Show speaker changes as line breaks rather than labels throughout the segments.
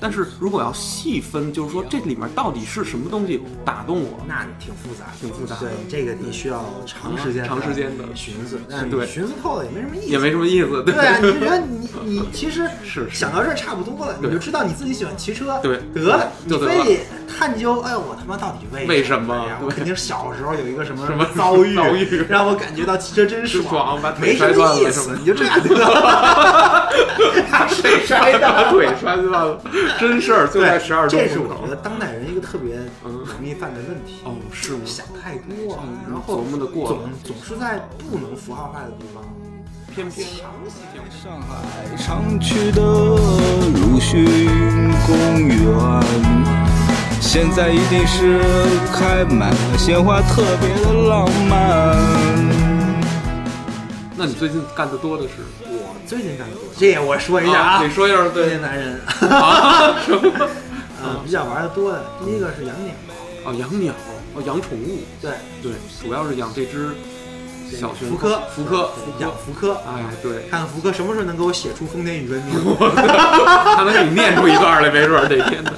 但是如果要细分，就是说这里面到底是什么东西打动我？
那挺复杂，
挺复杂
对，这个你需要长时间、
长时间的
寻思，但
对
寻思透了也没什么意思，
也没什么意思，
对
对
啊，你就觉得你 你其实
是是
想到这儿差不多了，你
对
就知道你自己喜欢骑车，
对
得了，你
就得
非得探究，哎，我他妈到底为
为
什
什么
呀？
对
我肯定小时候有一个什么
什么
遭 遇，
遭遇
让我感觉到骑车真
就爽把腿
没
摔
什
断了
么意
什
思
么，
你就这样得 了，把谁摔
把
的？
腿摔断了，真事儿就在十二中
这是
路
我
口
觉。得当代人一个特别
嗯
容易犯的问题。
哦，是吗？
想太多了，
嗯
然后
琢磨得过
总总是在不能符号化的地方
嗯偏偏
上海常去的鲁迅公园，现在一定是开满了鲜花，特别的浪漫。
那你最近干的多的是？
我最近干的多，这我说
哎
一下啊，
你说一下，
中
对
年男人，
啊？什么？
呃，比较玩的多的，第一个是养鸟，
哦，养鸟，哦，养宠物，
对，
对，主要是养这只小旋
福柯，
福柯，福
养
柯，
福柯，
哎， 对，
看看福柯什么时候能给我写出《丰田与文明》
他能给你念出一段来，没准儿这天的，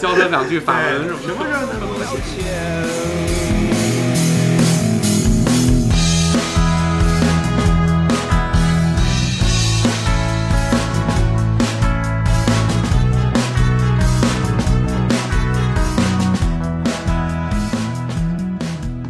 教他两句法文什么
什
的。
么时候能给我写出？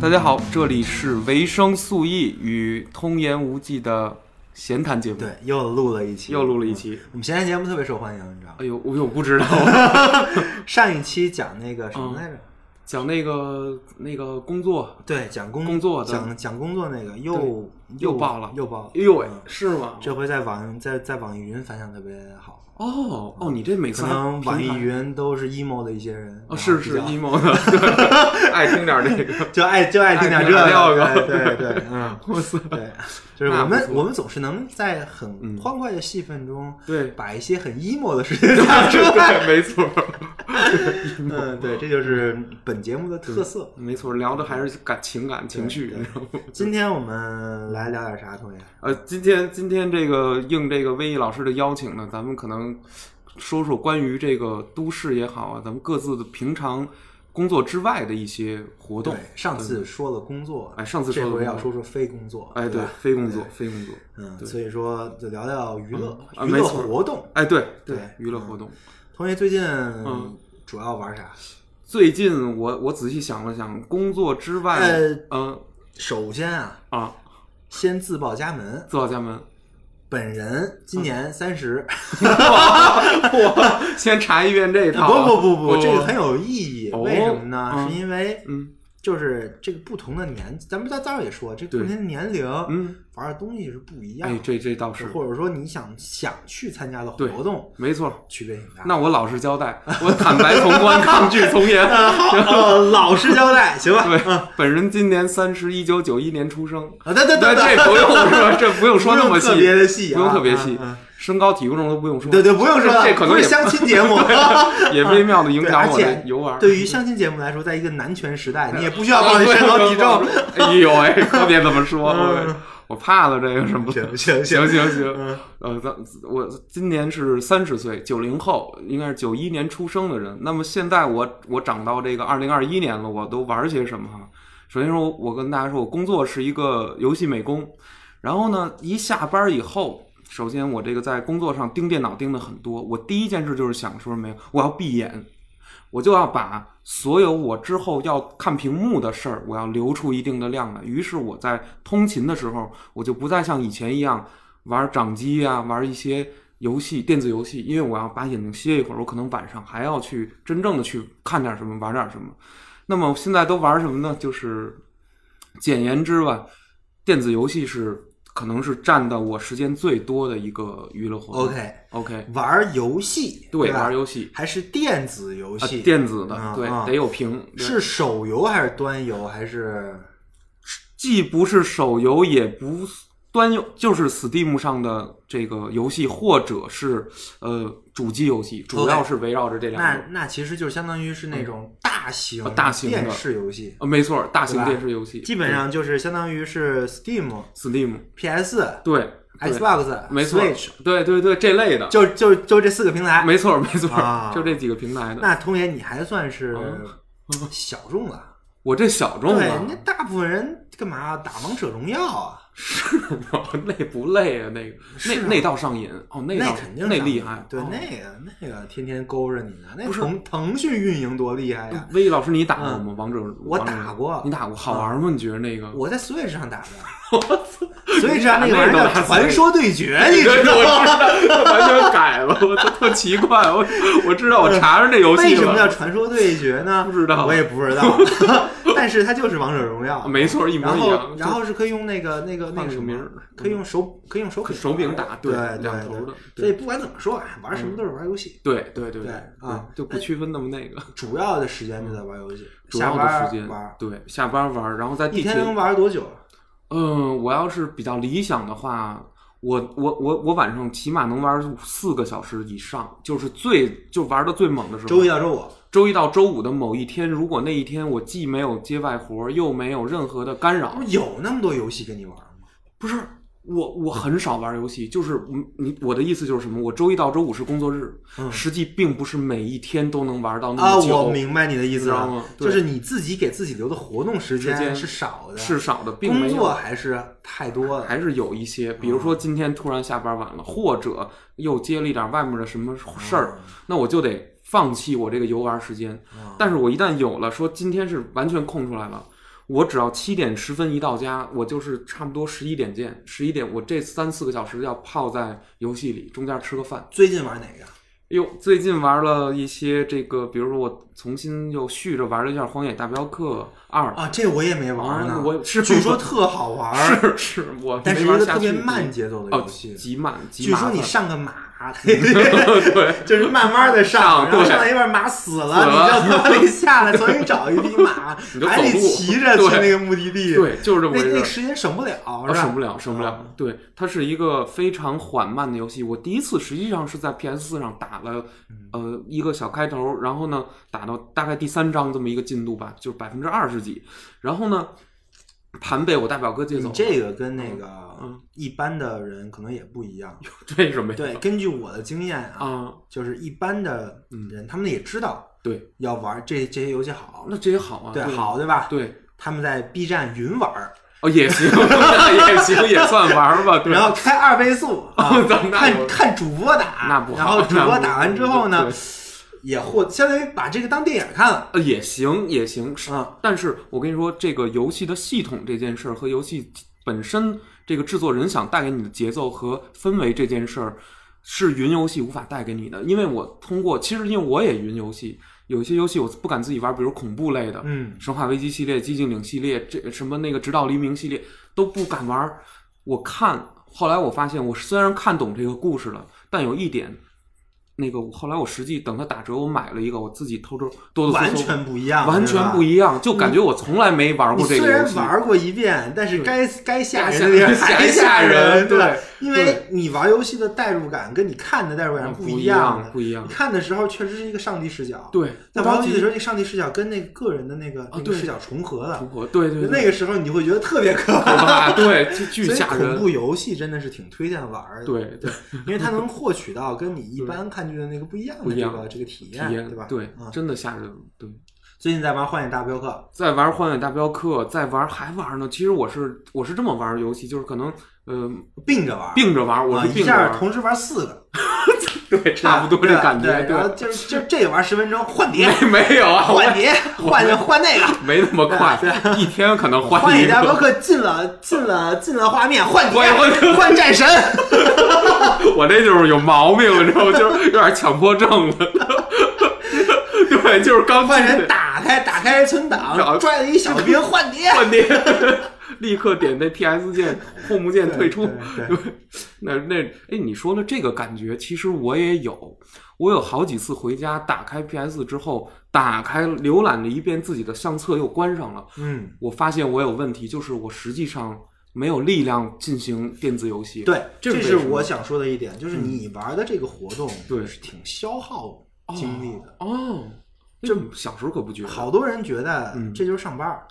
大家好，这里是维生素 E 与通言无忌的闲谈节目，
对，又录了一期，
又录了一期。
我们闲谈节目特别受欢迎，你知道吗
哎？呦，我又不知 道
上一期讲那个什么来着？
嗯讲那个那个工作，
对，讲工
工作的
讲讲工作那个又
又爆了
又爆了
哎。呦喂
嗯，
是吗？
这回在网在在网易云反响特别好，
哦哦，你这每次
可
还
能网易
平台
云都是 emo 的一些人，
哦，
然后
是
比
是
较
emo 的，对，爱听点这个。
就爱就爱听点这
爱听点这
个，
哎个
对对对， 嗯，
哇塞，
对，就是
那
我们
不错嗯
我们总是能在很欢快的戏份中，
对
把一些很 emo 的事情讲出来，
对，没错，
嗯，对，这就是本节目的特色。
没错，聊的还是感情感情绪，你知道吗？
今天我们来聊点啥，同学？
呃，今天今天这个应这个威毅老师的邀请呢，咱们可能说说关于这个都市也好啊，咱们各自的平常工作之外的一些活动嗯
对。，上次说了工作，
哎上次说了
这回
工
要
作
说说非工作，
哎，
对
对
吧，，
非工作，非工作。
嗯，
对
所以说就聊聊娱乐
嗯啊
娱
没
乐
错
活动。
哎，对
对
娱乐活动。
同学最近
嗯
主要玩啥？
最近我我仔细想了想，工作之外，
呃
嗯
首先啊，
啊，
先自报家门，
自报家 门，
本人
嗯
今年三十，
我先查一遍这一套啊。
不不不不，这个很
有
有意义。
哦
为什么呢？
嗯
是因为
嗯
就是这个不同的年，咱们在当然也说，这个
对
不同的年龄
嗯，
玩的东西是不一样
哎，
的，
这这倒是
或者说你想想去参加的
对
活动
没错。
区别挺大。
那我老实交代，我坦白从宽， 抗拒从严。
呃，老实交代，行吧？
对
嗯，
本人今年三十，一九九一年出生。
啊，对对
那
对，
这不用说，这不用说那么细，
不用特别的细啊
不用特别细
嗯嗯，
身高体重都不用说。
对对，不用说了，
这这可能
不
也
是相亲 节目。
也微妙的影
对，
响
而
我的
且
游玩。
对于相亲节目来说，在一个男权时 代，你啊也不 需要报你身高体重。
哎呦喂，可别这么说，我我怕了这个什么。
行行
行
行，嗯
行行，呃，咱我今年是三十岁，九零后，应该是九一年出生的人。那么现在我我长到这个二零二一年了，我都玩些什么哈？首先说，我跟大家说，我工作是一个游戏美工，然后呢，一下班以后，首先我这个在工作上盯电脑盯的很多，我第一件事就是想说什么呀？我要闭眼，我就要把所有我之后要看屏幕的事儿，我要留出一定的量来。于是我在通勤的时候，我就不再像以前一样玩掌机啊，玩一些游戏、电子游戏，因为我要把眼睛歇一会儿，我可能晚上还要去真正的去看点什么，玩点什么。那么现在都玩什么呢？就是简言之吧，电子游戏是可能是占到我时间最多的一个娱乐活动。
OK
OK，
玩游戏，
对，
吧
玩游戏。
还是电子游
啊
戏，，
电子的
啊，
对，
啊
得有屏，对
是手游还是端游还是？
既不是手游，也不端游，就是 Steam 上的这个游戏，或者是呃主机游戏，主要是围绕着这两
那
个。
那其实就相当于是那种大型
啊大型的
电视游戏，
呃，没错，大型
对吧
电视游戏
基本上就是相当于是 Steam、
对 Steam，
PS
对，
Xbox、
没错
Switch，，
对对对，这类的，
就就就这四个平台。
没错没错
啊，
就这几个平台的。
那通爷你还算是
嗯
小众了，
我这小众
对，
啊
人，家大部分人干嘛打王者荣耀啊？
是 吗？累不累啊？那个
是啊
那那倒上瘾哦，那
那
倒
肯定
那
上
厉害，
对，
哦
那个那个天天勾着你呢。那
不是
腾腾讯运营多厉害呀！
威老师，你打过吗？王者，
嗯我
王者
打过嗯
你打过，好玩吗？你觉得那个？
我在 Switch 上打的，Switch 上那个玩意儿
那个
叫
都
《
是
传说对决》， 你
对
知
对
道
我
吗？
知道，完全改了，我特特奇怪，我我知道，我查查这游戏了
为什么叫传说对决呢？
不知道
我也不知道。 但是它就是王者荣耀，
没错，一模
然
一样
后。然后是可以用那个那个那
换
个
了
什
个
么
名儿
可以用手可以用手柄
手柄打
对
对
对
两头的嗯
对所以不管怎么说啊，玩什么都是玩游戏，
对对对
对啊
就不区分那么那个。
主要的时间就在玩游戏，
嗯主
下
要的
班
时间
玩，，
对，下班玩，然后在
一
地铁
天。能玩多久？啊
嗯，我要是比较理想的话，我我我我晚上起码能玩四个小时以上，就是最就玩的最猛的时候。
周一到周五，
周一到周五的某一天，如果那一天我既没有接外活，又没有任何的干扰
不，是有那么多游戏跟你玩吗？
不是我我很少玩游戏，就是嗯你我的意思就是什么？我周一到周五是工作日，
嗯
实际并不是每一天都能玩到那
啊，
么久，
我明白你的意
嗯你
思
知道
了
吗，对
就是你自己给自己留的活动时
时间
是少的，
是少的，并
工
没
作嗯
有。
还是太多的。
还是有一些，比如说今天突然下班晚了，或者又接了一点外面的什么事
嗯
儿，那我就得放弃我这个游玩时间。但是我一旦有了说今天是完全空出来了，我只要七点十分一到家，我就是差不多十一点见，十一点我这三四个小时要泡在游戏里，中间吃个饭。
最近玩哪个？
哟，最近玩了一些这个，比如说我重新又续着玩了一下《荒野大镖客二》
啊，这我也没玩呢，
啊我是
据说特好玩，
是是，我
但是一
没玩
个
下
特别
去
慢节奏的
哦
游，戏。
极慢，极
据
麻
说
烦
你 上个马， 对，就是慢慢的上，
上
然后
对
上到一半马死了，
死了
你就从里下来，重新找一匹马，
你就
还得
走路
骑着去
对
那个目的地。，
对，就是这么
那
回
那
事
个
儿。
时间省不了，
啊
是吧？
省不了，省不
啊
了。对，它是一个非常缓慢的游戏。我第一次实际上是在 PS 四上打了，
嗯
呃，一个小开头，然后呢，打到大概第三章这么一个进度吧，就是百分之二十几。然后呢，盘被我大表哥借走
你
了，
这个跟那个
嗯
一般的人可能也不一样。
为什么呀？
对，根据我的经验啊，
啊，
就是一般的人，他们也知道
对，
要玩这这些游戏好，
嗯那这也好啊，
对，好，对吧？
对，
他们在 B 站云玩儿，
哦，也行， 那也行，也算玩儿吧。对，，
然后开二倍速啊
哦那
看
我
看主播打，
那不好
然后主播打完之后
那
呢
不，
也获相当于把这个当电影看了
呃，也行，也行。是
啊。
但是我跟你说，这个游戏的系统这件事儿和游戏本身这个制作人想带给你的节奏和氛围这件事儿，是云游戏无法带给你的。因为我通过，其实因为我也云游戏，有一些游戏我不敢自己玩，比如恐怖类的，
嗯
《生化危机》系列、《寂静岭》系列，这什么那个《直到黎明》系列都不敢玩儿。我看后来我发现，我虽然看懂这个故事了，但有一点，那个后来我实际等它打折，我买了一个，我自己偷偷哆哆
完
嗦嗦，
全不一样，
完全不
样。
一样，就感觉我从来没玩
你
过这
虽
个游
然
戏。
玩过一遍，但是
对
该该吓人
吓
的地方
吓
还吓
吓人
对吧
对，嗯
因为你玩游戏的代入感跟你看的代入感
不
一
一
样的
样，不一样
你看的时候确实是一个上帝视角，，
对，
在玩游戏的时
候，
候，那上帝视角跟那个个人的那个那个
哦对
视角重合了，
对对对，
那个时候你会觉得特别可
可
怕。
怕，对，就巨
所以
吓
恐
人。
怖游戏真的是挺推荐玩儿的，
对
对，因为它能获取到跟你一般看剧的那个不一样的这
不一
个
样
这个体
体
验，
验
对吧？
对
啊，
真的吓人。对，
最近在玩《幻影大镖客
在玩《荒野大镖客》，在玩还玩呢。其实我是我是这么玩儿游戏，就是可能呃》，
并着玩儿，
并着玩儿，我
啊
是
一
并着玩
下
儿，
同时玩四个，
对，差不多
对
这
吧
感觉，
对，然后就是就这个玩十分钟换碟，
没 没有啊，
换碟，
我
换换那个。
没那么快，一天可能
《幻
一
影大镖
个。
客》进了进了进了画面，换碟
换换
换战 神，
我这就是有毛病，你知道吗？就是有点强迫症了。 对，就是刚
换
进
人
去
打开打开存档，
找
拽了 一小兵换碟，
换碟，立刻点那 PS 键、Home 键退出。
对
对， 那那哎，你说的这个感觉，其实我也有。我有好几次回家打开 PS 之后，打开浏览了一遍自己的相册，又关上了。
嗯，
我发现我有问题，就是我实际上没有力量进行电子游戏。
对，
这
这
为
是
什么嗯
我想说的一点，就是你玩的这个活动
对
是挺消耗精力的。
哦，这小时候可不觉得，
好多人觉得
嗯
这就是上班儿。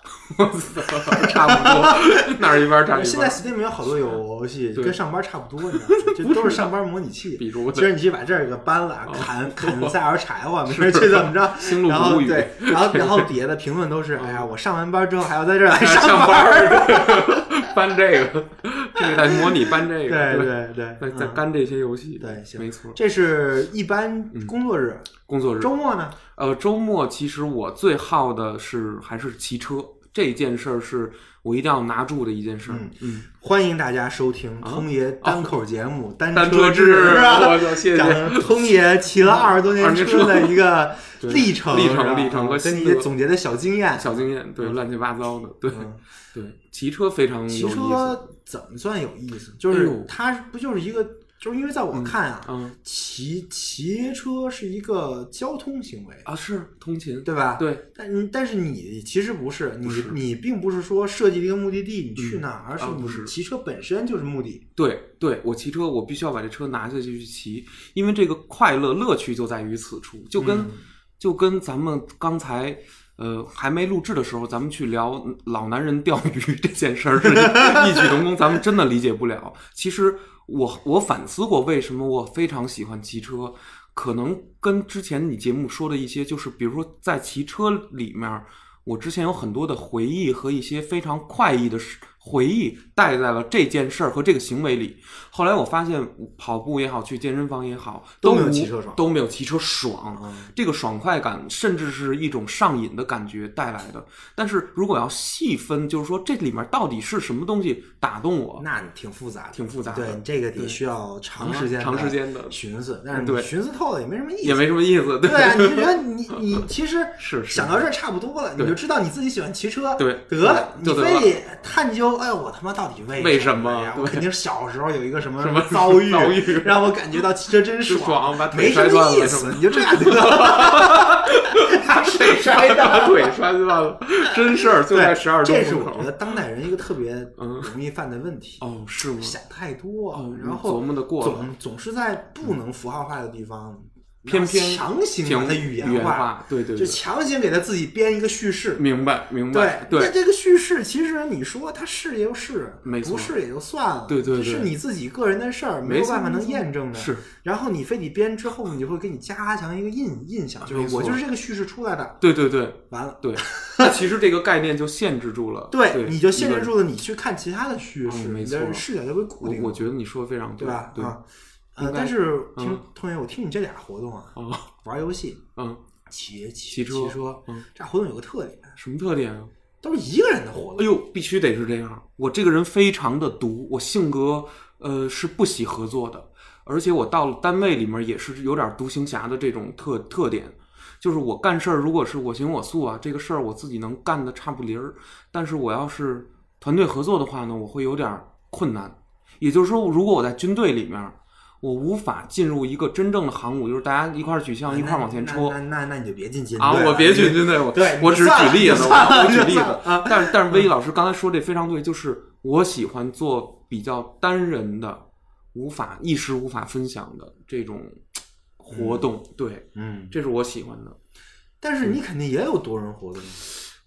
差不多，哪 儿一边儿差一边儿。
现在 Steam 有好多游戏
对
跟上班差不多，你 知道吗？这都是上班模拟器。
比如哦
其实你去把这个搬了， 砍砍塞点柴火，没事
是
去怎么着？
星露
然后
谷雨
对，然 后然后底下的评论都是：哎呀，我上完班之后还要在这儿来
还 上
班
班
儿。
儿 搬这个，这个在模拟搬这
对
个，对，
对对，
在在
嗯
干这些游戏，
对行
没错。
这是一般工作日，
工作日，
周末呢？
呃，周末其实我最好的是还是骑车这件事儿，是我一定要拿住的一件事儿。
嗯
嗯，
欢迎大家收听通爷单口节目《啊哦单
单车
车志
志，》
啊
我操，谢
讲
谢。
的通爷骑了二十多年
二十年
车的一个
对
历程，
历
是
程
吧
历程和
跟你
心得
总结的小经验。
小经验，对，乱七八糟的，对
嗯
对，骑车非常有
骑
意思。
车怎么算有意思？就
哎
是
呦
它不就是一个，就是因为在我看啊，
嗯
骑骑车是一个交通行为，
啊，是通勤，
对吧？。
对，
但嗯但是你其实不是，你
不是
你并不是说设计了一个目的地，你去
嗯
哪儿，而
啊不
是
是
你骑车本身就是目的。
对对，我骑车，我必须要把这车拿下去去骑，因为这个快乐乐趣就在于此处，就跟、
嗯
就跟咱们刚才。呃，还没录制的时候，咱们去聊老男人钓鱼这件事儿是异曲同工，咱们真的理解不了。其实我我反思过，为什么我非常喜欢骑车，可能跟之前你节目说的一些，就是比如说在骑车里面儿，我之前有很多的回忆和一些非常快意的事回忆带在了这件事儿和这个行为里。后来我发现，跑步也好，去健身房也好，
都没
没
有骑车爽嗯
都没有骑车爽。这个爽快感，甚至是一种上瘾的感觉带来的。但是如果要细分，就是说这里面到底是什么东西打动我？
那挺复杂的，
挺复杂的
对，这个得
对
需要长
啊
时间、
长时间的
寻思，但是你
对
寻思透了也没什么意思，
也没什么意思，对
对啊，你就 觉得你你其实
是是
想到这儿差不多了，你
对
就知道你自己喜欢骑车，
对
得了，你
就得了
非探究，哎呦，我他妈到底为
为
什
什么
呀？
对
我肯定是小时候有一个什么
什么
遭遇，
遭遇
让我感觉到骑车 真
是爽把腿
没什
摔断了
么意
是
思
吗，
你就这样得了， 把腿摔断
把。腿摔断了，真事儿就在
对，
十二中
这是
门
我
口
觉。得当代人一个特别
嗯
容易犯的问题。
哦，是吗？
想太多，
哦
然后
琢磨得过了嗯
总总是在不能符号化的地方，
偏偏
强行把它
语
言
言化，对对
就
对，
强行给他自己编一个叙事。
明白明
对
白，，
那
对
这个叙事其实你说它是也就是，
没错
不是也就算了，
对对对
这是你自己个人的事儿，
没
没有
错
办法
没
能
错
验证的。
是，
然后你非得编之后，你就会给你加强一个印印象，就
没
是我
错
就是这个叙事出来的，
对对对
完了，
对，那其实这个概念就限制住了，对，
你就限
一
制
个
住了你去看其他的叙事，
嗯没
你的
错
视角就会固
人。
定
我
了。
我觉得你说的非常
对吧？
对，
啊，呃，
应该
但是听
嗯
同学，我听你这俩活动啊，
哦，
玩游戏、
嗯，
骑
骑
骑
车
车
嗯，
这俩活动有个特点，
什么特点啊？
都是一个人的活
哎
动。
呦，必须得是这样。我这个人非常的独，我性格呃是不喜合作的，而且我到了单位里面也是有点独行侠的这种特特点。就是我干事儿，如果是我行我素啊，这个事儿我自己能干的差不离儿。但是我要是团队合作的话呢，我会有点儿困难。也就是说，如果我在军队里面，我无法进入一个真正的航母，就是大家一块儿举
那
枪，一块儿往前
那
戳
那。那那你就别进军
啊，
队
我
了
别
你
举军队，我
对
我
你
只举
算了
例
你
子，
算
我
了
我举
你
例
算
子
了啊。
但是但是，威老师刚才说这非常对，就是我喜欢做比较单人的、无法一时无法分享的这种活动，对，
嗯，
这是我喜欢的。
但是你肯定也有多人活动，啊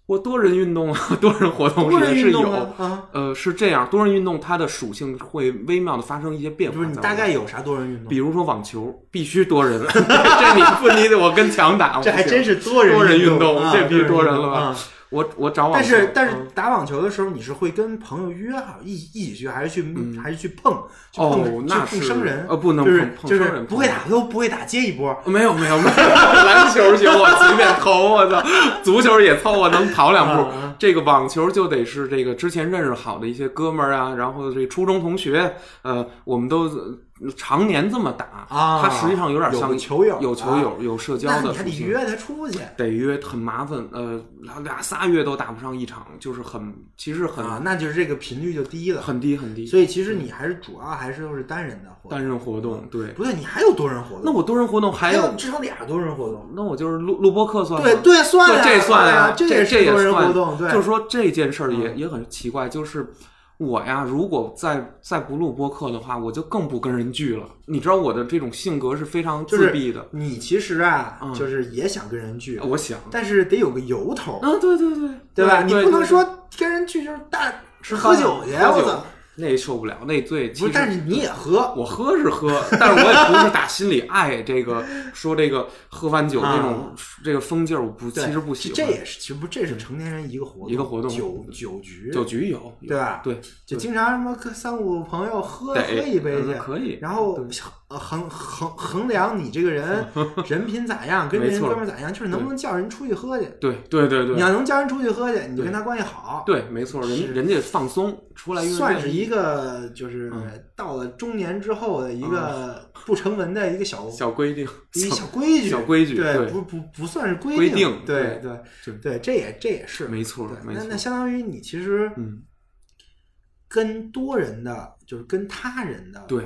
我多人运动啊， 多人活动
多人
也是
运
有
动，啊啊，
呃，是这样，多人运动它的属性会微妙的发生一些变化。
就是你大概，有啥多人运动
比？如说网球，必须多人， 这你不你得我跟墙打，我
这还
不
真
行。
是多人
多人运动
啊
这必须多人
运
了
动
吧
啊
我我找网
但
球，
是但是
嗯
打网球的时候，你是会跟朋友约好一一起去，还是去还是去碰？去
嗯哦
碰
那
去碰
是
生人
呃不能
就是
碰碰
就
生
是
人
不会打都不会打，接一波。
没有没有没 有，篮球行，我随便投，我操，足球也凑合能跑两步
啊。
这个网球就得是这个之前认识好的一些哥们儿啊，然后这初中同学，呃，我们都呃常年这么打
啊
它实际上有点
有
像
球友
有球友
啊，
有社交
那
的
你还
属
得
性。
约他出去
得约很麻烦，呃，俩俩仨月都打不上一场，就是很，其实很、
啊，那就是这个频率就低
嗯
了。
很低很低。
所以其实你还是主要还是都是单人的活动，
单人活动，对，
嗯不对，你还有多人活
那
动，
我多人活动还
还
有，
至少俩多人活动。
那我就是录录播课算吗
对对，算
对
呀，
这算啊
呀，
这
也
这
是
也
多人
算
活动，对，嗯
就是说这件事儿也也很奇怪，就是我呀，如果再再不录播客的话，我就更不跟人聚了。你知道我的这种性格是非常
就是
自闭的，
你其实啊，
嗯哦
就是也想跟人聚，
我想，
但是得有个由头，
啊，对对对，
嗯对吧？你
对
不能
对
说跟人聚就是大
吃
喝
饭
酒去，
喝
我
酒
操！
那受不了，那醉。
不
其
是，
实
但是你也喝，
我喝是喝，但是我也不是打心里爱这个说这个喝完酒那种、这个风劲儿，我不
啊对
其实不喜欢。
这也是其实不，这是成年人一个活动，
一个活动
酒酒局，
酒局有，有
对吧？
对，
就经常什么跟三五朋友喝喝
得
一杯去，
嗯可以
然后呃衡衡衡量你这 个人人品咋样，跟这
没
人
错
哥们儿咋样，就是能不能叫人出去喝去。
对对对对
你
对
要能叫人出去喝去，你就跟他关系好，
对，没错，人人家放松出来，
算是一个就是
嗯
到了中年之后的一个不成文的一 个小
小规定，
一小规矩，
小规矩
对，
对
不不不算是规
规定
对
对
对
对
对，这也这也是
没错
对
没
那
错
那相当于你其实
嗯，
跟多人的，就是跟他人的
对，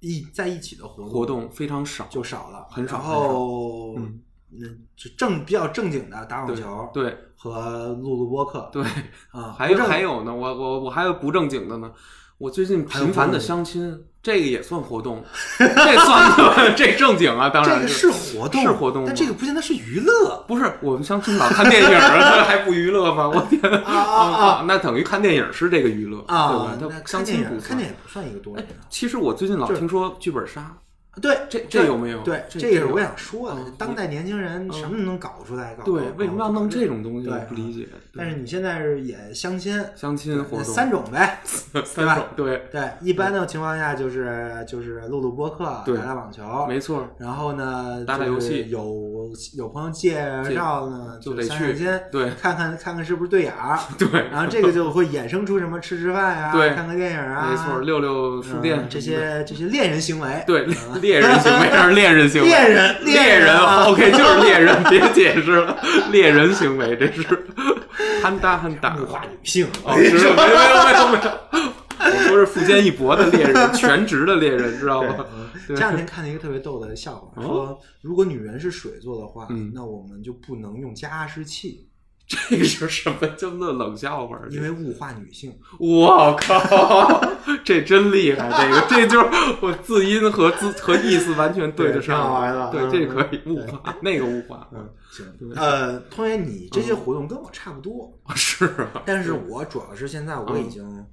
一在一起的活动
活动非常少，
就少了，
很少
然后
很少嗯
嗯，就正比较正经的打网球
对
和录录播客
对，
啊，
还有
不正
还有呢，我我我还有不正经的呢，我最近频繁的相亲，这个也算活动，这算 这正经啊，当然
这个
就是
活动
是活动吗
但这个不见得是娱 乐
不是我们相亲老看电影儿，这还不娱乐吗？我天啊
啊 啊
那等于看电影是这个娱乐
啊。
对吧？
那
他
看
相
电
亲
影
不算。哎
看电影不算一个多人啊。
其实我最近老
就是
听说剧本杀，
对，
这
这
这有没有
对，
这
个是
这有
我想说的，
嗯
当代年轻人
嗯
什么都能搞出来，搞
对
搞，
为什么要弄这种东西？
对
我不理解。对
但是你现在是也相亲，
相亲活
那
动
三种 呗。对吧
三种，对，
对，一般的情况下就是就是录录播客，
对
打打网球，
没错，
然后呢，
打打
就是
游戏
有有朋友介绍呢，
就
就
得
散
去
散心，
对
看看看看是不是对眼儿，
对，
然后这个就会衍生出什么吃吃饭呀，
对
看看电影啊，
没错，六六书
嗯
店
这些这些恋人行为，
对，猎人行 为，这是猎人行为。
恋人
猎
人
人
啊
，OK，就是猎人，别解释了，猎人行为这是，憨大憨大，
物化女性，
哦，知道没有没有没有，我说是富坚义博的猎人，全职的猎人，知道吗？
这
对哦
两天看了一个特别逗的笑话，说如果女人是水做的话
嗯，
那我们就不能用加湿器，
这是什么叫乐冷笑话？
因为物化女性。
我靠，这真厉害！这 个这就是我字音和字和意思完全对得
对挺好玩的
上，啊对，
嗯
这可以物化，那个物化，嗯，
行，呃，通爷，你这些活动跟我差不多，
是啊，
但是我主要是现在
嗯
我已经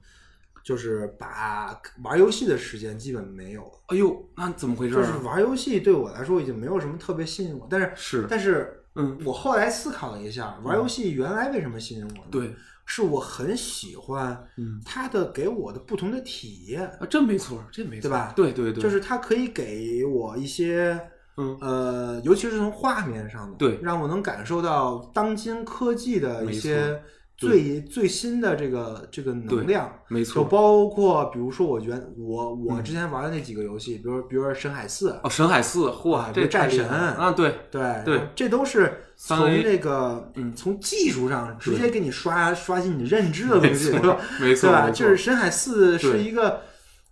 就是把玩游戏的时间基本没有了，
哎呦，那怎么回事
就
啊？
是玩游戏对我来说已经没有什么特别吸引我，但是
是，
但是。
嗯，
我后来思考了一下，玩游戏原来为什么吸引我呢？，
对，
是我很喜欢
嗯，
它的给我的不同的体验，
啊，这没错，这没错，
对吧
对对对，
就是它可以给我一些
嗯，
呃，尤其是从画面上的，
对
让我能感受到当今科技的一
没错
些
对
最最新的这个这个
对
能量。
没
就
错。嗯
包括，比如说我原我我之前玩的那几个游戏，比如比如说《深海四》，
哦，神海四，
啊
嚯，
有
这
战
太厉害了
神
啊，对，
对
对
这都是
三
从
A
这个
嗯
从技术上直
对
接给你刷刷新你认知的
没
东西，
错
对吧？
没错
对吧？
没错
就是《深海四》是
对啊
一个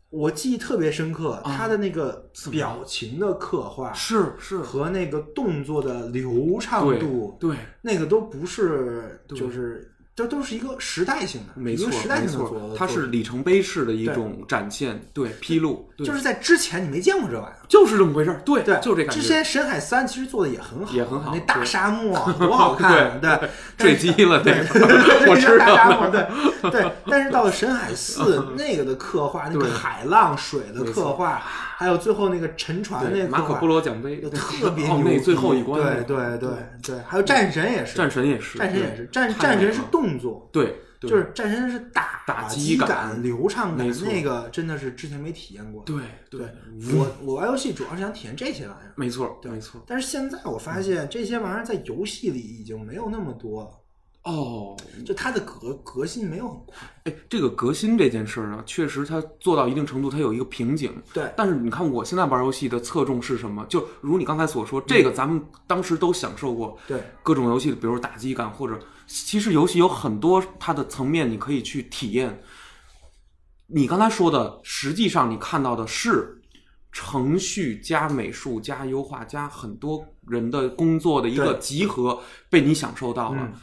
我记忆特别深刻，它的那个
么样
表情的刻画
是是，
和那个动作的流畅
对
度，
对，
那个都不是，
对
就是这都是一个时代性的，
没
一
错
个时代
没
性的作
错，
作
它是
品
里程碑式的一种展现，对，披露，对
就是在之前你没见过这玩意儿。
就是这么回事儿，对
对，
就这感觉。
之前《深海三》其实做的也很好，
也很好
那大
对
沙漠啊多好看，对，但
坠
是
机了那
对，
个，我知
大沙漠，
道。
对对。但是到了《深海四》 那个的刻画，那个
对
海浪、水的
没
刻
错
画，还有最后那个沉船啊那
对，
个
马
刻
可
画
波，罗奖杯
就特别
哦
牛，逼。
那最后一关，
对对对对，还有战神也是，
战神也是，
战神也是，战
太
战
美
神
了
是动作，
对，对
就是战神是打
打
击
击
感、
感
流畅感
没，错
那个真的是之前没体验过的。
对
对
对，，
我我玩游戏主要是想体验这些玩意儿，
没错
对
没错。
但是现在我发现这些玩意儿在游戏里已经没有那么多了，
哦，
就它的革革新没有很快。
哎，这个革新这件事儿啊，确实它做到一定程度，它有一个瓶颈。
对
但是你看，我现在玩游戏的侧重是什么？就如你刚才所说，这个咱们当时都享受过
嗯对
各种游戏，比如打击感，或者其实游戏有很多它的层面你可以去体验。你刚才说的，实际上你看到的是程序加美术加优化加很多人的工作的一个
对
集合，被你享受到了。
嗯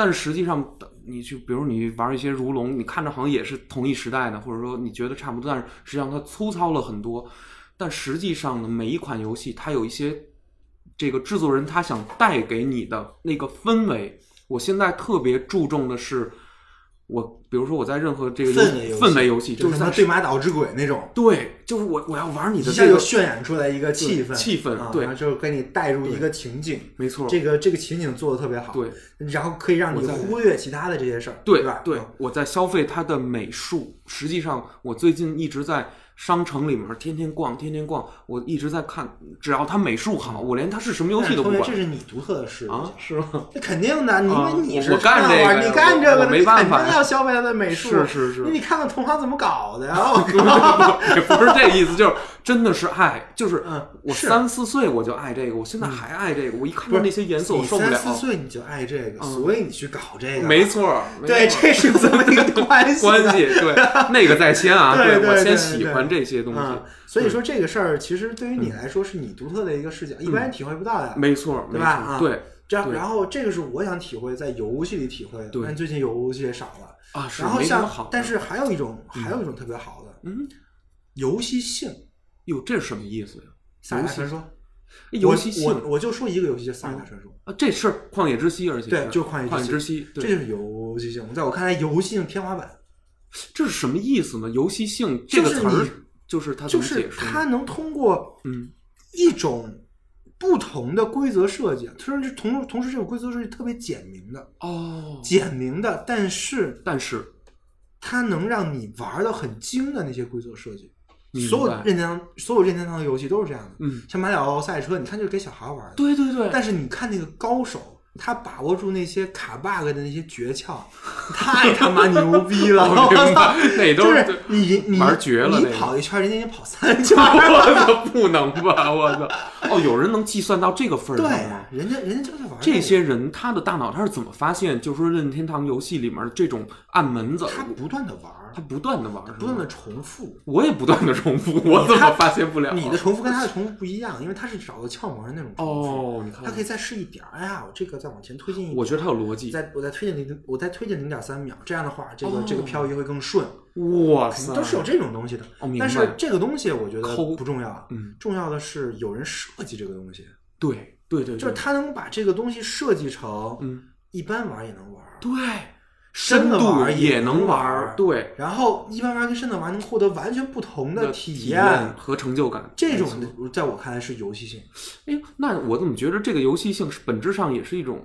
但实际上，你去，比如你玩一些如龙，你看着好像也是同一时代的，或者说你觉得差不多，但是实际上它粗糙了很多。但实际上呢，每一款游戏它有一些这个制作人他想带给你的那个氛围。我现在特别注重的是，我比如说我在任何这个游
氛围游戏
氛围游戏，
就
就是是
他妈
在
对马岛之鬼那种，
对，就是我我要玩你
一
的
下
这
就
个，
渲染出来一个气氛，
对气氛
啊
对
然后就给你带入一个情景，
没错，
这个这个情景做的特别好，
对，
然后可以让你
我在
忽略其他的这些事儿，
对
吧？
对
嗯，
我在消费它的美术。实际上，我最近一直在商城里面天天逛，天天逛，我一直在看，只要它美术好，我连它是什么游戏都不
同学，
管
嗯这是你独特的事物
啊，是吗？
那肯定的，你因
啊
为你
我
是
我干
创造
这个
啊
呀
你干
我
这个
我
的，
没
你
办
肯
法
定要消费他的美术，
是是是
那你看看同行怎么搞的呀？我靠，
也不是这意思，就是真的是爱，就是
嗯
我
是嗯
三四岁我就爱这个，我现在还爱这个，我一看到那些颜色我
你
受不了嗯
三。四岁你就爱这个，所以你去搞这个，
没错，
对，
没错
这是这么一 个关系啊
关
的
系对那个在先啊，
对对
我
对
先喜
对
欢这些东西嗯
嗯，，所以说这个事儿其实对于你来说是你独特的一个视角，一般人体会不到的。
没错，
对
没
吧
错
啊
对
这样，
对
然后这个是我想体会在游戏里体会的，
对
但最近游戏也少了。
啊，是
然后
没什么好
像
的，，
但是还有一种，还有一种特别好的，
嗯，
游戏性。
哟，这是什么意思呀？
塞尔达传说，
哎游戏性
我我我就说一个游戏，就塞尔达传说，
啊，这是旷野之息，而且
对就是旷
旷
野之息
野之息，
这
对，
就是游戏性。在我看来，游戏性天花板
这是什么意思呢？游戏性这
就
个
是
词
你
儿，就是它怎
就
么
是
解释
它
呢？
能通过
嗯
一种不同的规则设计，甚至同同时这种规则设计特别简明的，
哦，
简明的，但是
但是
它能让你玩的很精的那些规则设计。
明白
所有任天堂所有任天堂的游戏都是这样的，
嗯
像马里奥赛车，你看就是给小孩玩的，
对对对，
但是你看那个高手，他把握住那些卡 bug 的那些诀窍，太他妈牛逼 了！
我
我
哦明
操
白，那都
就是是你你
玩绝了
你
那个
跑一圈，人家已经跑三圈了。
我操，不能吧！我操！哦，有人能计算到这个份儿
对啊
上吗？，
人家人家就是玩个
这，些人他的大脑他是怎么发现，就是说任天堂游戏里面的这种暗门子，
他不断的玩儿，
他不断的玩，
不断
是
的
吗，
重复。
我也不断的重复，我怎么发现不了？啊
你的重复跟他的重复不一样，因为他是找到窍门的那种重复，
哦，你看
他，可以再试一点儿。哎呀，我这个再往前推进一点，
我觉得他有逻辑。
再我再推进零，我再推进零点三秒，这样的话，这个、
哦
这个漂移会更顺，哎
哇塞，
都是有这种东西的。
哦明白
但是这个东西我觉得
抠
不重要，
嗯，
重要的是有人设计这个东西，
对对对，
就
对
是他能把这个东西设计成，
嗯，
一般玩也能玩，
对，
深
深
的
度
玩
也
能
能
玩
玩，，对
然后一般玩跟深的玩能获得完全不同的体
体验。和成就感，
这
没
种
错
的在我看来是游戏性，
哎，那我怎么觉得这个游戏性是本质上也是一种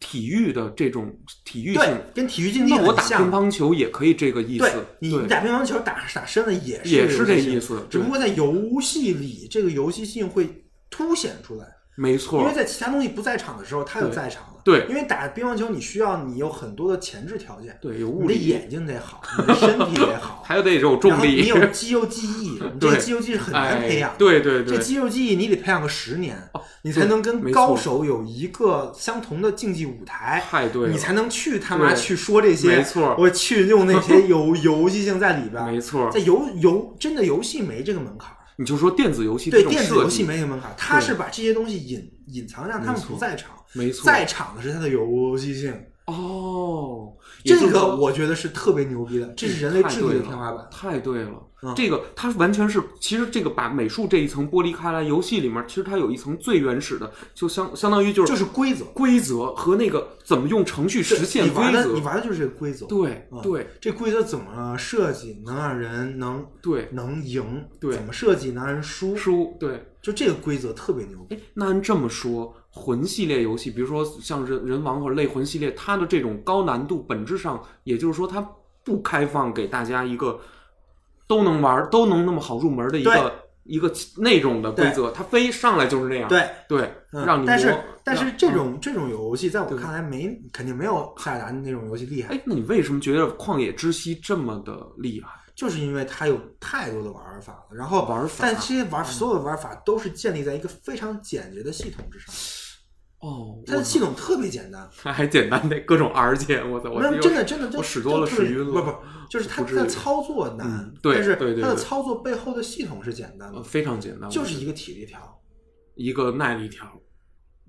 体育的这种体育性
对？，跟体育竞技
那我
很
打乒
像。
乓球也可以这个意
对
思，
你你
对
打乒乓球打打深了也是
也是
游戏
这
性
意思
只不
对
过在游戏里这个游戏性会凸显出来。
没
因
错
为，在其他东西不在场的时候，他就在场了。
对对
因为打乒乓球，你需要你有很多的前置条件，
对，有
你
物
的
理，
眼睛得好，你的身体 得好，
还有得有
然
重
后你
力，
有肌肉记忆，你这个
对
肌肉记忆是很难
哎
培养，的。
对对对
这，肌肉记忆你得培养个十年
哦，
你才能跟
没错
高手有一个相同的竞技舞台，
太对了
你才能去他妈
对
去说这些，
没错
我去用那 些游游戏性在里边 儿，
没错
在游游真的游戏没这个门槛儿，
你就说电子游戏
对
这种
电子游
设
戏
计，
没什么门槛儿，他
对
是把这些东西隐隐藏，让他们
没错
不在场。
没错
在场的是他的游戏性，
哦，也
这
就是
个
说
我觉得是特别牛逼的，这是人类智力的天花板。
太对了，
嗯
这个它完全是，其实这个把美术这一层剥离开来，游戏里面其实它有一层最原始的，就相相当于就是
就是规则
规则和那个怎么用程序实现
你
规
玩的你
则，
玩的就是这个规则。
对
嗯
对
这规则怎么设计能让人能
对，
能赢？
对
怎么设计能让人输？
书对。
就这个规则特别牛逼。
哎，那按这么说，魂系列游戏，比如说像人人王或者类魂系列，它的这种高难度，本质上也就是说，它不开放给大家一个都能玩儿、都能那么好入门的一
对
个一个那种的规则，它非上来就是那样。
对，
对，
嗯
让你
但是
磨
但是
让嗯
这种这种游戏在我
对
看来没肯定没有塞尔达那种游戏厉害，
哎，那你为什么觉得《旷野之息》这么的厉害？
就是因为它有太多的玩法了。然后
玩法嗯
但这些玩所有的玩法都是建立在一个非常简洁的系统之上，
哦，
它的系统特别简单。
我 还简单的各种 R 键，我操，我
没有
又
真的真的就
我使多了
就特别
使晕了
不不，就是它
不至于
它的操作难
嗯，对
但是
对对
它的
对呃
操作背后的系统是简单的
呃，非常简单，
就
我
是
觉得
一个体力条。
一个耐力条。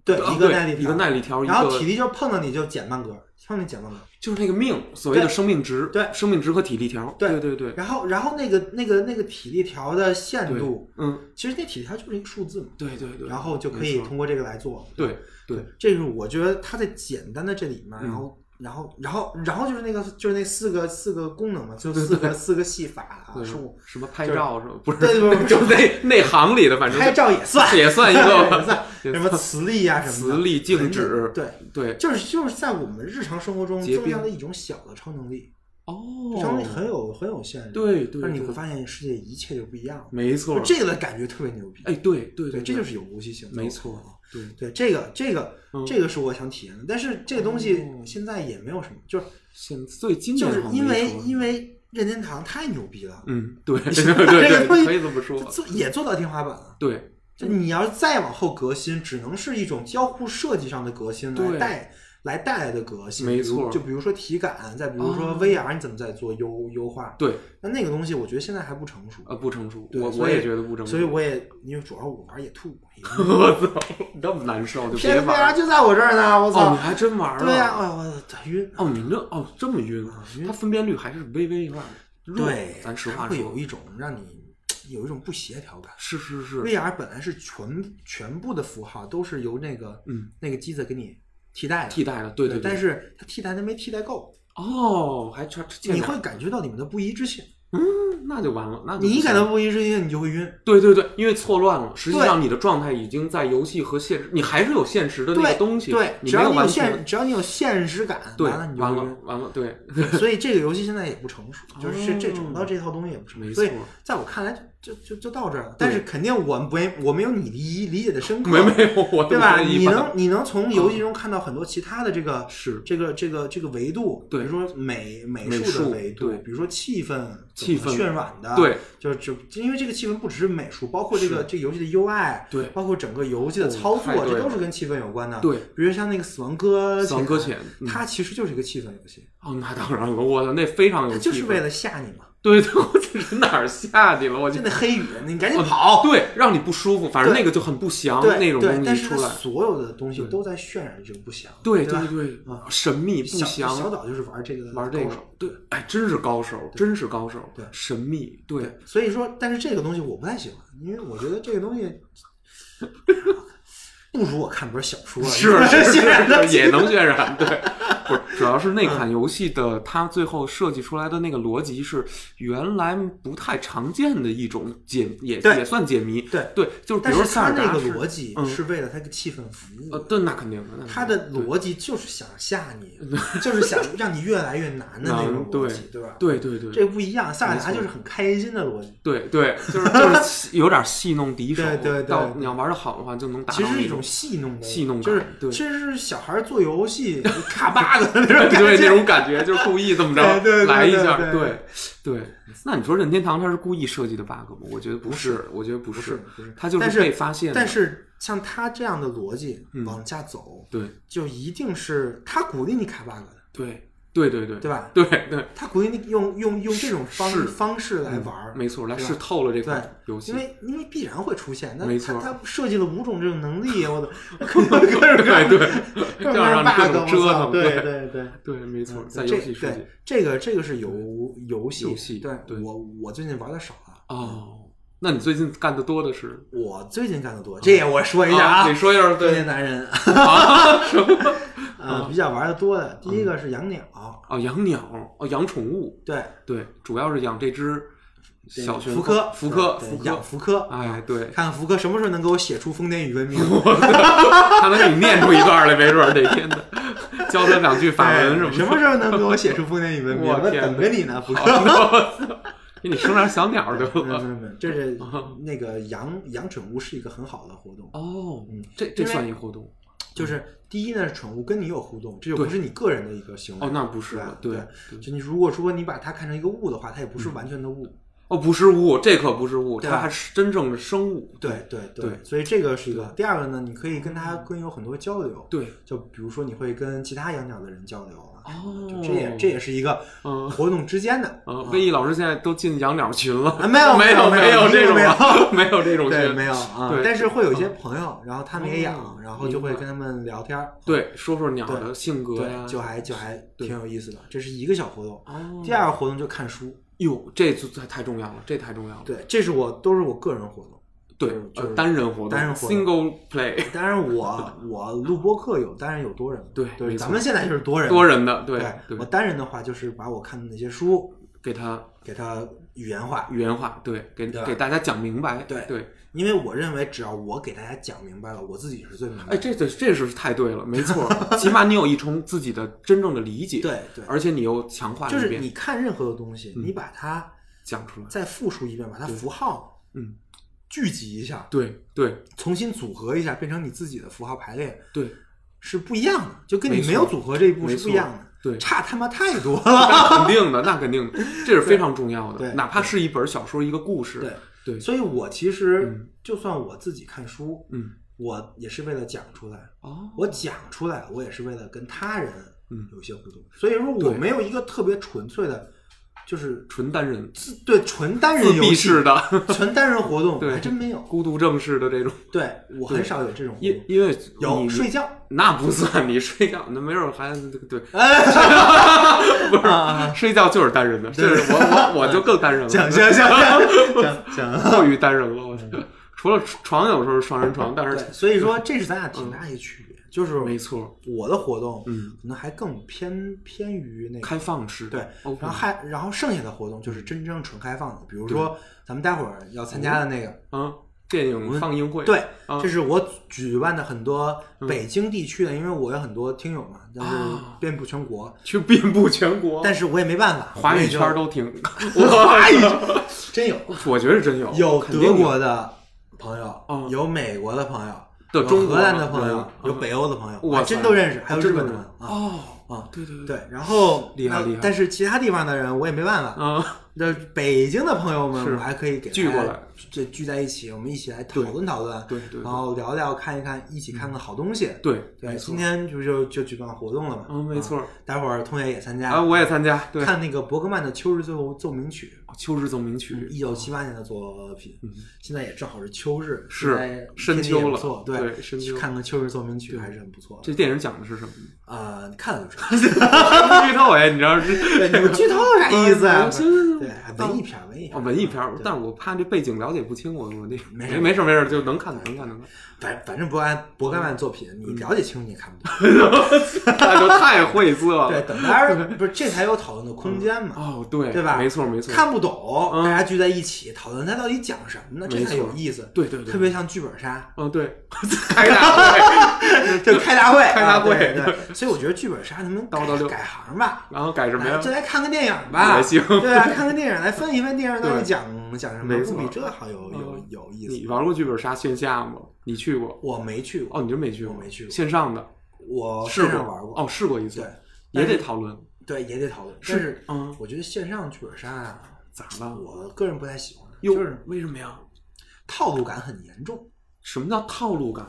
对，
啊
一个
对
耐力条，
一个耐力条，一
然后
个
体力就是碰到你就减半格，碰到你减半格。
就是那个命，所谓的
对
生命值，
对
生命值和体力条，
对
对对对，
然后，然后那个那个那个体力条的限
对
度，
嗯，
其实那体力条就是一个数字嘛，
对对对，
然后就可
没
以
错
通过这个来做。
对对，
这是我觉得它在简单的这里面，
嗯
然后然后然后然后就是那个就是那四个四个功能嘛，就四个四个戏法啊，
对
是我
什么拍照是吧？不是，
对对对
就是那内行里的，反正
拍照也算，
也算一
也
个
算什么磁力啊什么的，
磁力静
很
止，
对，
对
就是就是在我们日常生活中
结冰
重要的一种小的超能力，
哦，
超能力很有很有限制，
对对
但是你会
对，
发现世界一切就不一样了，
没错，
这个的感觉特别牛逼，
哎，对对
对，
对，
这就是是有无极行动，
没错
啊。
对
对这个，这个，
嗯
这个是我想体验的，但是这个东西现在也没有什么，就是
现最经典的
就是
好像
因
没
为
说
因为任天堂太牛逼了，
嗯， 对对
这
对对，
个东西
可以这么说
就，做也做到天花板了。
对
就你要是再往后革新，只能是一种交互设计上的革新
对
来带来带来的革新。
没
比如
错
就比如说体感，再比如
啊
说 VR，你怎么在做优优化？
对，
那那个东西，我觉得现在还不成熟。
呃，不成熟，
对
我
所
我
以
也觉得不成熟，
所以我也因为主要我玩也吐，
我操，那么难受就别
p
玩
VR
了。
就在我这儿呢，我
哦，
操
你！还真玩了？
对呀，哎呦我操晕。
哦，你这哦这么晕啊
啊晕
它分辨率还是微微有点弱。
对，
咱实
它
话
会
说
有，一种让你有一种不协调感。
是是是，
VR 本来是全全部的符号都是由那个
嗯
那个机子给你替代的，
替代了，对对。
但是它替代它没替代够，
哦，还差
你会感觉到你们的不一致性，
那就完了，那就
你一
不行
感到不一致性，你就会晕。
对对对，因为错乱了，实际
对
上你的状态已经在游戏和现实，你还是有现实的那个
对
东西，
对，
你
只
没
要你有
完全
现，只要你有现实感，
对，
完了你就
完
会
了
晕。
完了，对，
所以这个游戏现在也不成熟，就是这这
哦
整到这套东西也不成
没
熟。
错
所以在我看来就，就就就到这儿了。但是肯定我没我没有你理理解的深刻，
没没有我
对吧？
我哦一
你
般嗯
能你能从游戏中看到很多其他的这个
是
这个这个这个维度，
对
比如说美美
美
术
术
的维度
对，
比如说气氛
气氛
怎么渲染的，
对，
就是就因为这个气氛不只是美术，包括这个这个游戏的 UI，
对
包括整个游戏的操
哦太
作，
对了
这都是跟气氛有关的。
对
比如像那个《死亡搁
死亡搁浅嗯
它其实就是一个气氛游戏，
哦，那当然了，我操，那非常有
它
气氛，
就是为了吓你嘛，
对对，我这是哪儿下去了？我
就
就
那黑雨，你
哦
赶紧跑。
对，让你不舒服，反正
对
那个就很不祥，那
对
种
对，
东
但
西
是它
出来，
所有的东西都在渲染这个不祥，
对
吧
对对
啊，
神秘不
小
祥，
小岛就是玩这个的
玩这
高
个
手，
对，哎，真是高手，真是高手，
对
神秘，对，
所以说，但是这个东西我不太喜欢，因为我觉得这个东西不如我看本小 说。
是
你说
是 是
现在的
是，也能渲染，对，不是，主要是那款游戏的它最后设计出来的那个逻辑是原来不太常见的一种解，也
对
也算解谜，
对
对，就是比
但
如
是
塞
他
尔
那
达
个
是
逻辑
嗯
是为了他个气氛服务
呃，，对，那肯定的，那肯定
他的逻辑就是想吓 你，就是想让你越来越难的那种
难
逻
对
辑，对吧？
对对对，
这不一样，萨尔达
没错
就是很开心的逻辑，
对对， 就是就是戏有点戏弄敌手，
对对对
到你要玩的好的话，就能达到
其实是
那
一种戏弄的，
戏弄感
就是
对
其实是小孩做游戏卡 bug 的那种感觉，
对那种感 觉，就是故意这么
对对
着
对
来一下，
对
对对。那你说任天堂它是故意设计的 bug 吗？我觉得不是，我觉得不
不是
是，
不是，
它就
但
被发现的，
但是像他这样的逻辑
嗯
往下走，
对
就一定是他鼓励你卡 bug 的，
对对对对
对吧？
对对，
他鼓励你用用用这种方
是嗯
方式来玩儿，
没错，来
对吧
试透了这
对
款游戏
因，为因为必然会出现，那
没
他
错
他设计了五种这种 能力，我的各种各种各种
对这
各
样让
种
你各种
bug，
折
我
腾
操，
对
对对对。
对，没错，
嗯
在
这
游戏设计
对这个这个是游游戏
游戏
对
对
我我最近玩的少了，
哦。那你最近干的多的是？
我最近干的
啊
多，这也我说一下
你说一下，
中
对
年男人，
啊，什么？
呃，比较玩的多的，
嗯
第一个是养鸟，
哦，养鸟，哦，养宠物，
对，
对，主要是养这只小玄
福
鹤
柯，
福柯，
对
福
养
柯，
福柯，
哎， 对，
看看福柯什么时候能给我写出《封建与文明》
他能给你念出一段来，没准儿哪天 的，教他两句 法文什
对哎什
么
么
的。
时候能给我写出《封建与文明》？
我
我
天
等着你呢，福
好
柯。
给你生点小鸟得
没有没
了。
有没有，这是那个养养宠物是一个很好的活动，
哦
嗯，
这这算一活动
就是第一呢，宠物跟你有互动，这就
嗯对
不是你个人的一个行为。
哦，那不是
对
了
吧，
对嗯
对，就你如果说你把它看成一个物的话，它也不是完全的物，
哦，不是物，这可不是物，
对
它还是真正的生物。
对对
对哦
所以这个是一个。第二个呢，你可以跟他更有很多交流，
对，
就比如说你会跟其他养鸟的人交流啊，
哦
就这也这也是一个
嗯
活动之间的。
呃，魏毅老师现在都进养鸟群了，
啊没 有
没
有
没
有
这种
没有
没有这种
对，
群，
没有啊
对，
但是会有一些朋友，然后他们也
哦
养，然后就会
明白
跟他们聊天儿，
对，说说鸟的
对
性格呀
对，，就还就还挺有意思的。这是一个小活动，
哦，
第二个活动就看书，
哟，这就太太重要了，这太重要了。
对，这是我都是我个人活动。
对
就是，
呃
就是
单人活动，
单人活动
single play，
当然 我我录播课有，当然有多人，
对没
对，
错
咱们现在就是多人，
多人的，对
对，我单人的话就是把我看的那些书
给它
给它语言化，
原话，对，给
对吧
给大家讲明白，
对
对，
因为我认为只要我给大家讲明白了，我自己是最明白
哎，
的。
这这这是太对了，没 错儿，起码你有一重自己的真正的理解，，
对对，
而且你又强化
就
了一
是
遍，嗯
你看任何的东西，你把它
讲出来，
再复述一遍，把它符号
嗯，
聚集一下，
对对
重新组合一下，变成你自己的符号排列
对
是不一样的，就跟
没
你
错
没有组合这一步
没
是
错
不一样的，
对，
差他妈太 多了。
那肯定的，那肯定的，这是非常重要的，
对
哪怕是一本小说一个故事，
对
对，
所以我其实
嗯
就算我自己看书，
嗯，
我也是为了讲出来，
哦，
我讲出来，我也是为了跟他人
嗯
有一些互动。所以说我
对
没有一个特别纯粹的，就是
纯单人自
自对纯单人游
闭
戏
式、的
纯单人活动，
对
我还真没有。
孤独症式的这种，
对我很少有这种活
因
动，
因为
有
你
睡觉，
那不算，你睡觉那没准还对，
哎，
不是睡觉就是单人的，这是我我我就更单人了，
讲讲讲讲讲讲。
过于单人了，我觉得。除了床有时候是双人床，但是
对，所以说这是咱俩挺大一个区别，就是
嗯没错，
我的活动
嗯
可能还更偏偏于那个
开放式
对，
，open
然后还然后剩下的活动就是真正纯开放的，比如说咱们待会儿要参加的那个，
嗯，电影放映会，
对，
啊嗯
这是我举办的很多北京地区的，因为我有很多听友嘛，但是
啊
遍布全国，
去遍布全国，
但是我也没办法，
华
我
语
也就
圈都听， 华语，
真有
我觉得真有，
有
哦肯定
德国的朋
嗯
友，有美国的朋友，
的
有
中国
荷兰的朋
人
友，有
嗯
北欧的朋友，
哇塞
我真都认识，还有日
真的
本的朋
吗
友啊
哦，
啊。
对对
对，，然后
厉害
那
厉害
但是其他地方的人我也没办法，
啊，
那北京的朋友
是
们，我还可以给
聚
大家
过来，
这聚在一起，我们一起来讨论讨论，
对对对
然后聊聊看一看，一起看看好东西。
对
对，今天就就就举办活动了嘛，
嗯，没错
啊。待会儿通野也参
啊，
加，
我也参加，对，
看那个伯格曼的《秋日奏奏鸣曲
秋日奏鸣》，曲，
一九七八年的作品，现在也正好是秋日，
嗯是
现
深
在
秋
天气也
了
不错，
对深秋
去看看《秋日奏鸣曲》还是很不错的。
这电影讲的是什么？
啊，你看了就 知道，
剧透哎，你知道
对
是嗯
你们剧透啥意思啊？
行行行
对，文艺片儿，文艺片
哦，
儿，
文艺片儿
对，
但是我怕这背景了解不清，我我那 没
没事
没事没事，就能看能看能 看，
反反正伯安伯格曼的作品，你
嗯
了解清楚你也看不懂。
那就太晦涩
对，
了。
等大家不是这才有讨论的空间嘛，
哦，对，
对吧
没错没错，
看不懂，
嗯
大家聚在一起讨论它到底讲什么呢，
没
这
错
才有意思。
对对对
特别像剧本杀，
嗯对，开大会，
就开大会，
开大会
啊对对。所以我觉得剧本杀能不能
叨叨溜
改改行吧？
然后改什么
来，
呀
就？来看个电影吧，
也行
对啊，看个电影来分一分电影到
对
底讲讲什么
没，
不
错
比这好有有
嗯
有意
你
思。
玩过剧本杀线下吗？你去过？
我没去
哦，
过，
你就没去过？
我没去过
线上的
我
试
线
过
上玩过，
哦，试过一次也
对，但
得
是
讨论。
对，也得讨论。但是
嗯，
我觉得线上剧本杀啊，
咋了？
我个人不太喜欢，
哟
就是，
为什么呀？
套路感很严重。
什么叫套路感？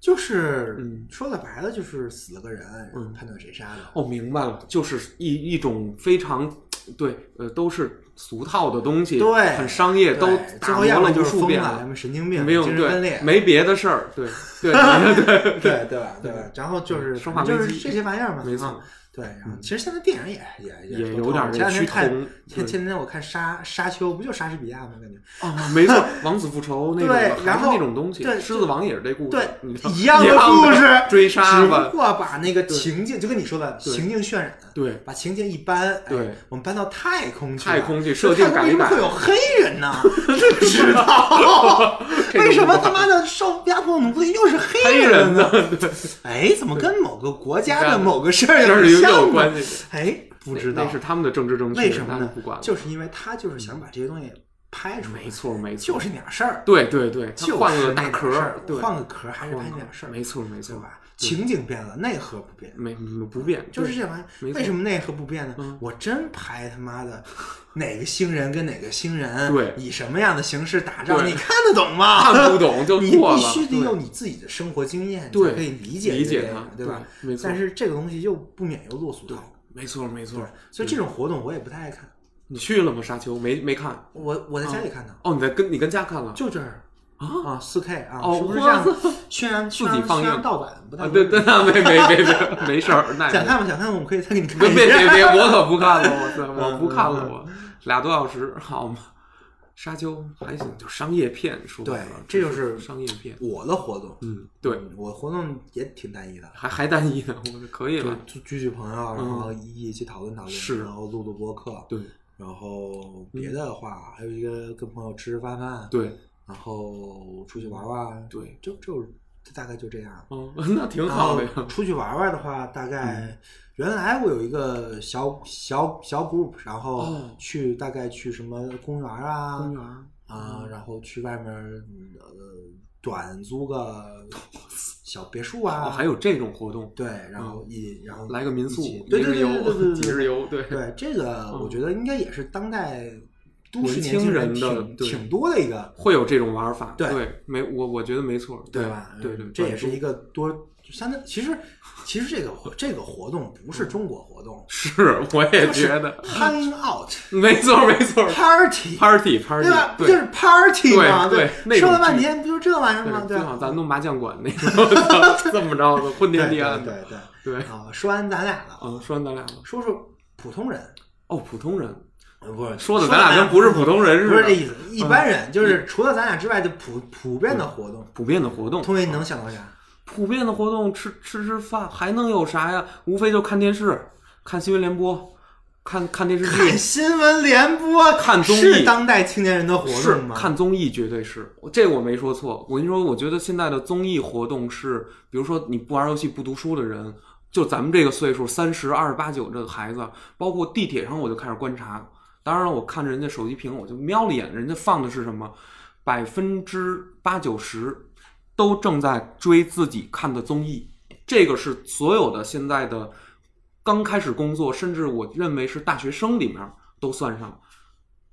就是、
嗯
说的白了，就是死了个人，然后
嗯
判断谁杀的。
哦，明白了，就是一一种非常对，呃，都是俗套的东西，
对
很商业，
对
都
最
打
后
磨
要么
了
就
无
是
数
疯
遍
了，要么神经病，
没有
精神分
对，
裂，
没别的事儿，对对对
对对对吧？对吧？然后就是
生化
反正
危
就
机
是这些玩意儿嘛，
没 错
啊对，然后其实现在电影也也
嗯也
说
有
透
点儿
了前两
趋
天看
同
前
对
前天我看沙沙丘，不就莎士比亚吗？感觉
哦，没 错，王子复仇那种
对
的，还
然
是
后
那种东西，
对
狮子王也是这故事，
对
你知道
一样的故事
追杀
只不
吧，
过把那个情境，就跟你说的情境渲染，
对
把情境一搬，哎
对，
我们搬到太空去了，
太空去设定
太空
改一
为什么
改，
会有黑人呢？不知道
这个
为什么
不好
他妈的受压迫奴隶又是
黑
黑
人
呢？
呢， 对，
哎，怎么跟某个国家
对
的某个事
这
儿
是
很
也有
像呢？
关系的，
哎，不知
那
道
那是他们的政治正确，
为什么
那就
呢
不管？了，嗯
就是因为他就是想把这些东西拍出来，
没，错没错，
就是俩事儿，
对对对，
就是
换个
那
大
点
壳
事
儿
儿，
对，
换个壳儿还是
换
拍
个
那点事儿，
没错没
对
错，
吧？情景变了，内核不变。
没没不变，
就是
对
这玩意
没
儿，
错
为什么内核不变呢？
嗯
我真拍他妈的哪个星人跟哪个星人，
对
以什么样的形式打仗，
对
你看得懂吗？
看不懂就
你
过了
必须得
对
有你自己的生活经验，
对
你才可以理解
理
这
解
个电
它
影，对吧？
对没错
但是这个东西又不免又落俗套，
没错没
对
错。。
所以这种活动我也不太爱
嗯
看。
你去了吗？沙丘没没看？
我我在家里看的，
哦，你在跟你跟家看了？
就这儿
啊
啊，四 K 啊，
哦
是不是这样
我操？
宣扬
自己
宣扬
放映
宣扬盗版不太
啊，对对，那没没没没没事 儿，那也
想
没
看吗？想看吗？我可 以再给你看
别
一
别
遍。
别别，我可不看了，我操，
嗯
我不看了，
嗯
我俩多小时，好吗？沙丘还行，就商业片，说白了
对这就
只
是
商业片。
我的活动，
嗯，对，
嗯我活动也挺单一的，
还还单一呢，我可以
就
了。
就聚聚朋友，然后一起讨论讨论，
嗯是
然后录录播客，
对嗯
然后别的话，还有一个跟朋友吃吃饭饭，，
对
然后出去玩玩，
对，
就就大概就这样。
哦，那挺好的呀嗯
然。后出去玩玩的话，大概原来我有一个小小小 group，然后
哦
去大概去什么公园啊，
公园儿
啊，
嗯
然后去外面嗯呃短租个小别墅啊，
哦，还有这种活动，
对，然后一然后
来个民
一
宿，
起
一
对对
日
对对对
游，
对
几
对
日游，对
对对这个我觉得应该也是当代都市
年
年
轻
人
人的
挺
对
挺多的一个，
会有这种玩法，
对
没我我觉得没错，
吧？嗯
对对，
这也
短
是
租，
一个多就相当其实其实这个活这个活动不是中国活动
是，我也觉得，
hang out
没 错没错
party。
，party party，
对吧？不
对
就是 party
对
吗？
对那
说
种
了半
聚
天不就这玩意儿
对
吗？
最
吧
好咱弄麻将馆那种， 这么着的昏
对
天
对
黑暗
对
的，
对
对，
啊，说完咱俩了，
嗯，说完咱俩了，
说说普通人，
哦，普通人，
呃不是
说的咱俩跟不是普通人
不
似
是
的，
这
嗯
意思，一般人就是除了咱俩之外的普普遍的活动，
普遍的活动，
通爷你能想到啥？
普遍的活动，吃吃吃饭，还能有啥呀？无非就看电视，看新闻联播，看看电视
看
剧，
新闻联播，
看综艺
是当代青年人的活
是
动吗？
看综艺，绝对是这个我没说错。我跟你说，我觉得现在的综艺活动是，比如说你不玩游戏不读书的人，就咱们这个岁数，三十二十八九这个孩子，包括地铁上我就开始观察。当然了，我看着人家手机屏，我就瞄了一眼，人家放的是什么，百分之八九十都正在追自己看的综艺。这个是所有的现在的刚开始工作，甚至我认为是大学生里面都算上，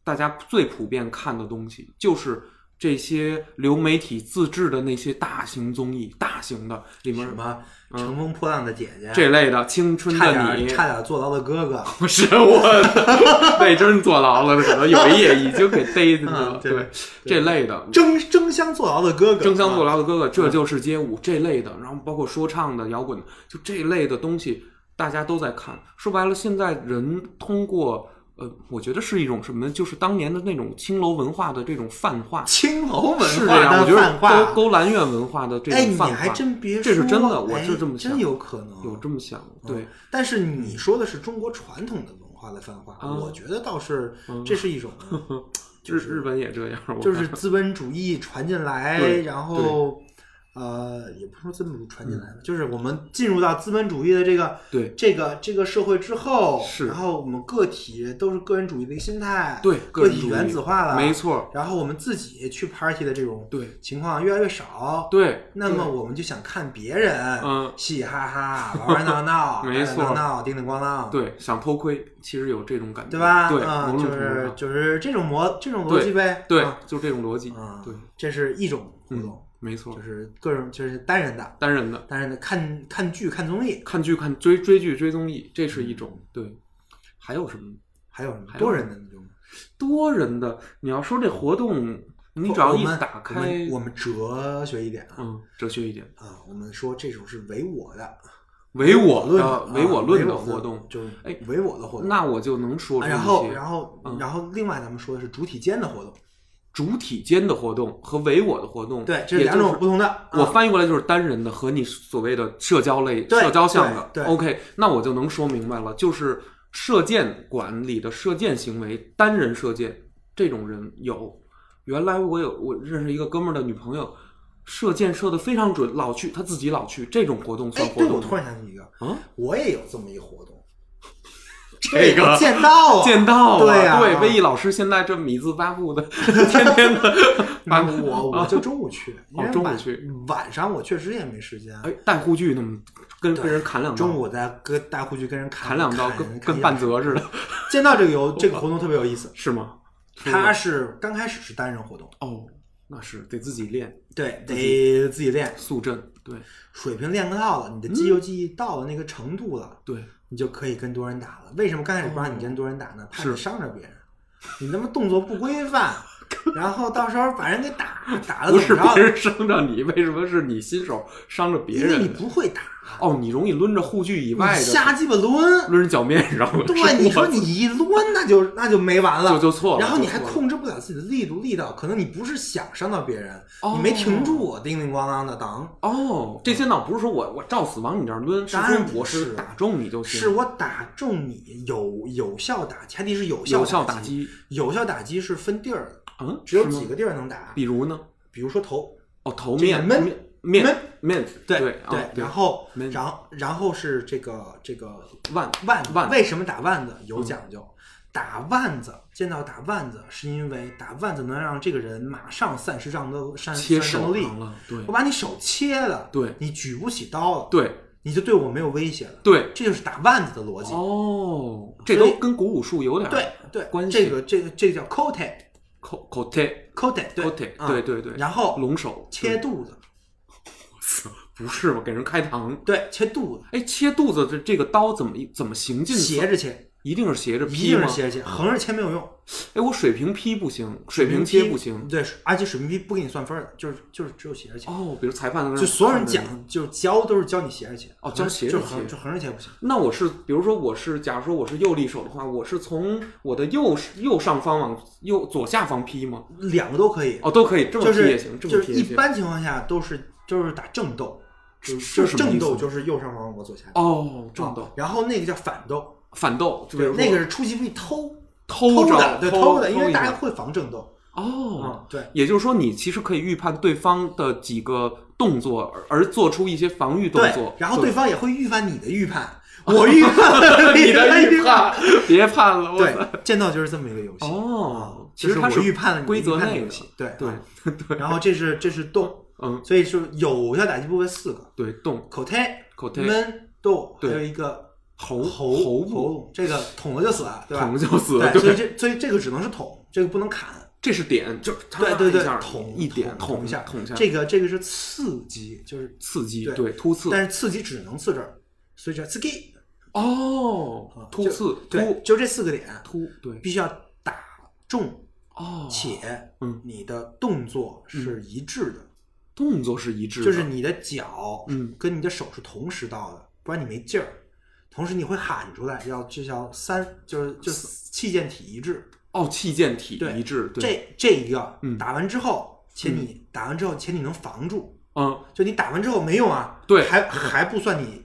大家最普遍看的东西就是这些流媒体自制的那些大型综艺、大型的里面
什么乘风破浪的姐姐，
嗯这类的《青春
差
的你
点》差点坐牢的哥哥，
不是我的，那真是坐牢了，可能有一夜已经给逮进去 了。
嗯对
对，这类的
争争相坐牢的哥哥，
争相坐
啊。
牢的哥哥，这就是街舞这类的，然后包括说唱的、摇滚的，就这类的东西，大家都在看。说白了，现在人通过呃，我觉得是一种什么呢，就是当年的那种青楼文化的这种泛化，
青楼
是
文
这
化
样，我
的
觉
泛
得
化
勾，勾栏院文化的这
哎，
种
你
泛化，
还真别说，
这是真的我
哎
是这么想
真有可能，
有这么想，对，
但是你说的是中国传统的文化的泛化，
嗯
我觉得倒是这是一 种，
日日本也这样，我
就是资本主义传进来，
对
然后呃，也不是说资本主义传进来
嗯
吧，就是我们进入到资本主义的这个
对
这个这个社会之后，
是
然后我们个体都是个人主义的一个心态，
对
个
人主
体
义
原子化了，
没。错，
然后我们自己去 party 的这种
对
情况越来越少，
对，
那么我们就想看别人，
嗯
嘻嘻哈 哈，玩玩闹闹，
没错
打打闹闹，叮叮咣啷，
对想偷窥，其实有这种感觉，
对吧？
对，
啊，
某种
就
程度
是
上，
就是这种模这种逻辑呗，
对
啊，
就这种逻辑
啊，
对，
这是一种活
嗯
动，，
没错
就，是各种就是单人的，
单人的。
单人的看看剧、看综艺，
看剧、看追追剧、追综艺，这是一种对。还有什么
还有什么
还有
多人的那种？
多人的？你要说这活动，你只
我
要一
们
打
我
开
们，我们哲学一点啊
嗯，哲学一点，
啊，我们说这种是唯我的，
唯我
论
的
的
唯我
啊
论
唯
的
我
活动，
就是
哎
唯我的活动。
那我就能说
啊
出
然
一
后，
些
然后
嗯，
然后，另外咱们说的是主体间的活动，
主体间的活动和唯我的活动，
对，这
也
是两
就是
种不同的。啊
我翻译过来就是单人的和你所谓的社交类、
对
社交项的。
对对
OK，那我就能说明白了，就是射箭馆里的射箭行为，单人射箭这种人有。原来我有我认识一个哥们儿的女朋友，射箭射的非常准，老去他自己老去这种活动算啊
哎，
活
对，我
动
突
吗？
然想起一个，
啊，
我也有这么一活动，
这个
剑道啊，
剑道
对呀
对，魏毅老师现在这米字八步的，天天的 八步
我我就中午去，因为
哦中午
晚
去，
晚上我确实也没时间。
哎带护具那么跟跟人砍两刀，
中午我在跟大护具跟人砍
砍两刀，
砍
跟
砍
跟
一
半
刀
泽似的，
剑道这个游这个活动特别有意思，
是吗？
它是刚开始是单人活动，
哦，那是得自己练
对，得自己练，
速阵，对
水平练到了，你的肌肉记忆到了那个程度了，
对，
你就可以跟多人打了。为什么刚开始不让你跟多人打呢？怕你
是
伤着别人，你他妈动作不规 范，然后到时候把人给打打了
不
啊怎
是
么
别
着？
人 伤着你，为什么是你新手伤着别
因为你
人呢？
不会打，
哦，你容易抡着护具以外
你
的
瞎鸡 巴抡。
抡着脚面上，
对，你说你一抡，那就那就没完了，
就就错了
然后你
就
还
错了
控制不了自己的力度力道，可能你不是想伤到别人，
哦
你没停住，叮叮咣啷的当，
哦，这些倒不是说我我照死往你这儿抡，是
当然
说
不
我是
是
打中你就行，
是我打中你有有效打击，前提是有
有
效
效打
击，
击。
有效打击是分地儿的，
嗯，
只有
是吗
几个地儿能打，
比如呢？
比如说头，
哦，头
这个
面
闷
面面
闷
面，
对
对啊对，
然后
没
然后然后是这个这个
腕
腕
腕嗯
为什么打腕子有讲究？打腕子，见到打腕子，是因为打腕子能让这个人马上散失战斗战
切
散失
手
战斗力
疼，了，对
我把你手切了，
对
你举不起刀了，，
对
你就对我没有威胁了，
对，
这就是打腕子的逻辑。
哦，这
所
都
以
跟古武术有点儿
对对，
关系
这个这个这个叫 cote
口口贴
cote 对
口贴，
啊
对对对，
然后
龙手对
切肚子，
不是 吧？给人开膛，
对，切肚子，
哎，切肚子这这个刀怎么怎么行进？
斜着切，
一定是斜着
一
劈
定
吗
是？斜着切，横着切没有用，
哎，我水平劈不行，水平
切
切不行。
对，而且水平劈不给你算分儿的，就是就是只有斜着切，
哦，比如裁判在那儿
就所有人
看着你
讲就是教都是教你斜着切，嗯
哦教斜着
就
切
横就横着切不行，
那我是，比如说我是，假如说我是右利手的话，我是从我的右右上方往右左下方劈吗？
两个都可以，
哦，都可以，这么
就
劈也
是
行，这
就
么
是
劈也
一
行。
般情况下都是就是打正斗，就是就是
什么
正
意思
斗就是右上方我左下方。
哦，正斗、
啊然后那个叫反斗，
反斗，就比如说
嗯那个是出其不意偷
偷
的
着，
对
偷
的，因为大家
一下
会防正斗。
哦，
嗯，对，
也就是说你其实可以预判对方的几个动作，而而做出一些防御动
对
作。，
然后对方也会预判你的 预判，我预判了
你的
的
预判， 别判了，我
对
操，
剑道就是这么一个游戏。
哦
啊，
其实
就
它
是我预判了你的
规则
预判的
内
游
的
戏，对
对
啊然后这是这是动，
嗯，
所以说有效打击部位四个，
对，动
口贴、
口贴
闷、斗，还
对
有一个
猴猴
喉喉
部
咙，这个捅了就死了，对吧
捅？就死，
对，所以这所以这个只能是捅，这个不能砍。
这是点，就
对对对
一下，
捅
一点
捅一
一
下，
捅一下，
这个这个是刺激，就是，
刺激
对
对突刺
但是刺激只能刺这儿，所以叫刺激
哦
啊，
突
就
刺
对，
突
就这四个点，
突对
必须要打中，
哦，
且
嗯
你的动作是一致的，
动作是一致的，
就是你的脚
嗯
跟你的手是同时到的，不然你没劲儿。同时你会喊出来，要这叫三，就是就是气剑体一致。
哦，气剑体
对
一致，对，
这这一个
嗯
打完之后，且你打完之后，且你能防住。
嗯，
就你打完之后没用啊，
对
还还不算你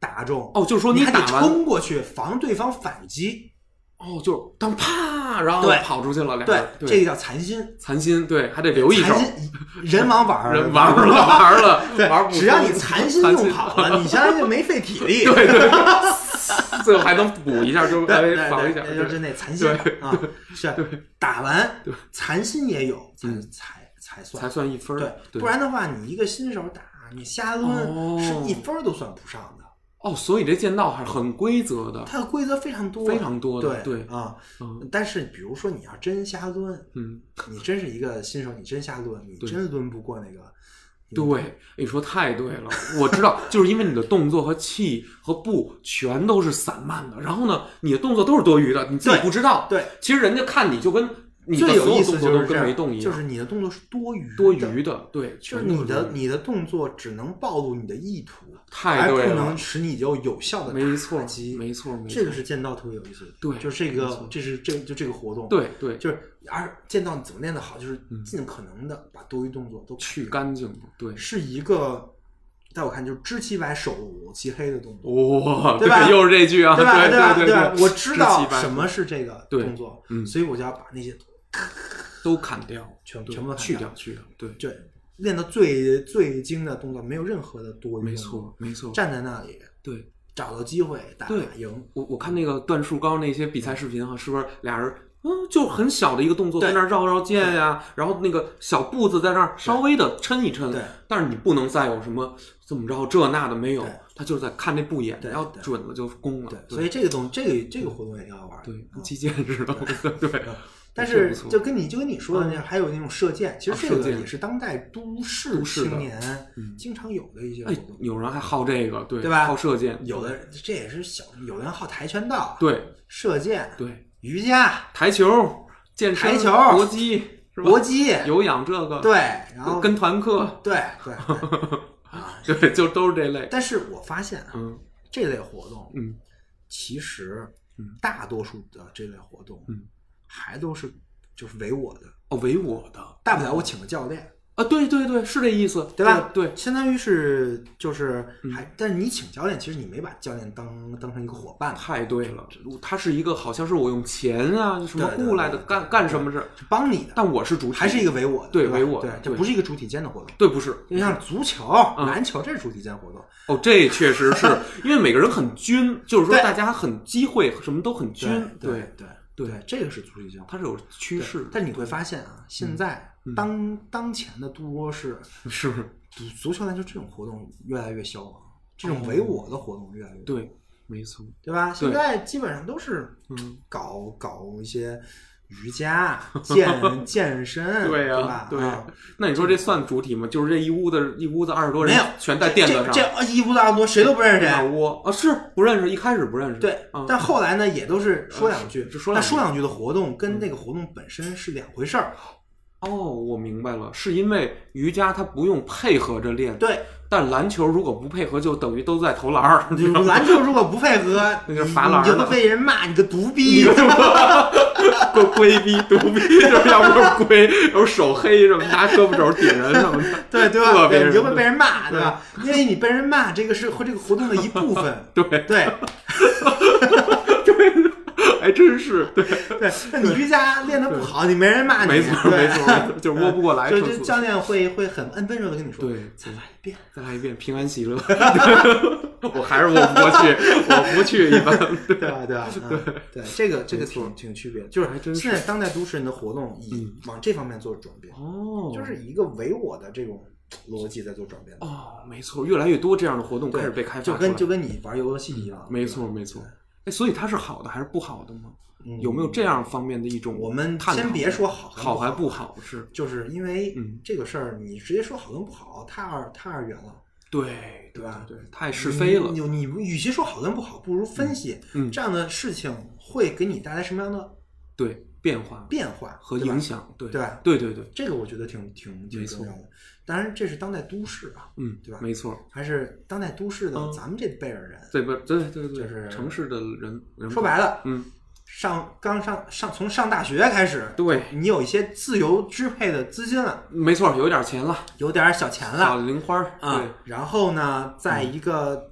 打中
哦，就是说
你还得
打完
冲过去防对方反击，
哦，就是当啪，然后
对
跑出去了，两
对
个，
这
哎对，
个叫残心，
残心，对，还得留一手
残，心人往玩儿，
人玩儿 了，玩儿了，
对
玩儿，不
只要
出
你残心用跑了，你相当于就没费体力，
对对对，最后还能补一下，就
对
稍微
对对
防一下，
那就是
对
那残心
对
啊，是打完残心也有才才才
才
算，
算一分儿，
对，不然的话你一个新手打你瞎抡
哦
是一分儿都算不上的。
哦，所以这剑道还是很规则的，
它的规则非常多，
非常多的
对
对
啊、
嗯
但是比如说你要真瞎抡，
嗯，
你真是一个新手，你真瞎抡，你
对
真抡不过那个。
对，你说太对了，我知道，就是因为你的动作和气和步全都是散漫的，然后呢，你的动作都是多余的，你自己
对
不知道。
对，
其实人家看你就跟你的
最
所
有意
有
思
动
就
作
是
都
这
跟
样
没动一
就
样，
是你的动作是多余的
多余，的，对，
就是
全都
你的
多余
你的动作只能暴露你的意图，
太
而
对
不
了
能使你有有效的
没错
打击。，
没错，没
这
错，
个是剑道特别有意思的，
对
就是这
没
个
错，
这是这就这个活动，，
对对，
就是而剑道你怎么练得好，就是尽可能的把多余动作都砍
去
掉
干净了，对，
是一个，在我看就是知其白，手其黑的动作，
哇，
对吧
又是这句啊，
对吧？吧？
对
吧？我知道
知其白
什么是这个
对
动作，
嗯
所以我就要把那些
都砍掉，
全
对
全部都砍
去
掉
掉，去掉，对，
就练到最最精的动作，没有任何的多余。
没，错，没错，
站在那里
对，
找到机会打
对
赢。
我我看那个段树高那些比赛视频哈，是不是俩人嗯就很小的一个动作，
对
在那儿绕绕剑呀、然后那个小步子在那儿稍微的抻一抻
对，
但是你不能再有什么怎么着这那的没有
对，
他就是在看那步眼，
对
要
对
准了就攻了
对，，所以这个东这个这个活动也挺好玩儿。
对
嗯
击剑似的，对，
但
是
是
不错嗯
就跟你就跟你说的那样，还有那种射箭，其
啊
实这
射
个
箭
也是当代都市
都市的嗯
青年经常有的一些活
哎
动，，
有人还好这个，对
对吧
好射箭，
有的这也是小，有的人好跆拳道、
对
射健、
对，
瑜伽、
台球、健身、
台球
搏击是吧？
搏击，
有氧这个，
对，然后
跟团课，
对对 对啊。
对，就都是这类，
但是我发现啊，
嗯
这类活动
嗯。
其实
嗯
大多数的这类活动
嗯，
还都是就是唯我的，
哦，唯我的
大不了我请个教练。
啊，对对对，是这意思，
对吧
对，
相当于是就是
嗯
还，但是你请教练，其实你没把教练当当成一个伙伴，
太对了，他是一个好像是我用钱啊什么
对对
雇来的，
对对
干干什么事儿，
是帮你的，
但我是主体，
还是一个唯我的，
对
吧
唯我的
对，这
对嗯
不是一个主体间的活动。
对，不是
就像足球、篮球，这是主体间活动。
哦，这确实是因为每个人很均，就是说
对
大家很机会，什么都很均，
对
对，
对
对
对，这个是主体间活动。
它是嗯有趋
对
势的，
但你会发现啊，现在当当前的多是
是
足足球、篮球这种活动越来越消亡，这种唯我的活动越来越多，
对，没错，
对吧？
对
现在基本上都是
嗯，
搞搞一些瑜伽、啊 健健身，
对呀
吧，？
对
啊，
那你说这算主体吗？就是这一屋子一屋子二十多人
没有，
全在垫子
这
上，
这这一屋子二十多，谁都不认识
大
谁。
窝啊，是不认识，一开始不认识，
对
啊，
但后来呢，也都是说两句，
是就说
但
两句
说两句的活动
嗯
跟那个活动本身是两回事儿。
哦，我明白了，是因为瑜伽它不用配合着练，
对，
但篮球如果不配合，就等于都在投篮儿， 你知道吗
篮球如果不配合，
那
你
就罚篮
你就
了
会被人骂你个毒 逼。
龟龟逼、毒逼，就是要不是龟，有手黑什么，拿胳膊肘顶人什么的，
对对
特
吧？
别
对
是。
你就会被人骂，对吧？因为你被人骂，这个是和这个活动的一部分
对
对
对， 还真是对，
对，那你瑜伽练得不好，你没人骂你，
没错没
对
错，没错，就是窝不过来，
就
纯
这
粹
教练会会很很温柔的跟你说，
对
再来一遍。
再来一遍，平安喜乐， 我还是我不过去，我不去一般，对
对吧？对吧？嗯，对，这个这个挺挺区别的，就
还
是
真是嗯
现在当代都市人的活动以往这方面做转变，
哦，
就是一个唯我的这种逻辑在做转变的，
哦，没错，越来越多这样的活动
对
开始被开发出
就
来，嗯
跟就跟你玩游戏一样，
没错没错。哎，所以它是好的还是不好的吗？
嗯
有没有这样方面的一种？
我们
探讨
先别说好跟不
好
好
还不好，是
就是因为
嗯
这个事儿，你直接说好跟不好，太二太二元了。
对
对吧嗯
对，太是非了
你。你你与其说好跟不好，不如分析
嗯嗯
这样的事情会给你带来什么样的
对变化
变化
和
对吧
影响，对
对吧
对对对，
这个我觉得挺挺挺
没错
重要的。当然，这是当代都市啊，
嗯，
对吧
没错，
还是当代都市的、
嗯
咱们这辈儿人。
这边对对对，
就是
城市的人，人
说白
了，
了，
嗯，
上刚上上从上大学开始，
对，
你有一些自由支配的资金了，
没错，有点钱了，
有点小钱
小
了
零花儿，对嗯
啊，，然后呢，在一个、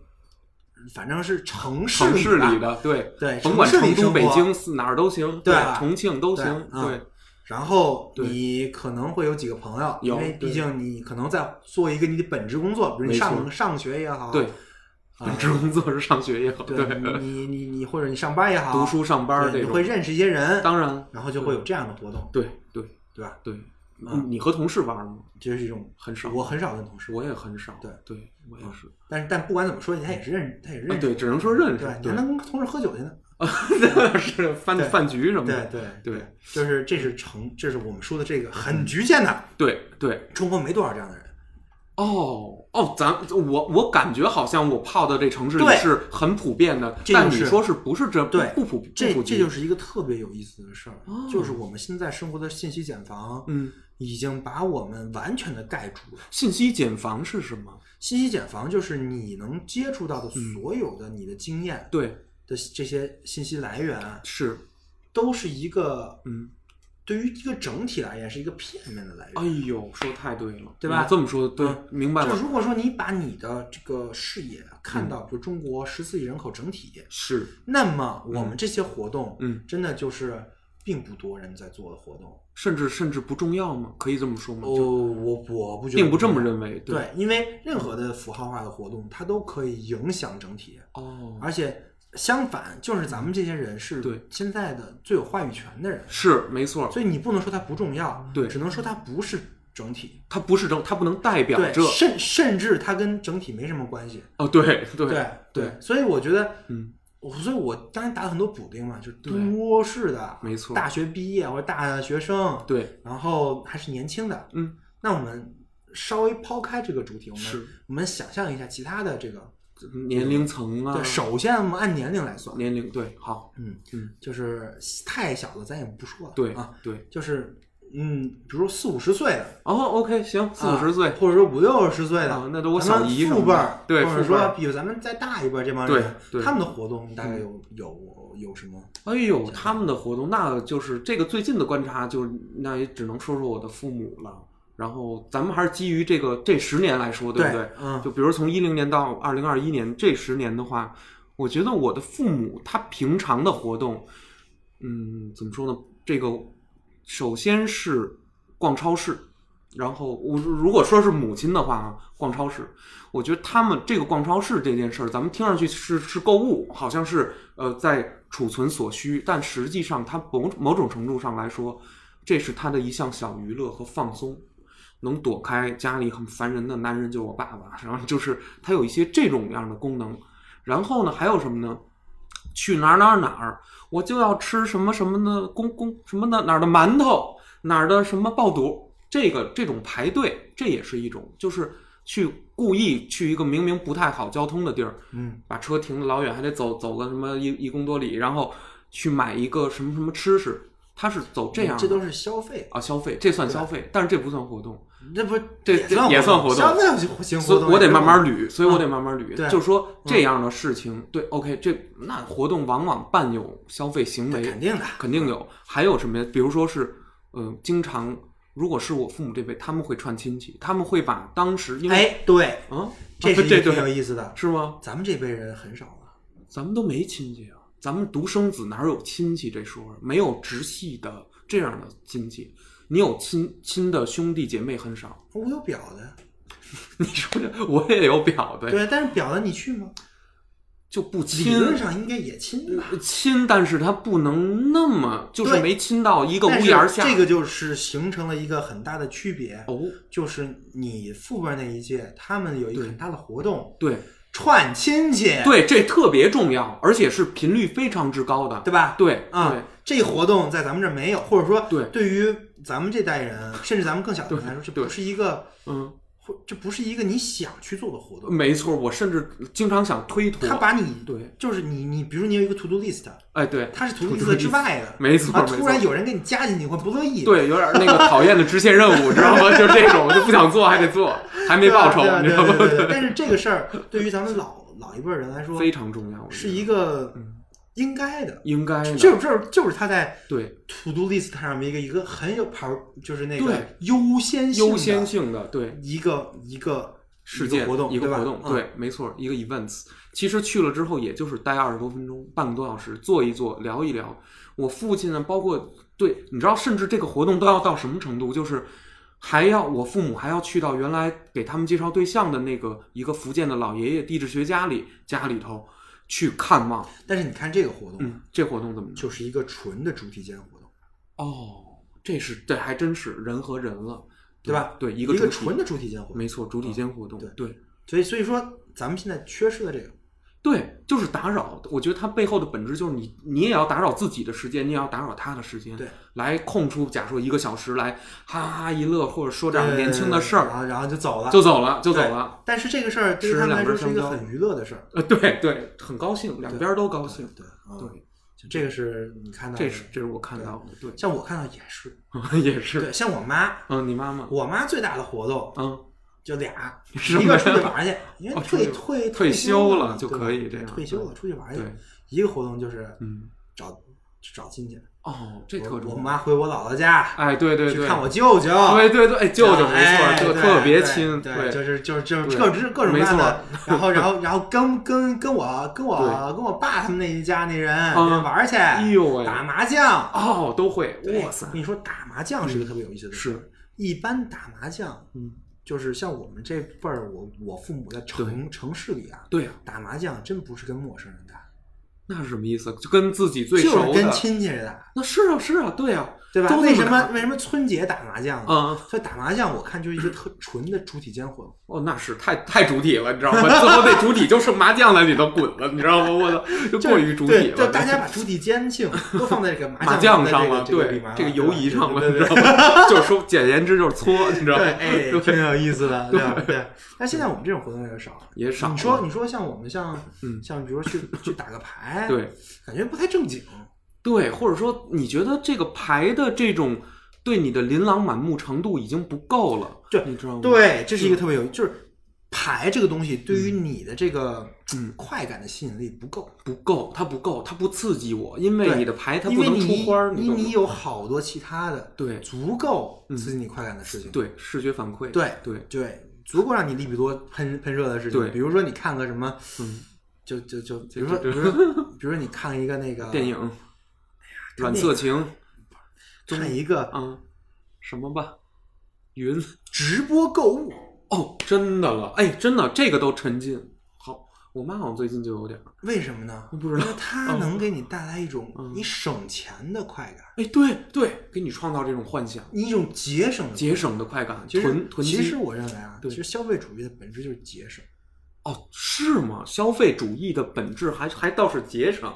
反正是城市
城市
吧
里的对
对
甭管
城市
成
里
都、
生活
北京是哪儿都行，对
对吧，
重庆都行，
对啊
对，
然后
对
你可能会有几个朋友，因
有
为
对
毕竟你可能在做一个你的本职工作，比如你
没错
上上学也好，
对，
啊
本职工作是上学也好，
对，你你你你或者你上班也好，
读书上班儿
对
这
你会
种，
认识一些人，
当然，
然后就会有这样的活动，
对对
对吧？
对，
啊
你和同事玩吗？
这是一种
很少
我很少跟同事，
我也很少，
对
对，我也是，
但是但不管怎么说，他也是认，他也认
啊
识，
对，只能说认识
对，，你还能跟同事喝酒去呢，
是饭
对
饭局什么
对
的，
对
嗯对，
就是这是成，这是我们说的这个很局限的，
对对，
中国没多少这样的人，
哦哦，咱我我感觉好像我泡的这城市里
对
是很普遍的，
这就
但你
是
说是不是这不
对
不普不
这
普及？
这就是一个特别有意思的事儿
哦，
就是我们现在生活的信息茧房，
嗯，
已经把我们完全的盖住了。
信息茧房是什么？
信息茧房就是你能接触到的所有的你的经验
嗯对，
的这些信息来源，
是
都是一个
嗯，
对于一个整体来言是一个片面的来
哎
源。
呦，说太对了，
对吧
你这么说对，
嗯
明白
就
了，嗯
如果说你把你的这个视野看到，比如中国十四亿人口整体，
是
那么我们这些活动，
嗯，
真的就是并不多人在做的活动。
甚至甚至不重要吗？可以这么说吗？
哦，
就
我我不觉得，
并不这么认为，对
对，因为任何的符号化的活动，它都可以影响整体，
哦，
而且相反，就是咱们这些人是
对
现在的最有话语权的人，
是没错，
所以你不能说它不重要，
对
只能说它不是整体，
它不是正，它不能代表
对
这，
甚甚至它跟整体没什么关系，
哦，对对
对
对，
所以我觉得，
嗯
我，所以我当然打了很多补丁嘛，就是
对
多式的，
没错
大学毕业或者大学生，
对，
然后还是年轻的，
嗯，
那我们稍微抛开这个主体，我们
是
我们想象一下其他的这个，
年龄层啊
对，，首先我们按年龄来算，
年龄对，好，
嗯
嗯，
就是太小的咱也不说了，
对
啊，
对，
就是嗯，比如说四五十岁的。
哦，OK，行，四五
啊
十岁，
或者说五六十岁的，
啊那都我
咱们
小姨什么
父
的
辈儿，
对
或者
父辈
说
儿
比咱们再大一辈儿这帮人，
对对嗯
他们的活动大概有有有什么？
哎呦，他们的活动，那就是这个最近的观察，就是那也只能说说我的父母了。然后咱们还是基于这个这十年来说，对不对？
嗯，
就比如从一零年到二零二一年这十年的话，我觉得我的父母他平常的活动，嗯，怎么说呢？这个首先是逛超市，然后我如果说是母亲的话啊，逛超市，我觉得他们这个逛超市这件事儿，咱们听上去是是购物，好像是呃在储存所需，但实际上它某某种程度上来说，这是他的一项小娱乐和放松。能躲开家里很烦人的男人就是我爸爸，然后就是他有一些这种样的功能。然后呢，还有什么呢？去哪儿哪儿哪儿，我就要吃什么什么的公公什么的哪儿的馒头，哪儿的什么爆肚，这个这种排队，这也是一种，就是去故意去一个明明不太好交通的地儿，
嗯，
把车停得老远，还得走走个什么一一公多里，然后去买一个什么什么吃食，他是走这样的
哎这都是消费，
啊消费，这算消费，但是这不算活动。
这不
这
算
也算活动
消费行
所以
活动，啊
我得慢慢
捋。
捋，所以我得慢慢捋。
嗯对
就是说这样的事情，对，OK，这那活动往往伴有消费行为，
肯定的，
肯定有。还有什么呀？比如说是，呃，经常如果是我父母这辈，他们会串亲戚，他们会把当时因为、
哎， 对，
啊，
这是
啊
一
这
个
对
挺有意思的。
是吗？
咱们这辈人很少了，
咱们都没亲戚啊，咱们独生子哪有亲戚这说？没有直系的这样的亲戚，你有亲亲的兄弟姐妹很少。
我有表的，
你说这我也有表的，
对，但是表的你去吗？
就不亲
理。论上应该也亲吧，
亲，但是他不能那么，就是
对
没亲到一个屋
但是
檐儿下。
这个就是形成了一个很大的区别，
哦，
就是你父辈那一届，他们有一个很大的活动，
对
串亲戚，
对，这特别重要，而且是频率非常之高的。
对吧？
对
啊、
对
这活动在咱们这儿没有，或者说
对
对于咱们这代人，甚至咱们更小的人来说，这不
对
是一个，
嗯，
或这不是一个你想去做的活动。
没错，我甚至经常想推脱
他。把你
嗯对，
就是你你，比如你有一个 to do list，
哎，对，
它是 to
To
do
do
list
list，
之外的，
没错
啊，
没错
突然有人给你加进去，你会不乐意。
对，有点那个讨厌的支线任务，知道吗？就这种，就不想做还得做，还没
对吧，
报酬，
对吧
你
对
知道
对啊对对
吗？
对但是这个事儿对于咱们老老一辈儿人来说，
非常重要，我觉
是
得
一个应该的。
应该的，
就是就是就是他在
对
to do list 上面一个一个很有 power，就是那个
对
优先性的
优先性的，对，
一个一个
事
一
件
个活动，
一
对
个
吧
活动，，
嗯
对，没错，一个 events。其实去了之后，也就是待二十多分钟，半个多小时，坐一坐，聊一聊。我父亲呢，包括对，你知道，甚至这个活动都要到什么程度，就是还要我父母还要去到原来给他们介绍对象的那个一个福建的老爷爷地质学家里家里头去看望。
但是你看这个活动，
嗯，这活动怎么着？
就是一个纯的主体间活动，
哦，这是这还真是人和人了，
对吧？
对，
一
个主体
纯的，主体间活动
没，错，主体间活动，
对
对。
所以所以说咱们现在缺失了这个，
对，就是打扰。我觉得它背后的本质就是你，你也要打扰自己的时间，你也要打扰他的时间，
对，
来空出假说一个小时来哈哈一乐，或者说
对
点年轻的事
然
儿，
后然后就走了，
就走了，就走了。
对。但是这个事儿对于
吃
他们来
两
说
根
是一个
香蕉
很娱乐的事儿，
呃，对对，很高兴，两边都高兴。
对，嗯
对，
就这个是你看到的，
这是这是我看到的，对，
像我看到也是，
也是。
对，像我妈，
嗯，你妈妈，
我妈最大的活动
嗯，
就俩，
是吗
一个出去玩去，因为
哦
退
出去
退
退
休
休了就
对吧
可以这
对
样
退休了出去玩去
对。
一个活动就是
嗯，
找找亲戚，
哦，这特
我
重要。
妈回我姥姥家
哎，对对
去
对，
看我舅舅，
对对对，哎，舅舅没错
哎，
就
对
特别
对
亲，
对，就
对
是就是就是
对
各种各种各
没
样
错
的，然后然后然后跟跟跟我跟我跟我爸他们那一家那人
嗯
玩儿去，
哎呦喂，
打麻 将，
哦，都会，
对
哇塞
我，跟你说打麻将是一个特别有意思的事，
嗯是
一般打麻将
嗯，
就是像我们这辈儿，我我父母在城城市里啊，
对呀，
打麻将真不是跟陌生人打，
那是什么意思？就跟自己最
就
熟
是跟
的，
亲戚打，
那是啊是啊，对呀，
对吧？
都
为
这
什
么
么为什么春节打麻将呢？
嗯，
所以打麻将我看就是一个特纯的主体间混，
哦，那是太太主体了，你知道吗？最后那主体就剩麻将在里头滚了，你知道吗？我操，就
就
过于主体
对，
了。
就大家把主体间性都放在这个麻
麻将
上
上了，
这个
对
地方了
这个游移上了，
对
你
对
知
对
道吗？就是说，简言之就是搓，你知道吗
对，？哎，
对
挺有意思的，对吧？对。但现在我们这种活动也少，
也少了。
你说，你说像我们像
嗯
像比如说去去打个牌，，
对嗯
感觉不太正经。
对，或者说，你觉得这个牌的这种对你的琳琅满目程度已经不够了，
对
你知道吗？
对，这
嗯
是一个特别有，就是牌这个东西对于你的这个
嗯
快感的吸引力不够，
不够，它不够，它不刺激我，因为
对
你的牌它
因
不
为
能
你
出花儿，
因为
懂
你
吗？
有好多其他的
对嗯
足够刺激你快感的事情，
对，视觉反馈，
对
对，
对，足够让你利比多喷喷射的事
对
情，比如说你看个什么，
嗯，
就就就，比如说比
这
如说比如说你看一个那个
电影，软色情，
看一个
啊，什么吧，云
直播购物，
哦，真的了，哎，真的，这个都沉浸。好，我妈好像最近就有点儿，
为什么呢？
我不知道
因为它
嗯
能给你带来一种
嗯
你省钱的快感，
哎，对对，给你创造这种幻想、
你一种节省的快感
节。省的快感，
其实
囤，囤积。
其实我认为啊，
对
其实消费主义的本质就是节省。
哦，是吗？消费主义的本质还还倒是节省，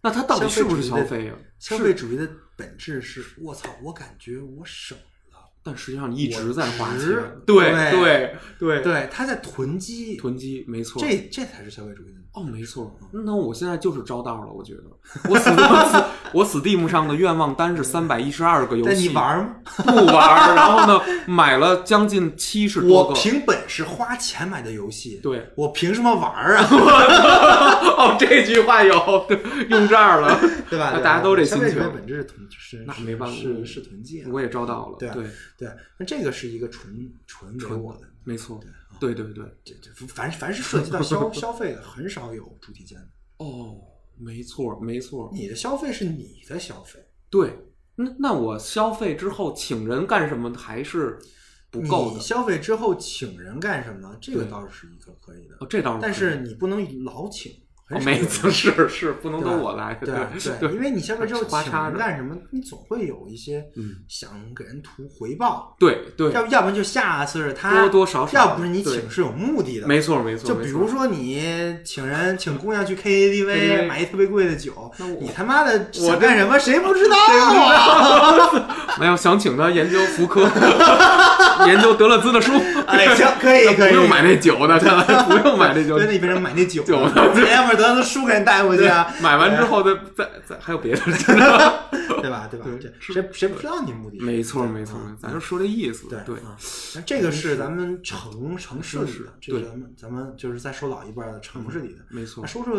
那它到底是不是消费呀、
消费主义的本质是，我操，我感觉我省了。
但实际上你一直在花
我
钱
值，
对
对
对，
对，他在囤积，
囤积没错。
这这才是消费主义的。
哦，没错，
嗯
那我现在就是招道了，我觉得我 Steam 我 Steam 上的愿望单是三百一十二个游戏，
但嗯你玩儿吗？
不玩儿？然后呢，买了将近七十多
我
个，
凭本事花钱买的游戏，
对，
我凭什么玩 儿啊？
哦，这句话有对用这儿了，
对吧？对吧
大家都这
消
心
费主义
情，
本质是囤是
那
是
没办法
是是囤积啊。
我也招到了，
对啊
对，
对，那这个是一个纯纯唯我的，啊
没错，对对对，
这这凡凡是涉及 到消消费的，很少有主体间的。
哦，没错没错，
你的消费是你的消费，
对，那那我消费之后请人干什么还是不够
你
的，
消费之后请人干什么，这个
对
倒是一个可以的
哦，，这倒是可以，
但是你不能老请，
哦
很少有
没
人
错，是是，不能
对
都
吧
我来，
对啊对，因
对
为你消费之后
花
请
叉
人
着
干什么，你总会有一些
嗯
想给人图回报，
对对，
要要不然就下次是他
多多少少
要不是你
对
请是有目的的，
没错没错，
就
没
比
错
如说你请人请姑娘去 KTV
KTV
买一特别贵的酒
那我，
你他妈的
我
想干什么谁不知道啊？
没有哎想请他研究福柯， 研究德勒兹的书。
哎，行，可以可
不
以，
用买那酒的，看来不用买那酒
对，。那你为什么买那酒？
酒
你要不然得了书给你带回去啊，
买完之后再再再还有 别的，真的。
对吧？对吧？
对
这
是
谁谁不知道你目的是什么？
没错
对
没错
嗯，
咱就说这意思。
对
对
啊那这个是咱们城城市里
是
的，这是
对
咱们咱们就是在说老一辈儿的城市里的。
没错
那。说说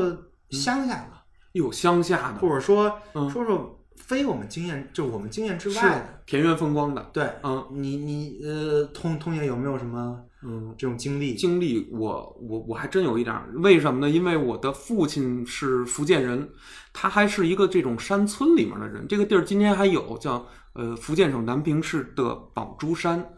乡下的，
有乡下
或
的，
者说
嗯
说说非我们经验，就是我们经验之外
是
的。
田园风光的。
对，
嗯
你你呃，通通爷有没有什么
嗯，
这种经历？
经历我我我还真有一点儿，为什么呢？因为我的父亲是福建人，他还是一个这种山村里面的人。这个地儿今天还有叫呃福建省南平市的宝珠山，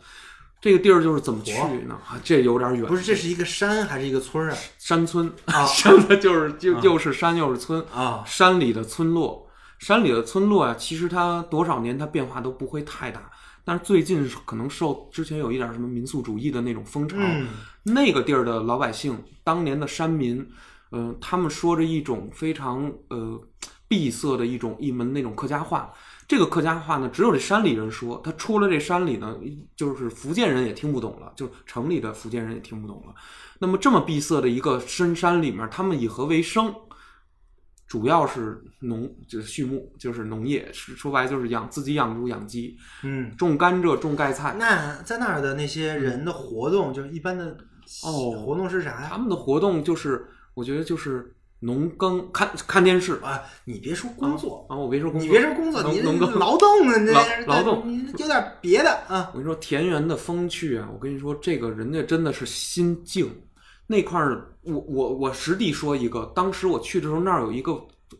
这个地儿就是怎么去呢？啊这有点远，
不是，这是一个山还是一个村儿啊？
山村
啊
山 村就是就又是山又是村
啊
山里的村落，山里的村落啊，其实它多少年它变化都不会太大，但是最近可能受之前有一点什么民宿主义的那种风潮，
嗯
那个地儿的老百姓，当年的山民，嗯、他们说着一种非常呃闭塞的一种一门那种客家话。这个客家话呢，只有这山里人说，他出了这山里呢，就是福建人也听不懂了，就是城里的福建人也听不懂了。那么这么闭塞的一个深山里面，他们以何为生？主要是农，就是畜牧，就是农业，是说白了就是养自己养猪养鸡，
嗯。
种甘蔗，种盖菜。
那在那儿的那些人的活动，就是一般的
嗯哦
活动是啥
他
呀？
们的活动就是，我觉得就是农耕，看看电视
啊，你别说工作，
啊，我别说工作，
你别说工作，
农
你
农耕
劳动啊，你
劳
这
劳动
你有点别的啊。
我跟你说，田园的风趣啊，我跟你说，这个人家真的是心境那块儿。我我我实地说一个，当时我去的时候，那儿有一个，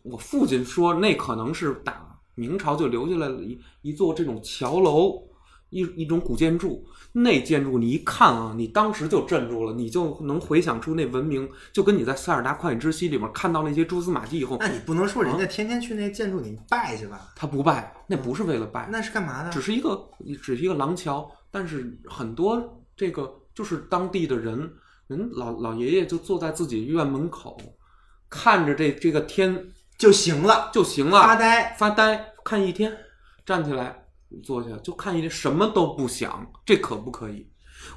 我父亲说那可能是打明朝就留下来了一一座这种桥楼，一一种古建筑。那建筑你一看啊，你当时就镇住了，你就能回想出那文明，就跟你在《塞尔达旷野之息》里面看到那些蛛丝马迹以后，
那你不能说人
啊
家天天去那建筑你拜去吧？
他不拜，那不是为了拜，
那是干嘛的
只？是一个只是一个廊桥，但是很多这个就是当地的人，人老老爷爷就坐在自己院门口，看着这这个天
就行了，
就行了，
发呆。
发呆看一天，站起来坐下就看一天，什么都不想，这可不可以？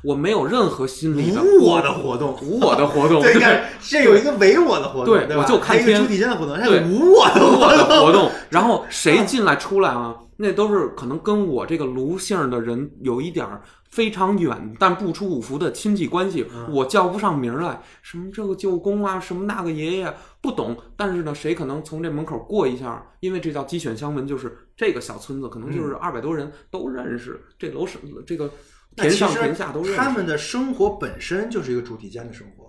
我没有任何心理的
无我的活动，
无我的活动，
对，你看这有一个唯我的活动，
对
吧
我就看
还有一个
天
主体间的活动，还有
对
无我的
我
活
的
动。
活动，然后谁进来出来啊？那都是可能跟我这个卢姓儿的人有一点儿非常远但不出五福的亲戚关系，
嗯
我叫不上名儿来，什么这个舅公啊，什么那个爷爷，不懂。但是呢，谁可能从这门口过一下，因为这叫鸡犬相闻，就是这个小村子可能就是
嗯
二百多人都认识，这楼上这个
那
田
其
上
实
田下都认识。
他们的生活本身就是一个主体间的生活，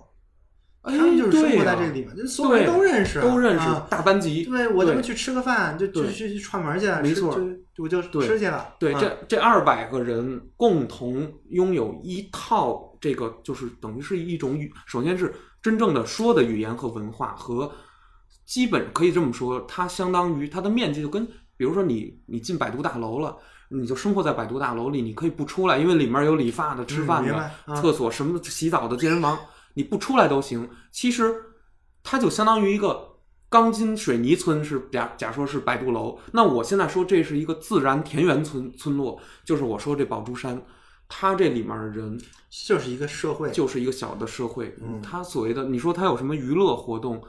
哎
他们就是生活在
对
这
呀
个里面，就所有人都认识啊，
都认识
啊，
大班级。
对我他
对
妈去吃个饭，就就
对
去去串门去了，啊
没
吃
错
就就我就
对
吃去了。
对，
啊
这这二百个人共同拥有一套这个，就是等于是一种语，首先是真正的说的语言和文化和基本可以这么说，它相当于它的面积就跟，比如说你你进百度大楼了。你就生活在百度大楼里，你可以不出来，因为里面有理发的、吃饭
明
的、
白啊
厕所、什么洗澡的、健身房，你不出来都行。其实它就相当于一个钢筋水泥村是假假说是百渡楼，那我现在说这是一个自然田园村村落，就是我说这宝珠山，它这里面的人
就是一个社会，
就是一个小的社会，
嗯
它所谓的你说它有什么娱乐活动，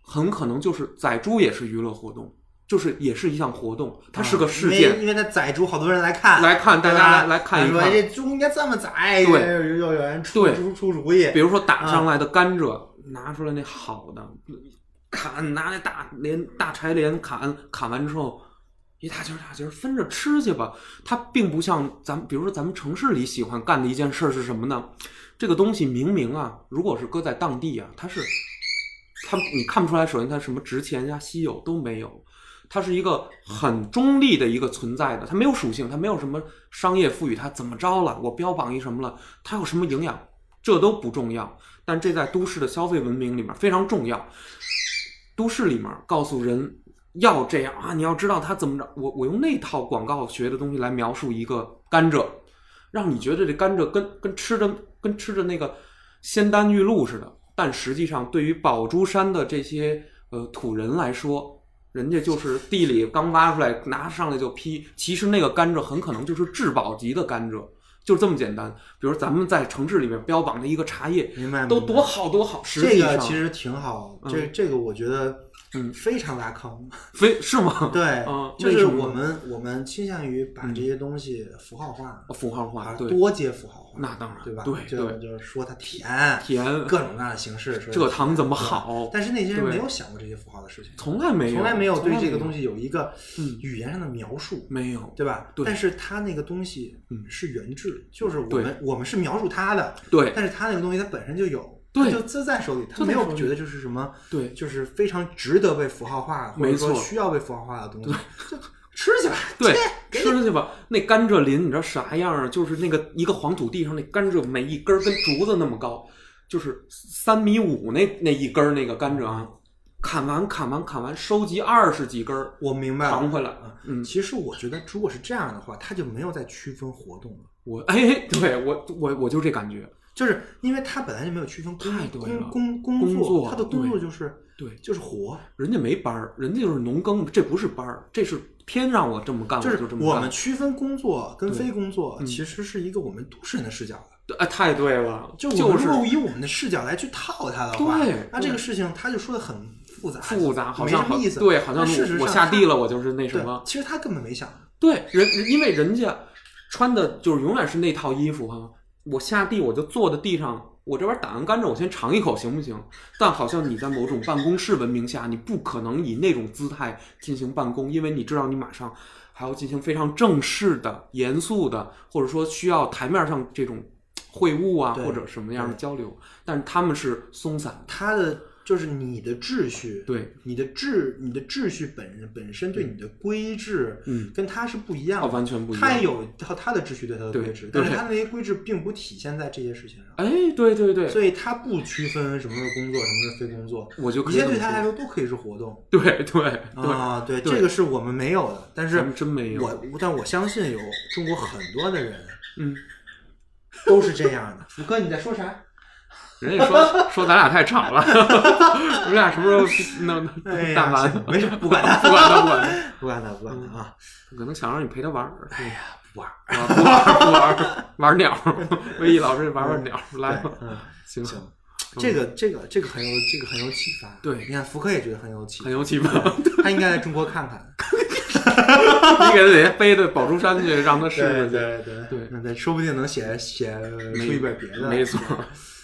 很可能就是宰猪也是娱乐活动，就是也是一项活动，它是个事
啊因为
件。
因为他宰猪，好多人来看，
来看大
对吧
家来来看一
说哎
看
这猪应该这么宰，
对
有有有人出
对
出出主意
比，如说打上来的甘蔗，拿出来那好的砍，拿那大镰大柴镰砍，砍完之后一大截儿大截儿分着吃去吧。它并不像咱们，比如说咱们城市里喜欢干的一件事儿是什么呢？这个东西明明啊，如果是搁在当地啊，它是它你看不出来，首先它什么值钱呀、稀有都没有。它是一个很中立的一个存在的，它没有属性，它没有什么商业赋予它怎么着了，我标榜一什么了，它有什么营养，这都不重要。但这在都市的消费文明里面非常重要。都市里面告诉人要这样啊，你要知道它怎么着。我我用那套广告学的东西来描述一个甘蔗，让你觉得这甘蔗跟跟吃着跟吃着那个仙丹玉露似的。但实际上，对于宝珠山的这些呃土人来说，人家就是地里刚挖出来，拿上来就劈。其实那个甘蔗很可能就是质保级的甘蔗，就这么简单。比如咱们在城市里面标榜的一个茶叶，
明白？
都
明白
多好多好，实
这
际
个
上
其实挺好，
嗯
这这个我觉得
嗯
非常拉 坑。
非是吗？
对
嗯，
就
为
是
什么嗯
我们我们倾向于把这些东西符号化，
符号
把
化
它
对
啊多接符号化，
那当然
对吧？
对
就
对
就是说它甜，
甜
各种各样的形式，说它
这个糖
甜
怎么
对吧
好
但是那些人
对
没有想过这些符号的事情，
从来没有
从来没有对这个东
西
西有一个
嗯
语言上的描述，
没有
对吧？
对
但是它那个东西
嗯
是原质，就是我
对
们我们是描述它的，
对
但是它那个东西它本身就有，
对
它就自在手里，它
就在
没
手
有
里
觉得就是什么，
对
就是非常值得被符号化，或者
没
说
错
需要被符号化的东西，就吃去吧，
对
切，
吃去吧。那甘蔗林你知道啥样啊？就是那个一个黄土地上那甘蔗，每一根儿跟竹子那么高，就是三米五那那一根儿那个甘蔗啊，砍完砍完砍完，收集二十几根儿
我明白
扛回
了。
来。嗯，
其实我觉得，如果是这样的话，它就没有在区分活动了，
我哎，对我我我就这感觉，
就是因为它本来就没有区分工
太对了
工工
工
作，
作
它的工作
对
就是
对
就是活，
人家没班儿，人家就是农耕，这不是班儿，这是偏让我这么干，
就是
啊我就这么
我
干。
们区分工作跟
对嗯
非工作，其实是一个我们都市人的视角的。
对哎，太对了，
就我
就
们
是
如果以我们的视角来去套它的话，
对
那
对
这个事情它就说的很复杂，
复杂，好
没
像
什
好
么意思。
对，好像
但事实
我我
上
下地
它
了，我就是那什
对
么，
其实他根本没想，
对人，因为人家穿的就是永远是那套衣服哈、我下地我就坐在地上我这边打完甘蔗，我先尝一口行不行？但好像你在某种办公室文明下，你不可能以那种姿态进行办公，因为你知道你马上还要进行非常正式的、严肃的，或者说需要台面上这种会晤啊，
对
或者什么样的
对
交流。但是他们是松散的，
他的就是你的秩序，
对，
你的秩你的秩序本本身对你的规制，
嗯，
跟他是不一样
哦
的，
完全不一样
他也有他他的秩序对他的
对
规制，
对
但是他那些规制并不体现在这些事情上，
哎，对对对，
所以他不区分什么是工作，什么是非工作，
我就可
一
以
切
这么
对他
说
来说都可以是活动。
对对对，
啊，对，
对
这个是我们没有的，但
咱
是
们真没有
我但我相信有中国很多的人
嗯，
都是这样的。 福哥，你在说啥？
人也 说说咱俩太吵了，我们俩什么时候弄
哎呀
大完？
行没事不管他
不管他，不管他，
不干他，不干他啊！
可能想让你陪他玩儿。
哎呀，不玩儿。
啊，不玩儿不玩儿，玩鸟儿。魏毅老师玩玩鸟儿，来吧
对，嗯，
行，
行，这个这个这个很有这个很有启发。
对
你看福哥也觉得很有启
很
发，
有气 氛。
他应该来中国 看看。
你给他得背到宝珠山去，让他试试去。
对
对
那对，说不定能写写出一本别的。
没错，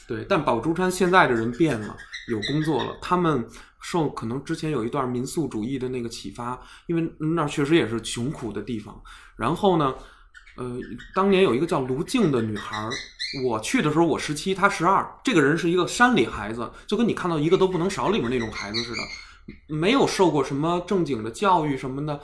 对。但宝珠山现在的人变了，有工作了，他们受可能之前有一段民宿主义的那个启发，因为那儿确实也是穷苦的地方。然后呢，呃，当年有一个叫卢静的女孩儿，我去的时候我十七，她十二。这个人是一个山里孩子，就跟你看到一个都不能少里面那种孩子似的，没有受过什么正经的教育什么的。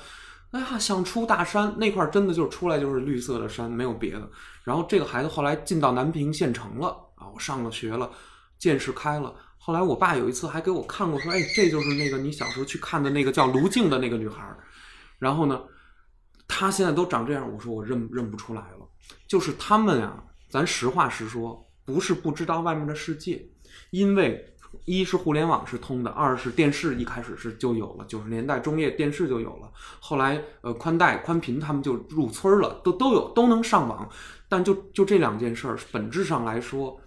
哎呀，想出大山那块儿真的就是出来就是绿色的山，没有别的。然后这个孩子后来进到南平县城了啊，我上了学了，见识开了。后来我爸有一次还给我看过，说：“哎，这就是那个你小时候去看的那个叫卢静的那个女孩。”儿。然后呢，她现在都长这样，我说我认认不出来了。就是他们啊，咱实话实说，不是不知道外面的世界，因为一是互联网是通的，二是电视一开始是就有了，九十年代中叶电视就有了，后来呃宽带、宽频他们就入村儿了，都都有都能上网，但就就这两件事儿，本质上来说，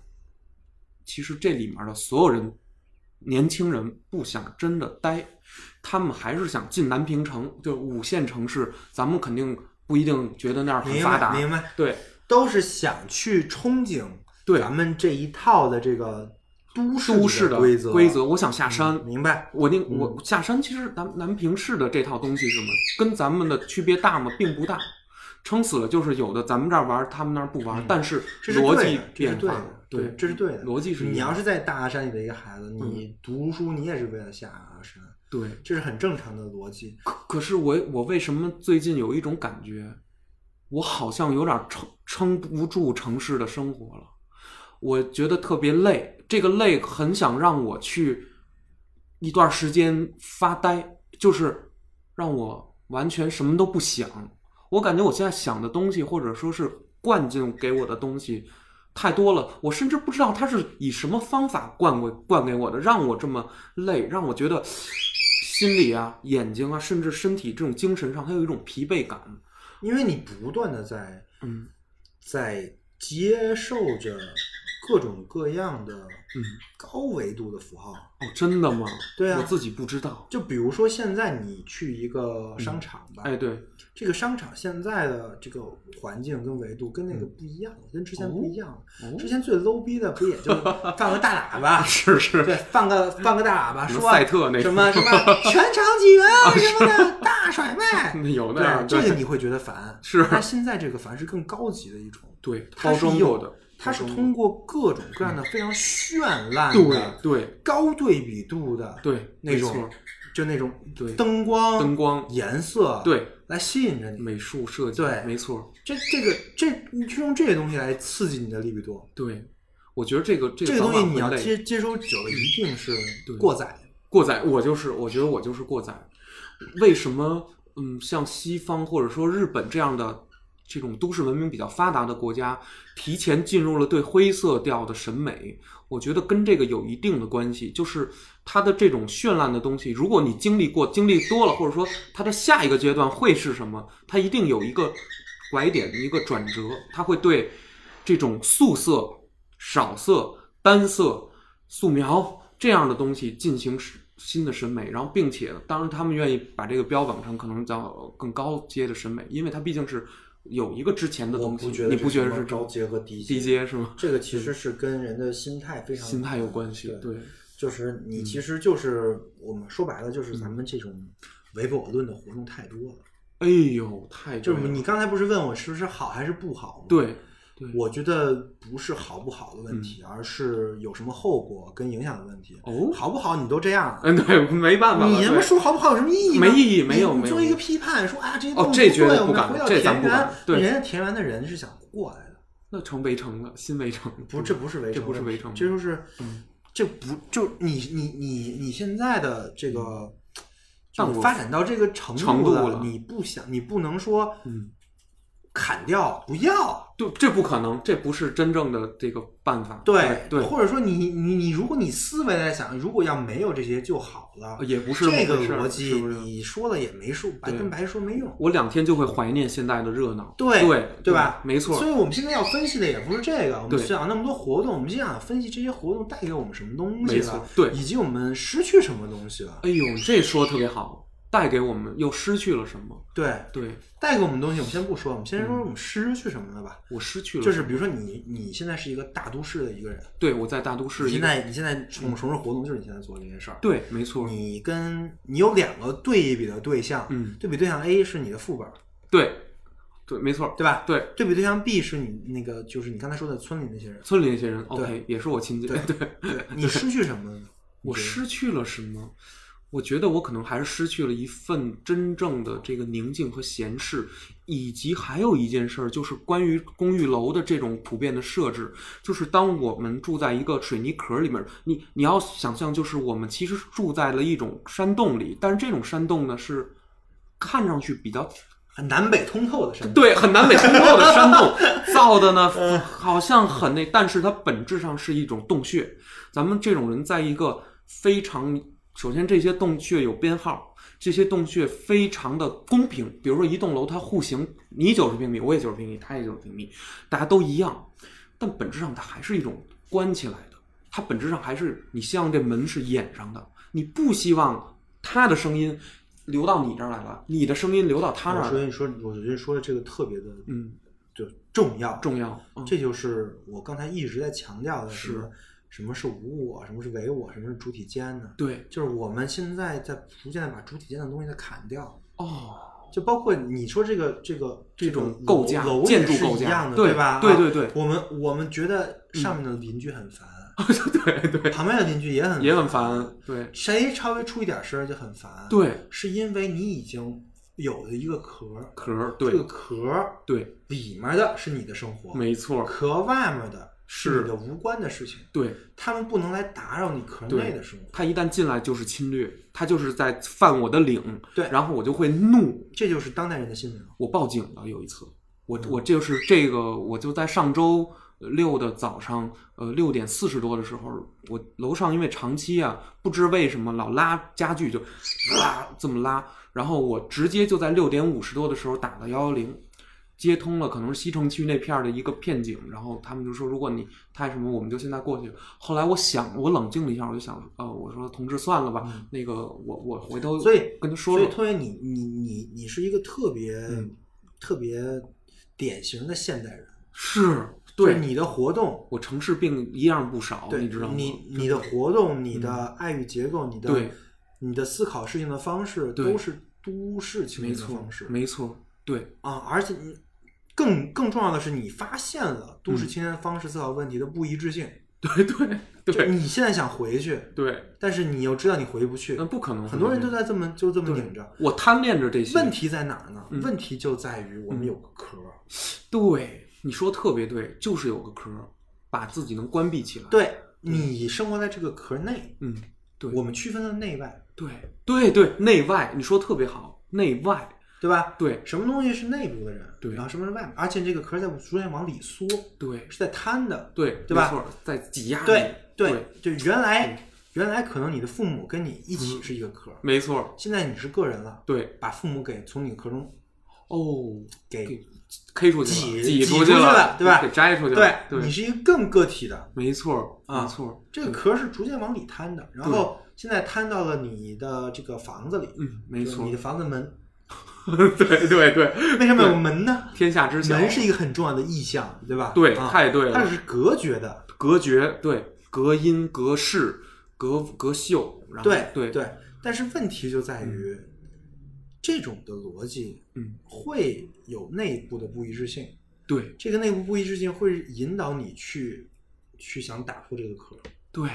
其实这里面的所有人，年轻人不想真的待，他们还是想进南平城，就是五线城市，咱们肯定不一定觉得那儿很
明
发
白，
达，
明白，
对
都是想去憧憬
对
咱们这一套的这个都市
都市
的
的
规则嗯
规则，我想下山，
明嗯白？
我那我下山，其实南南平市的这套东西是吗？跟咱们的区别大吗？并不大。撑死了就是有的咱们这儿玩，他们那儿不玩，但是
嗯这是
逻
对
辑
的这是
变
对
化
的，，对，这是对的。
逻辑是一
你
样嗯
要是在大山里的一个孩子，你读书你也是为了下山，
对。
这是很正常的逻辑。
可可是我我为什么最近有一种感觉，我好像有点撑撑不住城市的生活了，我觉得特别累，这个累很想让我去一段时间发呆，就是让我完全什么都不想。我感觉我现在想的东西，或者说是灌进给我的东西。太多了，我甚至不知道他是以什么方法灌给灌给我的，让我这么累，让我觉得心里啊、 眼睛啊，甚至身体这种精神上，它有一种疲惫感。
因为你不断的在
嗯
在接受着各种各样的
嗯，
高维度的符号。
哦，真的吗？
对啊
我自己不知道。
就比如说现在你去一个商场吧，
哎，对，
这个商场现在的这个环境跟维度跟那个不一样，跟之前不一样了。
嗯哦？
之前最 low 逼的不也就放个大喇叭
是是，
对，放个放个大喇叭，
什么
说啊
赛特那
什么什么全场几元啊什么的，大甩卖。
那有那
对，啊
样
这个
对
你会觉得烦，
是
但现在这个烦是更高级的一种，
对
它
包
是
装
有
过的，
它是
包装
通过各种各样的非常绚烂
对
的、
对
高对比度的
对
那种
没错
就那种
对
灯光、
灯光
颜色
对
来吸引着你。
美术设计
对
没错
这这个这，你就用这些东西来刺激你的利比多。
对，我觉得这个这
这
个
个东
早
西
晚
你
会
要
累
接接收久了，一定是
对
过载。
过载，我就是，我觉得我就是过载。为什么？嗯，像西方或者说日本这样的这种都市文明比较发达的国家，提前进入了对灰色调的审美，我觉得跟这个有一定的关系。就是它的这种绚烂的东西，如果你经历过、经历多了，或者说它的下一个阶段会是什么，它一定有一个拐点、一个转折，它会对这种素色、少色、单色、素描这样的东西进行是新的审美，然后并且当然他们愿意把这个标榜成可能叫更高阶的审美，因为它毕竟是有一个之前的
我
东西，
不觉得
你不觉得是
高阶和低
低阶是吗？
这个其实是跟人的心态非常
心态有关系，
对，
对，
就是你
嗯
其实就是我们说白了就是咱们这种唯我论的活动太多了。
哎呦，太
就
对
是
了
你刚才不是问我是不是好还是不好吗？，
对对
我觉得不是好不好的问题，而是有什么后果跟影响的问题。
哦
好不好你都这样了，
嗯，对， 没办法了，
你他妈
对
说好不好有什么意义呢？
没意义没有
你你
没有
做一个批判，说啊这些
哦
东西
这
不对
绝对
我
不
们
敢
回到
这咱
田
不
园
敢对
人家田园的人是想过来的，
那成围城了，新围城
不，这不是围城问题，
这不是围城
这就是
嗯
这不就你你你你现在的这个，
嗯但
就
我
发展到这个程
程度
了
了，
你不想你不能说
嗯，
砍掉不要。
对，这不可能，这不是真正的这个办法，哎
对
对，
或者说你你你，如果你思维来想，如果要没有这些就好了，
呃也不是
这
那
个
么回事儿
逻辑，
是不是
你说了也没数，白
对
跟白说没用，
我两天就会怀念现在的热闹，
对
对
对吧？
没错
所，以我们现在要分析的也不是这个，我们
对
想那么多活动，我们就想分析这些活动带给我们什么东西
没错
了，
对
以及我们失去什么东西了，
哎呦，这说得特别好，带给我们又失去了什么？
对，
对
带给我们东西我们先不说，我
嗯
们先说我们失去什么了吧。
我失去了什
就
么，
是比如说你，你现在是一个大都市的一个人，
对我在大都市
你
一
现
个，嗯
在你现在从从事活动就是你现在做的这些事儿，
对，没错，
你跟你有两个对比的对象，
嗯
对比对象 A 是你的副本，
对对，没错，
对吧？
对，
对比对象 B 是你那个，就是你刚才说的村里那些人。
村里那些人，OK，也是我亲戚，
对
对
对，你失去什么呢？
我失去了什么？我觉得我可能还是失去了一份真正的这个宁静和闲适，以及还有一件事儿，就是关于公寓楼的这种普遍的设置，就是当我们住在一个水泥壳里面，你你要想象，就是我们其实是住在了一种山洞里，但是这种山洞呢是看上去比较
很南北通透的山，，
对，很南北通透的山洞造的呢，好像很那，但是它本质上是一种洞穴。咱们这种人，在一个非常首先这些洞穴有编号，这些洞穴非常的公平。比如说一栋楼，它户型你九十平米，我也九十平米，他也九十平米，大家都一样，但本质上它还是一种关起来的。它本质上还是你希望这门是掩上的，你不希望他的声音流到你这儿来了，你的声音流到他那
我
儿来
说
了。
你说，我觉得说的这个特别的，
嗯，
就重要。
重要。嗯
这就是我刚才一直在强调的什
是
么什么是无我，什么是唯我，什么是主体间呢？
对，
就是我们现在在逐渐的把主体间的东西在砍掉，
哦，
就包括你说这个这个
这种
个楼
构架
楼也
建筑
是
构架
一样的，
对
吧？
对对
啊
对
我们我们觉得上面的邻居很烦，
对 对，
旁边的邻居也很
嗯也很烦，
嗯
对
谁稍微出一点声儿就很烦，，
对，
是因为你已经有了一个壳儿，
壳儿，
这个
对
壳儿
对，
里面的是你的生活，
没错儿，
壳外面的
是
你的无关的事情，
对，
他们不能来打扰你壳内的生活，
他一旦进来就是侵略，他就是在犯我的领，
对
然后我就会怒，
这就是当代人的心灵。
我报警了有一次，我
嗯
我就是这个，我就在上周六的早上，呃六点四十多的时候，我楼上因为长期啊，不知为什么老拉家具就拉这么拉，然后我直接就在六点五十多的时候打了幺幺零。接通了，可能是西城区那片儿的一个片警，然后他们就说，如果你他什么，我们就现在过去。后来我想，我冷静了一下，我就想，呃，我说同志算了吧，那个我我回头
嗯所以
跟他说
所
说
以，，托爷，你你你你是一个特别、
嗯
特别典型的现代人，
是
就
对
是你的活动，
我城市病一样不少，
对，
你知道吗？嗯
你你的活动、你的爱与结构、你的
对
你的思考事情的方式，
对
都是都市青
没
年的
错
方式，
没错，对
啊！而且你更更重要的是，你发现了都市
嗯
青年方式思考问题的不一致性。
对对
就
对
你现在想回去，
对，
但是你又知道你回不
嗯
去
那，不可能。
很多人都在这么就这么拧着。
我贪恋着这些
问，题在哪儿呢？
嗯
问题就在于我们有个壳儿。
对你说得特别对，就是有个壳，把自己能关闭起来。，
对你生活在这个壳内，
嗯，对
我们区分了内外，
对对对，内外你说得特别好，内外
对吧？
对
什么东西是内部的人，
对
然后什么是外部，而且这个壳在逐渐往里缩，
对
是在摊的，
对
对吧
没错，在挤压你
对
对，嗯
就原来原来可能你的父母跟你一起是一个壳，
没错，
现在你是个人了，
对
把父母给从你壳中
哦，
给
给 K 出去
挤
了，
挤
出
去
了，
对吧？
给摘出去
对
了，，对
你，是一个更个体的，
没错，
啊
没错，
这个壳是逐渐往里摊的，然后现在摊到了你的这个房子里，
嗯，没
就是
错
你的，房子门，
对对对，
为什么有门呢？
天下知晓，
门是一个很重要的意象，对吧？
对，
啊
太对
它
了，
是隔绝的，
隔绝，对，隔音、隔世、隔隔秀，然后
对
嗯对
对。但是问题就在于，这种的逻辑，
嗯，
会有内部的不一致性，
对
这个内部不一致性会引导你去去想打破这个壳，
对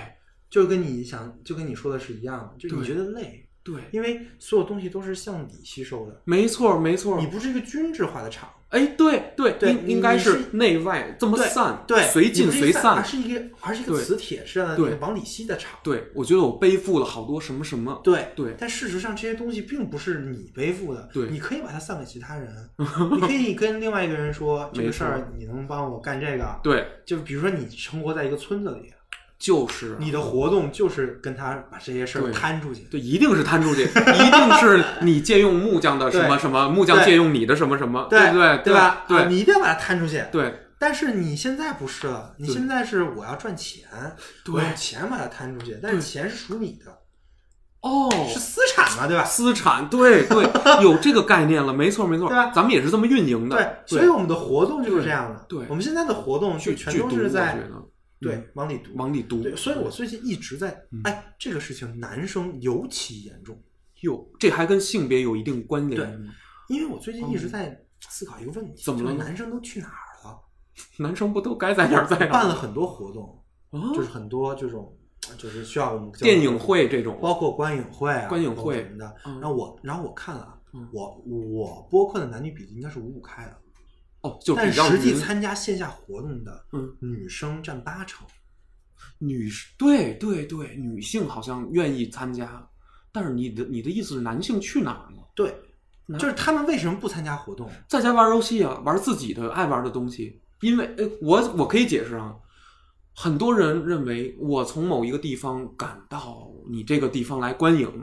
就跟你想就跟你说的是一样的，就你
对
觉得累，
对，
因为所有东西都是向你吸收的，
没错没错
你，不是一个均质化的场，
哎，对对，
对
应
你
应该
你
是
是
内外这么
对
散，
对，
随
你
进
不是
随
一个散，
散
而，是一个而是一个
对
磁铁式的
对
往里吸的场，
对，我觉得我背负了好多什么什么，
对
对
但事实上这些东西并不是你背负的，
对
你可以把它散给其他 人，你可以跟另外一个人说这
没
个
错
事儿，你能帮我干这个，，
对，
就比如说你生活在一个村子里，
就是啊
你的活动就是跟他把这些事
对
儿摊出去，
对，一定是摊出去，一定是你借用木匠的什么
对
什么，木匠
对
借用你的什么什么，对
对
不对？对
吧？啊
对
你一定要把它摊出去。
对
但是你现在不是了，你现在是我要赚钱，
对
我用钱把它摊出去，但是钱是属你的，
哦，
是私产嘛，对吧？
私产，对 对，有这个概念了，没错没错
对吧，
咱们也是这么运营
对
的，，
所以我们的活动就是这样的。
嗯对对
我们现在的活动就
去
全
去
都
读
是
我
在
觉得
对往里读。
往里嗯读，
对，所以我最近一直在，哎，这个事情男生尤其严重，
哟，这还跟性别有一定关联吗，
因为我最近一直在思考一个问题，
哦怎么
就是
了呢
男生都去哪儿了？
男生不都该在哪儿在哪儿？
办了很多活动，
啊
就是很多这种，就是需要我们
电影，会这种，
包括观影会啊，
观影会
包括什么的。
嗯
然后我，然后我看了啊
嗯，
我我播客的男女比例应该是五五开的，
哦，就
但
比较
实际
匀
参加线下活动的
嗯
女生占八成，
女士，对对对，女性好像愿意参加，但是你的你的意思是男性去哪儿了？
对，
那
就是他们为什么不参加活动？
在家玩游戏啊，玩自己的爱玩的东西。因为，呃，我我可以解释啊，很多人认为我从某一个地方赶到你这个地方来观影，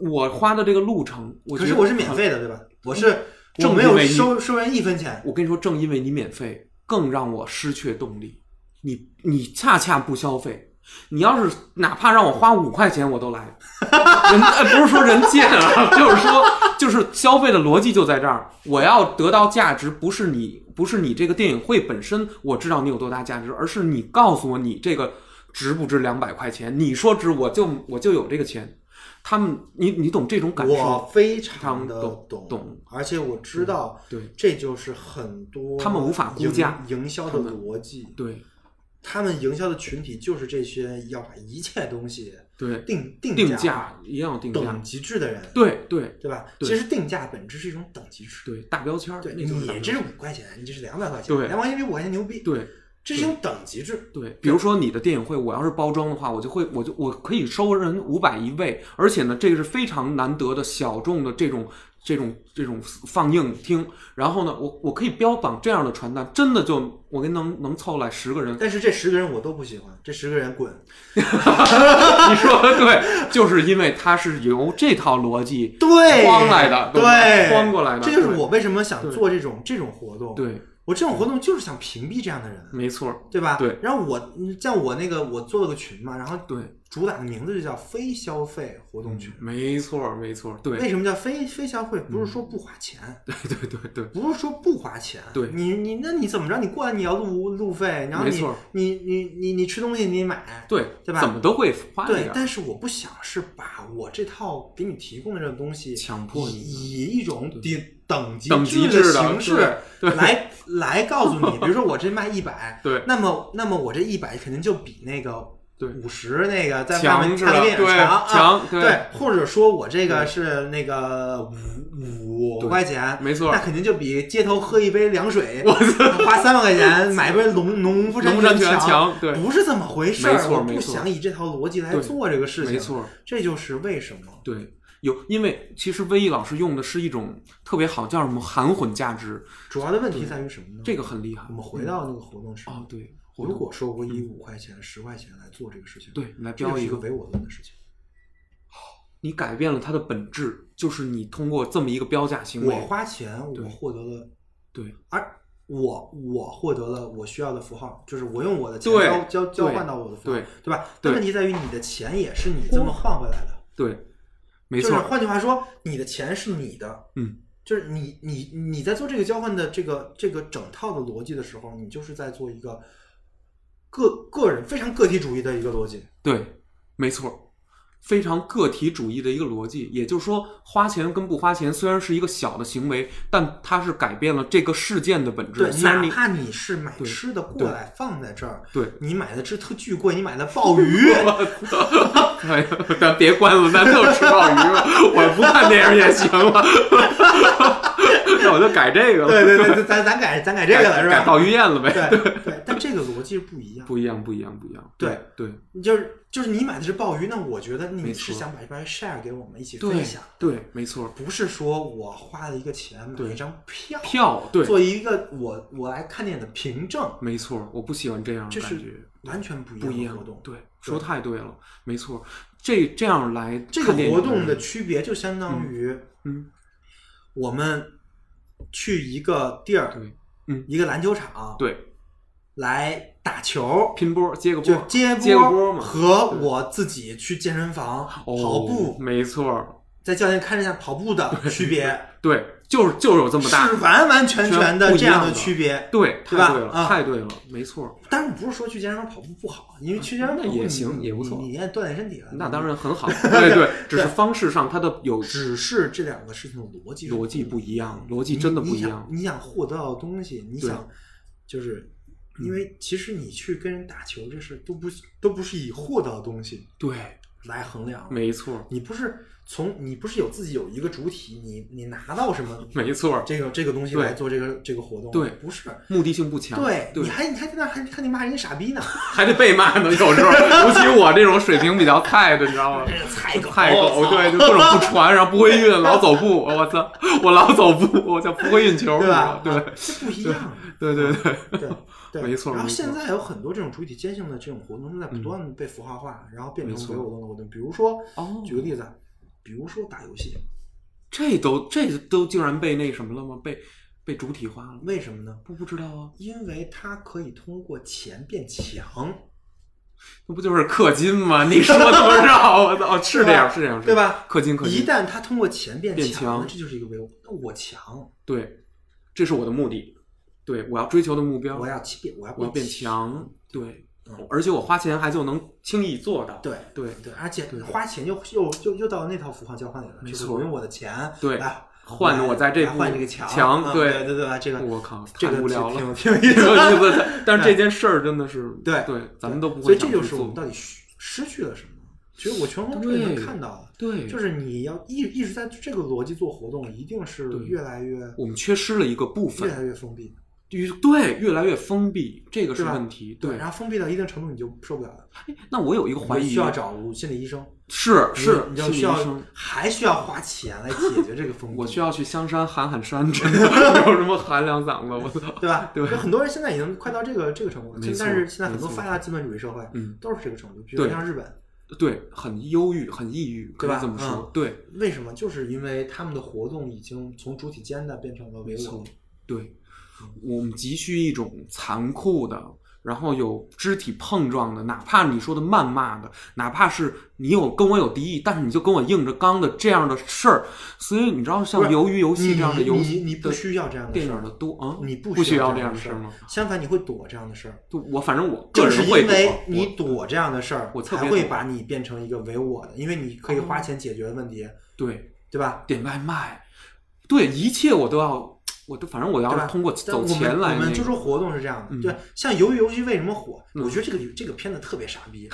我花的这个路程，我
可
觉
是
得嗯
我是免
很
费的，对吧？我是
正
我没
因
有
为你
收收人一分钱，
我跟你说，正因为你免费，更让我失去动力。你你恰恰不消费，你要是哪怕让我花五块钱，我都来。人、呃、不是说人贱啊， 就是说就是消费的逻辑就在这儿。我要得到价值，不是你不是你这个电影会本身，我知道你有多大价值，而是你告诉我你这个值不值两百块钱。你说值，我就我就有这个钱。他们，你你懂这种感
我
受？
非常的
懂
懂
懂，嗯
而且我知道，
对
这就是很多
他们无法估价
营营销的逻辑，
对
他们营销的群体就是这些要把一切东西
对，
定定
定价一样定价
等，级制的人，
对对。
对吧？
对
其实定价本质是一种等级制，
对，大标签儿，
对，
那就是大标
你这
签
是
儿
五块钱，你这是两百块钱，
对
两百块钱比五块钱牛逼，，
对
这是一种等级制，
对，比如说你的电影会，我要是包装的话，我就会，我就我可以收人五百一位，而且呢，这个是非常难得的小众的这种这种这种放映厅，然后呢，我我可以标榜这样的传单，真的就我跟能能凑来十个人，
但是这十个人我都不喜欢，这十个人滚，
你说的对，就是因为它是由这套逻辑
对，
框来的对吧
对，
框过来的
这就是
对
我为什么想
对
做这种这种活动，，
对，
我这种活动就是想屏蔽这样的人，
没错儿，
对吧？
对
然后我嗯像我那个我做了个群嘛，然后
对，
主打的名字就叫非消费活动群。
没错儿，没错儿，嗯对嗯
为什么叫非非消费？不是说不花钱，
对对对对，
不是说不花钱。
对
你你那你怎么着？你过来你要路路费，然后
没
你
错
你你你你吃东西你买。
对
对吧
怎么都会花
对
点，儿，
但是我不想是把我这套给你提供的这个东西
强迫你
以以一种等等级
等级
制
制的
形式
对对
来来告诉你，比如说我这卖一百，
对
那么那么我这一百肯定就比那个
对
五十那个在外
强
面
制
看个电影
对
强
强
啊
对
或者说我这个是那个五
对
五块钱，
没错
那肯定就比街头喝一杯凉水花三万块钱买一杯农农夫山
农夫山泉
强
强，对
不是这么回事儿，
没错
我
没
不
错
想以这套逻辑来
对
做这个事情，
没错，
这就是为什么
对，有，因为其实威毅老师用的是一种特别好，叫什么含混价值，
主要的问题在于什么呢？
这个很厉害。
我们回到那个活动上
哦，，对，活
如
动
果说我以五块钱、十块钱来做这个事情，
对你来
这
标
个是
一
一个
个，
唯我论的事情。
你改变了它的本质，就是你通过这么一个标价行
我
为，
花钱，
对
我获得了，
对，
而我我获得了我需要的符号，就是我用我的钱
对
交交交
对
换到我的符号，
对嗯
对吧？
对
但问题在于你的钱也是你这么换回来的，
对，没
就是
错，
换句话说，你的钱是你的，
嗯，
就是你你你在做这个交换的这个这个整套的逻辑的时候，你就是在做一个个个人非常个体主义的一个逻辑。
对，没错，非常个体主义的一个逻辑。也就是说，花钱跟不花钱虽然是一个小的行为，但它是改变了这个事件的本质。
对，
虽然
哪
你
怕你是买
对
吃的过来放在这儿，
对，
你买的这特巨贵，你买的 鲍鱼，
哎呀，咱别关了，咱就吃鲍鱼吧。我不看电影也行了， 那我就改这个了，
对对对，咱咱改咱改这个了是
改
吧？
鲍鱼宴了呗。
对对，但这个逻辑不一样，
不一样，不一样，不一样。
对
对
就是就是你买的是鲍鱼，那我觉得
没
你
错
是想把这边 share 给我们一起
对
分享，
对，没错。
不是说我花了一个钱买
对
一张票，
票对，
做一个我我来看电影的凭证，
没错，我不喜欢这样的
这
感觉。
是完全不
不一
一样
样
的活动。
对，说太对了，没错。这这样来
这个
看电影
活动的区别就相当于
嗯
我们去一个地儿，
对嗯
一个篮球场，，
对
来打球，
拼波接个波
就接
接个波嘛
和我自己去健身房
哦
跑步，
没错，
在教练看着下跑步 的区别，
对，就是就是有这么大
是，完完全全的
不一
这样
样
的
的
区别。
对，
对
太
吧
对了，
啊
太对了，没错，
当然不是说去健身房跑步不好，啊因为去健身房
那
跑步
也
你
行也不
你
错
你也锻炼身体了。
那
你
当然很 好，对对，只是方式上它的有
只是这两个事情的逻辑是嗯
逻辑不一样逻辑真的不一样
你你想。你想获得到的东西，你
对嗯
想就是因为其实你去跟人打球这事都不都不是以获得的东西
对，
来衡量，
没错，
你不是从你不是有自己有一个主体，你你拿到什么
没错，
这个这个东西
对
来做这个这个活动，
对
不是。
目的性不强，
对，
对
你，还你还在那还还得骂人家傻逼 呢，
还得被骂呢，有时 候，尤其我这种水平比较菜的，你知道吗？
菜哎狗，
太狗，对，就各种不传，然后不会运，老走 步，我操，我老走步，我叫不会运球，
对吧？
对
啊，这不一样。
对对对，
对对，
没错
然后
没错嗯
现在有很多这种主体间性的这种活动正在不断地被符号化，然后变
没
成
错
唯我动的活动。比如说，
哦
举个例子啊，比如说打游戏，
这都这都竟然被那什么了吗？被被主体化了？
为什么呢？
不不知道啊，
因为它可以通过钱变强，
那不就是氪金吗？你说多少？我操，哦是这样，
对吧
是这样，是
对吧？
氪金氪
一
金，
旦它通过钱变
变
那
强
这就是一个唯我。那我强，
对，这是我的目的，对我要追求的目标，
我要欺骗，我要
我要变
强。
强，对
嗯，
而且我花钱还就能轻易做到，
对
对
对，而且花钱又又又又到那套符号交换里了，
没
就是
错
我用我的钱
对
来
换我在这
来换
步
这个墙
墙
嗯
对
对对对吧？这个
我靠，
这
太
个
无聊
挺
了。
挺有意
挺
思
有
的。
意思的。但是这件事儿真的是
对
对，咱们都不
所
会
以
想
这
去做。
就是我们到底失失去了什么。其实我全程也能
对
看到了，
对，
就是你要一一直在这个逻辑做活动，一定是
对
越来越
我们缺失了一个部
越
分，
来越封闭，
与对越来越封闭，这个是
对吧
问题。对，
然后封闭到一定程度你就受不了了，
哎那我有一个怀
你
疑，
就
啊
需要找心理医生，
是是
你就
心
你就
理
需
医
要
生
还需要花钱来解决这个 封闭，
我需要去香山喊喊山，真 的没有什么喊两嗓子，我操！
对吧？
对
就很多人现在已经快到这个这个程度了，
没
就
错
但是现在很多
没错
发达资本主义社会
嗯
都是这个程度，比如
对
像日本，
对，很忧郁，很抑郁，可以
对吧嗯
这么说。对，
为什么？就是因为他们的活动已经从主体间的变成了
没
唯
错
我，，
对，我们急需一种残酷的，然后有肢体碰撞的，哪怕你说的谩骂的，哪怕是你有跟我有敌意，但是你就跟我硬着刚的这样的事儿。所以你知道，像
不是
鱿鱼游戏这样的游
你你你
戏
不
的
需要这样的
电
事
影
儿
的，多啊，
你
不
需
要
这
样
的
的
事
事儿吗？？
相反，你会躲这样的事儿，
就我反正我个
正是
人会
因
躲，
为
我
你躲这样的事儿，
我特别
才会
躲哦
把你变成一个唯我的，因为你可以花钱解决问题，
对
对吧？
点外卖，对一切我都要，我都反正我
对
要
吧
是通过
但我
走
们
钱来
我
那
们就
个
说活动是这样的，
嗯
对，像《鱿鱼游戏》为什么火？
嗯
我觉得这个这个片子特别傻 逼，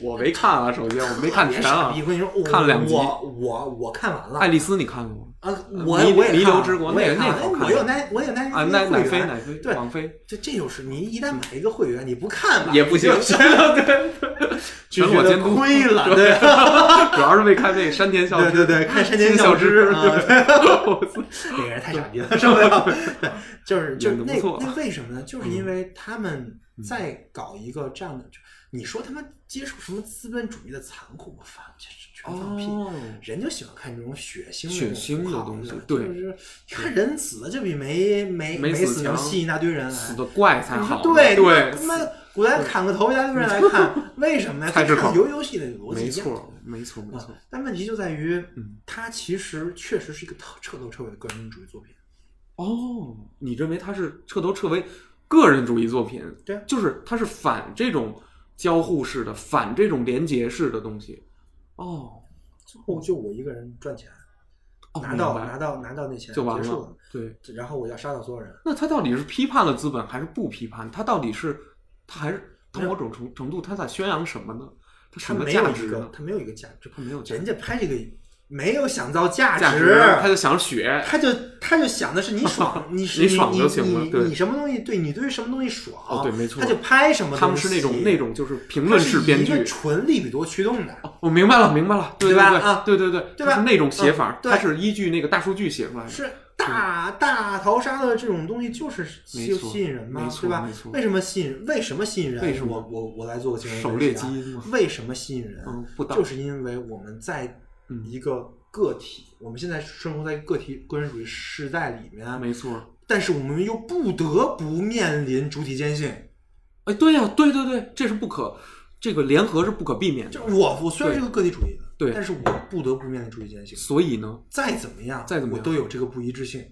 我没看啊，首先我没看
特别
全
傻
啊
逼。。我跟你说，我
看了两集哎
我我我看完了
爱。丽丝，你看过吗？
啊，
呃
我
弥
我也
弥
看
留
了
之国
我也
那个那个好
看了哎
看
我有奈我有奈
啊，奶奶
奶
飞，奶飞，
对，
王菲。
这这就是你一旦买一个会员，你不看吧
也不行， 对，全
就
裸
觉得
监督
亏了，
对
对
主要是为看那山田孝
对
之，
对对，看山田
金
孝
之，
之啊，
我操
这个人太傻 逼了，受不了。对，就是就是
演得
那
不错啊嗯
那为什么呢？就是因为他们在搞一个这样的，就你说他妈接受什么资本主义的残酷？我反全全放屁！
哦，
人就喜欢看这种血腥的
血
那种
腥的
符号
东西
是吧
对
就是你看人死了就比没没
没死
死能
强
吸引一大堆人来，
死的怪才
你说
好。
哦对
对，
他妈古代砍个头一大堆人来看， 为什么呀？
菜市
这
口
看游游戏的逻辑
没
一样
错，没错，没错
啊。。但问题就在于
嗯，
它其实确实是一个特彻头彻尾的个人主义作品。
哦，你认为它是彻头彻尾个人主义作品？
对啊
就是它是反这种交互式的、反这种连结式的东西。哦，
最后就我一个人赚钱，
哦
拿到
明白
拿到拿到那钱
就完
结束
了
了。。
对，
然后我要杀掉所有人，
那他到底是批判了资本，还是不批判？他到底是他还是他某种程程度他在宣扬什么呢？他
他
什么
没
价
有一
值
个
呢，？
他没有一个价值，
他没有价
人
值，
家拍这个没有想到价
价值他就想血，
他就他就想的是你 爽，你是
你爽就行了
你
对
你你什么东西，对你对于什么东西爽，
哦对没错
他就拍什么东西。
他们是那种那种就是评论式编
它是以一
剧
个。纯利比多驱动的，
哦我明白了，明白了，对
对吧
对
啊
对对对，
对吧
它是那种写法
嗯，对
它是依据那个大数据写出来的。
是大大逃杀的这种东西就是
没
吸
错
吸引人嘛
没，错
对吧
没错？
为什么吸引人？为什么吸引人？
为什么
我我我来做个行为
狩
分
猎
析啊
基因吗
为什么吸引人？
嗯不打
就是因为我们在
嗯
一个个体，我们现在生活在一个个体个人主义时代里面，
没错，
但是我们又不得不面临主体坚信。
哎，对呀、对对对，这是不可，这个联合是不可避免的。
就是我，我虽然是个个体主义的，
对
但是我不得不面临主体间性。
所以呢，
再怎么样，
再怎么样哦
我都有这个不一致性。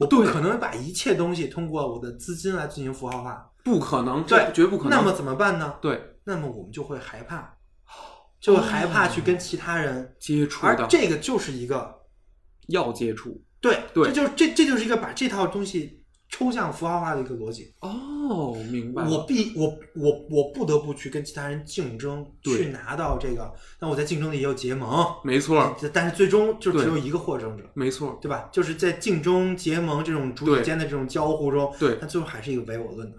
我不
对
可能把一切东西通过我的资金来进行符号化，
不可能，
对
这，绝不可能。
那么怎么办呢？
对
那么我们就会害怕，就会害怕去跟其他人，
接触
而
哦的
这个就是一个
要接触
对，
对
这就是这这就是一个把这套东西抽象符号化的一个逻辑。
哦，明白了。
我必我我我不得不去跟其他人竞争，
对
去拿到这个。那我在竞争里也有结盟，
没错，
但是最终就
对
只有一个获胜者。
没错，
对吧？就是在竞争、结盟这种主体
对
间的这种交互中，
对
那最后还是一个唯我论的。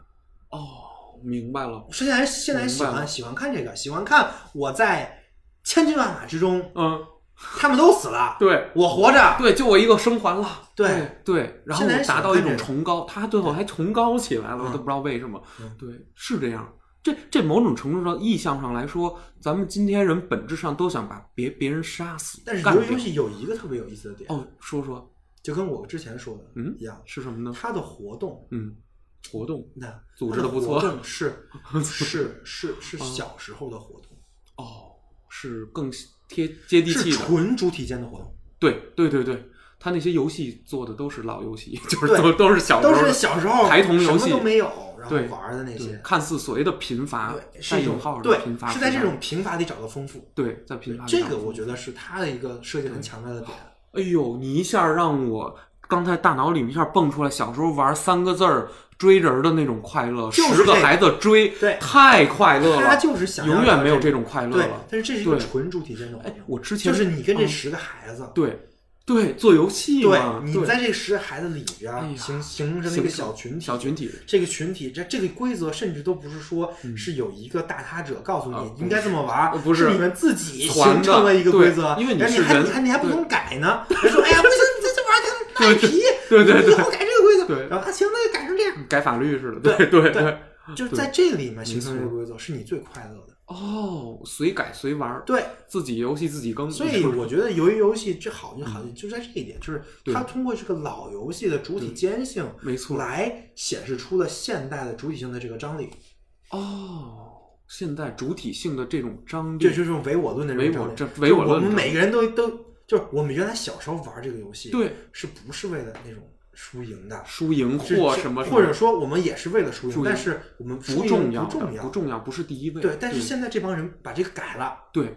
哦，明白了。
现在还现在还喜
明白了
欢喜欢看这个，喜欢看我在千军万马之中，
嗯，
他们都死了，
对
我活着。
对，就我一个生还了。
对
对对，然后
现在
我
是
达到一
这
种
样
崇高，他最后还崇高起来了，我
嗯
都不知道为什么
嗯。
对，是这样。这这某种程度上意向上来说，咱们今天人本质上都想把别别人杀死，
但是
干
游
掉
游戏有一个特别有意思的点，
哦，说说
就跟我之前说的
嗯
一样，
是什么呢？
它的活动，
嗯，活动
那
组织
它
得
的
不错啊
活动 是是是是小时候的活动，
哦，是更贴接地
是
气的。
纯主体间的活动，
对对对对，他那些游戏做的都是老游戏， 就是
对
都都是小时
都
候
是
的
小时候
孩童游戏
什么都没有，然后
对
玩的那
对
些。
看似所谓的贫乏，
对，
带
是一
引
种
号的
对
贫乏，
是在
时
这
代
种贫乏里找到丰富。
对在贫乏里
这
找
个
到
我觉得是它的一个设计很强大的点。
哎呦，你一下让我刚才大脑里一下蹦出来小时候玩三个字儿追人的那种快乐，
就是
十个
这个
孩子追，
对
太快乐了，
他就是想要
永远没有这
这
种快哎乐
对
了，。
但是这是一个
对
纯主体间的活
哎
动。，
我之前
就是你跟这
嗯
十个孩子，
对对做游戏
对
嘛，
你
对
在这十个孩子里边
哎
儿
呀
形形成了一
形
个
成
小群体，
小群体
这个群体，这这个规则甚至都不是说是有一个大他者告诉
嗯啊
你
不
应该这么玩
呃
儿，
不是
是你们自己
传的
形成了一个规则，
对因为你
然后
是
你还
人
你还你还不
对
能改呢，人说哎呀不行，你这这玩意儿太赖皮，
对对对
你以后改这个规则，
对
然后啊行，那就改成这样，
嗯改法律似的，
对
嗯对
对就是在这里面形成
没
这
错
个规则，是你最快乐的。
哦，随改随玩儿，
对，
自己游戏自己更，
所以我觉得由于游戏这好就好，就在这一点，就是
嗯对
它通过这个老游戏的主体坚性，
没错
来显示出了现代的主体性的这个张力，
哦，现在主体性的这种张力，
这就是这种唯我论的这
唯
种
我
张力。
这
就是
唯我论
我们
的
每个人都都就是我们原来小时候玩这个游戏，，
对
是不是为了那种输赢的，
输赢
是
或
是
什么什么
或者说我们也是为了输
输
赢，
赢
但是我们输
不
赢
重要
不重
的，不重要，不是第一位。嗯
对，但是现在这帮人把这个改了。
对，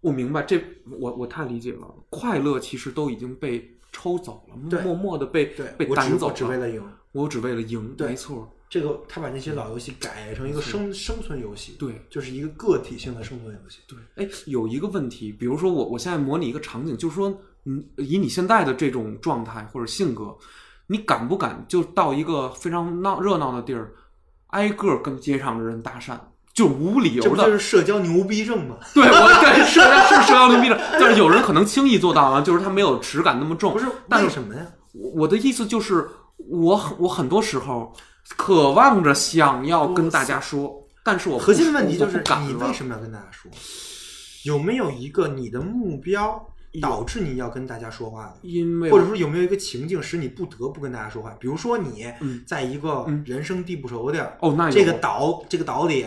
我明白这，我我太理解了。快乐其实都已经被抽走了，
对
默默的被
对，
被
我
赶
只
走
我只为
了。
了赢。
我只为了赢，
对
没错，
这个他把那些老游戏改成一个生生存游戏，
嗯对
就是一个个体性的生存游戏。
对。哎，有一个问题，比如说我我现在模拟一个场景，就是说，嗯，以你现在的这种状态或者性格，你敢不敢就到一个非常闹热闹的地儿，挨个儿跟街上的人搭讪？就无理
这
由
不
的，
就是社交牛逼 症吗？
对我对是是是要牛逼的，但是有人可能轻易做到啊，就是他没有耻感那么重。
不是，
但
为
是
什么呀？
我我的意思就是，我很我很多时候渴望着想要跟大家说，但是我不
核心的问题就
我
是
不敢
你
了
为什么要跟大家说？有没有一个你的目标导致你要跟大家说话的？
因为
或者
我
说有没有一个情境使你不得不跟大家说话？比如说你
嗯
在一个
嗯
人生地不熟的地儿，
哦，那有
这个岛这个岛里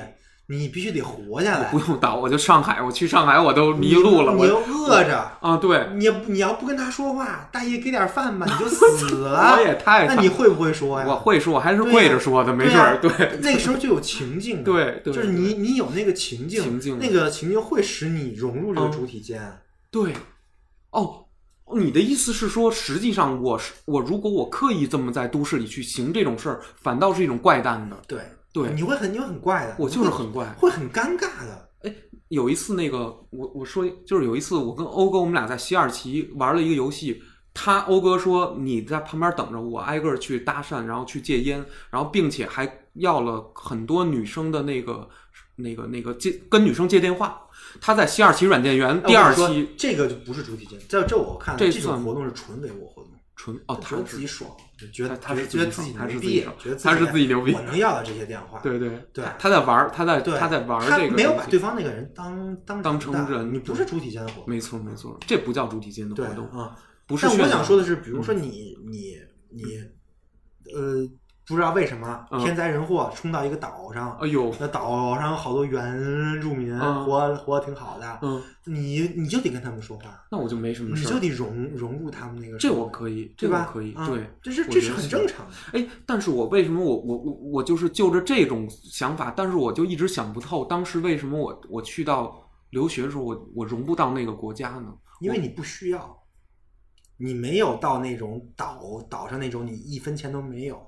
你必须得活下来
不，用倒，我就上海，我去上海我都迷路了，
你
我
又饿着，
啊，对，
你你要不跟他说话，大爷给点饭吧，你 就死了。
我也太
那你会不会说呀？
我会说，我还是
对呀
跪着说的，没
对
事
呀
儿，对，
那个时候就有情 境，
对对
就是你你有那个情境，
情境嗯
那个情境会使你融入这个主体间。
对，哦，你的意思是说，实际上我是我，如果我刻意这么在都市里去行这种事儿，反倒是一种怪诞的。
对
对
你会很你会很怪的，
我就是很怪
会很尴尬的。
有一次，那个我我说就是有一次，我跟欧哥我们俩在西二旗玩了一个游戏。他欧哥说你在旁边等着我，挨个儿去搭讪，然后去戒烟，然后并且还要了很多女生的那个、那个、那个借跟女生借电话。他在西二旗软件园
哎
第二
我跟你说
期
这个就不是主体间，这这我看来
这
这种
算
活动是纯唯我活动，
纯哦，
觉
他
得
是
自己爽，就觉得
他他是
觉得
自
自
己
己
爽他是
牛
自己
逼
爽，
觉得
他是自己牛逼
我能要到这些电话，
对对
对
他他在玩儿，他在
对，
他在玩儿
他
这个，
没有把对，方那个人当当
当
成
成人
你不是主体间的活动，
没错没错，这不叫主体间的
对
活动，
啊。
不是
但
炫耀。嗯
我想说的是，比如说你你你，呃，不知道为什么
嗯
天灾人祸冲到一个岛上，
哎呦，
那岛上有好多原住民
嗯
活活得挺好的，
嗯，
你你就得跟他们说话，
那我就没什么
你
事
就
儿，
得融融入他们那个
这
社会，
我可以，这
对
我
吧？
可以，
啊
对，
这是
我
这
觉
是
得
很
是
正常的。
哎，但是我为什么我我我我就是就着这种想法，但是我就一直想不透，当时为什么我我去到留学的时候，我我融不到那个国家呢？
因为你不需要，你没有到那种岛岛上那种你一分钱都没有，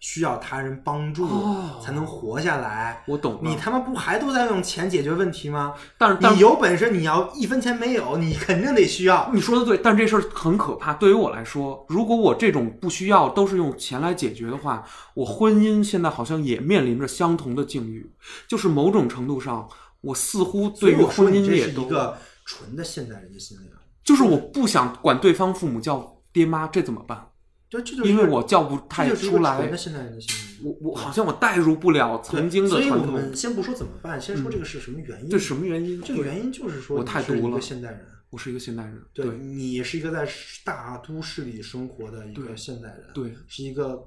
需要他人帮助
哦
才能活下来。
我懂了
你他妈不还都在用钱解决问题吗？
但是嗯但
你
是
有本事，你要一分钱没有，你肯定得需要。
你说的对，但是这事儿很可怕。对于我来说，如果我这种不需要都是用钱来解决的话，我婚姻现在好像也面临着相同的境遇，就是某种程度上，我似乎
所
对
以
于
我说
婚
你
姻
这
也
是
都
一个纯的现代人的心理啊，
就是我不想管对方父母叫爹妈，这怎么办？
对，这就是
因为
一个
我叫不
这
太
就是一
出
个纯
来
的，现代人的心理。啊
我我好像我代入不了曾经的
对所以
传
我
统嗯
们，先不说怎么办，先说这个是什么原因。
这什么原因？
这个原因就是说，
我太毒
一
了
个现代人。
我是一个现代人，
对
对
你是一个在大都市里生活的一
对
个现代人，
对
是一个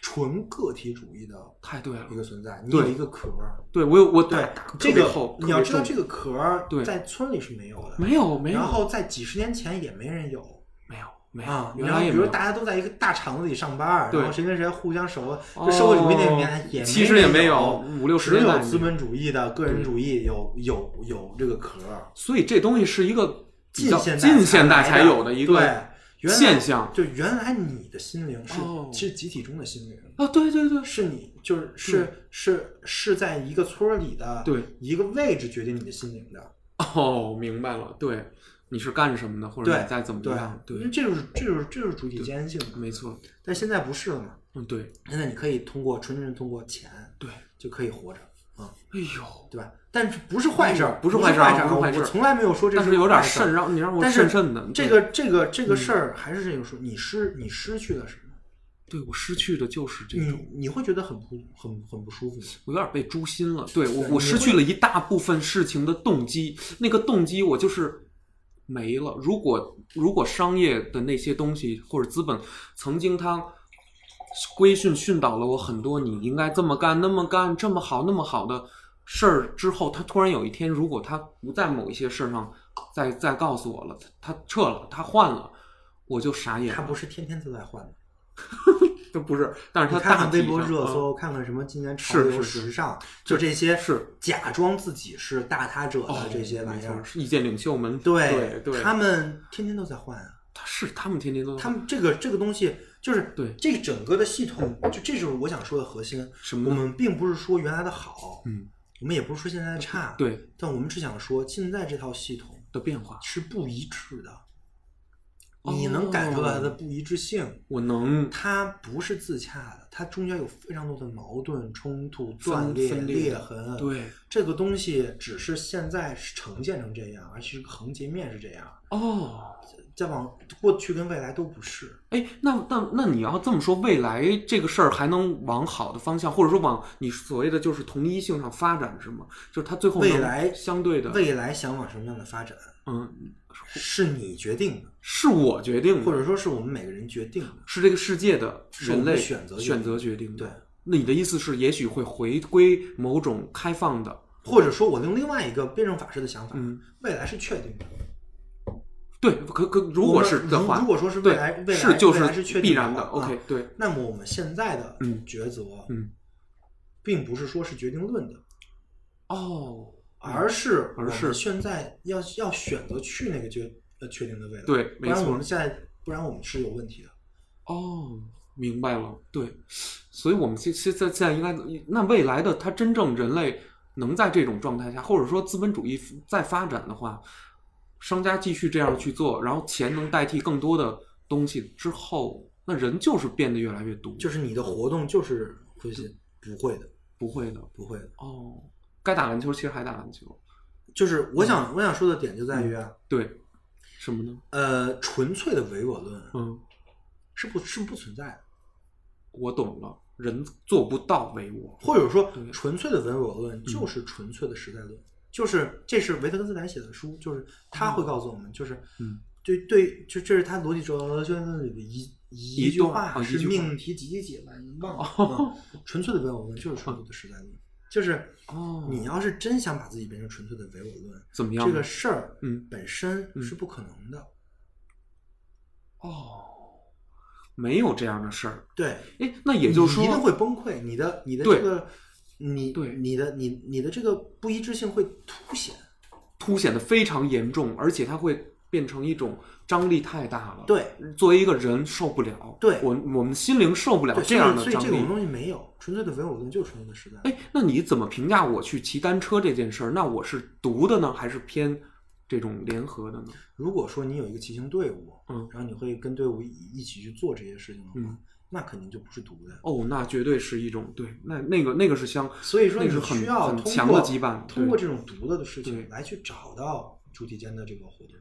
纯个体主义的
太对了
一，个存在。你
对
有一个壳儿，
对我有我打
对
打特
这
别
个
厚
你要知道，
特
这
别
个壳儿
对
在村里是没有的，
重没有没有
然后在几十年前也没人有。
没有没有
啊，，
原
然后
来
比
也没
如
有。
大家都在一个大厂子里上班，
对
然后谁跟谁互相熟，
哦
就社会主义那个年代也没
其实也没有
有
五六十
只
年代
有资本主义的个人主义有有有这个壳儿，
所以这东西是一个比较
近现代
近现代
才
才
来
有的一
对
个啊
原来
现象
就原来你的心灵是、
哦
是集体中的心灵，
啊，对对对，
是你就是是、是是在一个村儿里的
对
一个位置决定你的心灵的，
哦，明白了，对，你是干什么的，或者
对
你在怎么
对
样，，
因为
对，
这就是这就是这就是主体间性的，
没。错，
但现在不是了嘛，
嗯，对
现在你可以通过纯纯通过钱
对，
就可以活着啊、
哎呦，
对吧？但是不是坏事儿，
不是
是
坏事儿
儿
啊
啊，
不是坏事儿
我从来没有说这
但是有点
坏事儿
慎，让你让我
但
慎
是
慎的，
这
对嗯
个这个这个事儿还是这个说，你失你失去了什么？
对我失去的就是这
你
种，
你会觉得很不很很不舒服吗？
我有点被诛心了，对我
对
我
你
失去了一大部分事情的动机，那个动机我就是没了。如果如果商业的那些东西或者资本曾经它规训训导了我很多，你应该这么干那么干这么好那么好的事儿之后，他突然有一天，如果他不在某一些事儿上再再告诉我了，他他撤了，他换了。我就傻眼了，
他不是天天都在换的，
都不是，但是他
你看
大
看
体
微博
上
热
嗯
搜，看看什么今年潮流
是是
时尚，就这些
是
假装自己是大他者
哦
的，啊这些玩
没
意
错
儿。
是意见领袖们，对对，
他们天天都在换啊，
他是他们天天都
他们这个这个东西就是
对
这个整个的系统，就这就是我想说的核心。
什么
我
呢
们并不是说原来的好，
嗯，
我们也不是说现在的差，，
对
但我们只想说现在这套系统
的变化
是不一致的。
哦
你能感受到它的不一致性。
我能
它不是自洽的，它中间有非常多的矛盾、冲突、
分
断裂、
分裂
裂痕。，
对
这个东西只是现在是呈现成这样，而且是个横截面是这样。
哦。
再往过去跟未来都不是。
哎，那那那你要这么说，未来这个事儿还能往好的方向，或者说往你所谓的就是同一性上发展是吗？就是它最后能
未来
相对的，
未来想往什么样的发展，
嗯，
是你决定的，
是我决定的，
或者说是我们每个人决定的。
是这个世界的
是我
人
们
类
的选择决定
择决定的。
对，
那你的意思是，也许会回归某种开放的，
或者说，我用另外一个辩证法式的想法，
嗯
未来是确定的。
对，可可如
我
果
们
是的
如
话，
如果说是未来
对，
未来
是就
未来是确定
必
的
然的。
话
OK，
啊
对，
那么我们现在的
嗯
抉择，
嗯，
并不是说是决定论的，
哦，
而是我
而
们
是
现在要要选择去那个决呃确定的未来。
对
不
没
然
错
我们现在不然我们是有问题的。
哦，明白了，对，所以我们现现在现在应该，那未来的它真正人类能在这种状态下，或者说资本主义再发展的话，商家继续这样去做，然后钱能代替更多的东西之后，那人就是变得越来越独，
就是你的活动就是会是不会的，
不会的
不会的。
哦。该打篮球其实还打篮球，
就是我想
嗯
我想说的点就在于啊，
对，什么呢？
呃，纯粹的唯我论
嗯，
是不是不存在的，
我懂了，人做不到唯我，
或者说
对嗯
纯粹的唯我论就是纯粹的时代论，就是这是维特根斯坦写的书，就是他会告诉我们，就是
嗯
对对，就这是他逻辑哲学里的一一
一
句
段
话
啊一
是
句话
命题几几几吧，你忘了，嗯纯粹的唯我论就是纯粹的时代论，就是
哦
你要是真想把自己变成纯粹的唯我论，
怎么样
这
呢？
个事儿
嗯
本身
嗯
是不可能的，
哦，没有这样的事儿。
对，
哎，那也就是说，
你一定会崩溃，你的你的
对
这个，你
对
你的你你的这个不一致性会凸显，
凸显的非常严重，而且它会变成一种张力太大了。，
对
作为一个人受不了，
对
我我们心灵受不了
对，
这样的
所以所以
张
这种
力。
东西没有纯粹的唯我论就是纯粹的时代，
哎，那你怎么评价我去骑单车这件事儿？那我是独的呢，还是偏这种联合的呢？
如果说你有一个骑行队伍，
嗯
然后你会跟队伍一一起去做这些事情的话，
嗯
那肯定就不是独的。
哦，那绝对是一种对，那那个那个是相，
所以说
那
你
是很
需要
很
通
强
过
的羁绊，
通过
对
这种独的的事
对
情来去找到主体间的这个活动。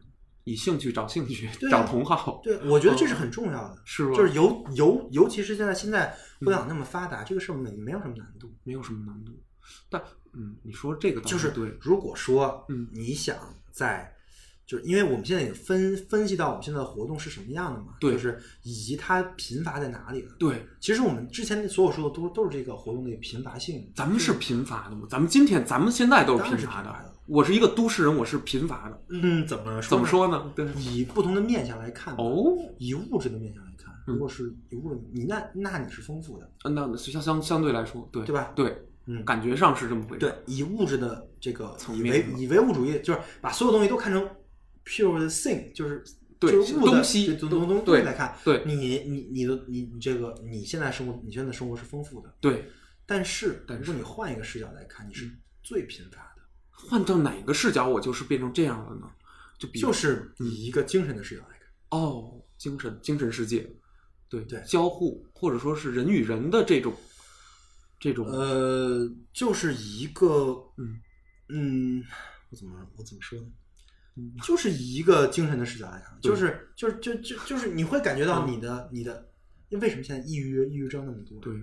以兴趣找兴趣，
对啊
找同好，
对，我觉得这是很重要的，
嗯是吧？嗯
就是尤尤尤其是现在现在互联网那么发达，这个事儿没没有什么难度。
没有什么难度，但嗯，你说这个倒
就是
对，
如果说
嗯
你想在，就是因为我们现在也分分析到我们现在的活动是什么样的嘛，
对
就是以及它贫乏在哪里了。
对，
其实我们之前所有说的都都是这个活动的贫乏性。
咱们是贫乏的吗？咱们今天，咱们现在都是
当然
贫
是
乏
贫
的
乏的。
我是一个都市人，我是贫乏的，
嗯，怎么说？
怎么？说呢？对，
以不同的面相来看，，
哦，
以物质的面相来看，
嗯
如果是以物质，你那那你是丰富的，
那相相相对来说，对
对吧
对，
嗯，
感觉上是这么回事。
对，以物质的这个
层
以
面
唯
嘛
以唯物主义，就是把所有东西都看成 pure 的 thing，就是
对
就是物的
东西
这东
东
东
对
西来看，
对
你你你的你你这个你现在生活你现在生活是丰富的，
对，
但是
但
如
是嗯
果你换一个视角来看，你是最贫乏的，
换到哪个视角，我就是变成这样了呢？就比如
就是以一个精神的视角来看，
哦，精神精神世界，对
对
交互或者说是人与人的这种这种
呃，就是以一个
嗯
嗯，我怎么我怎么说呢
嗯？
就是以一个精神的视角来看，
对
就是就是就就就是你会感觉到
嗯
你的你的，因为为什么现在抑郁抑郁症那么多？
对，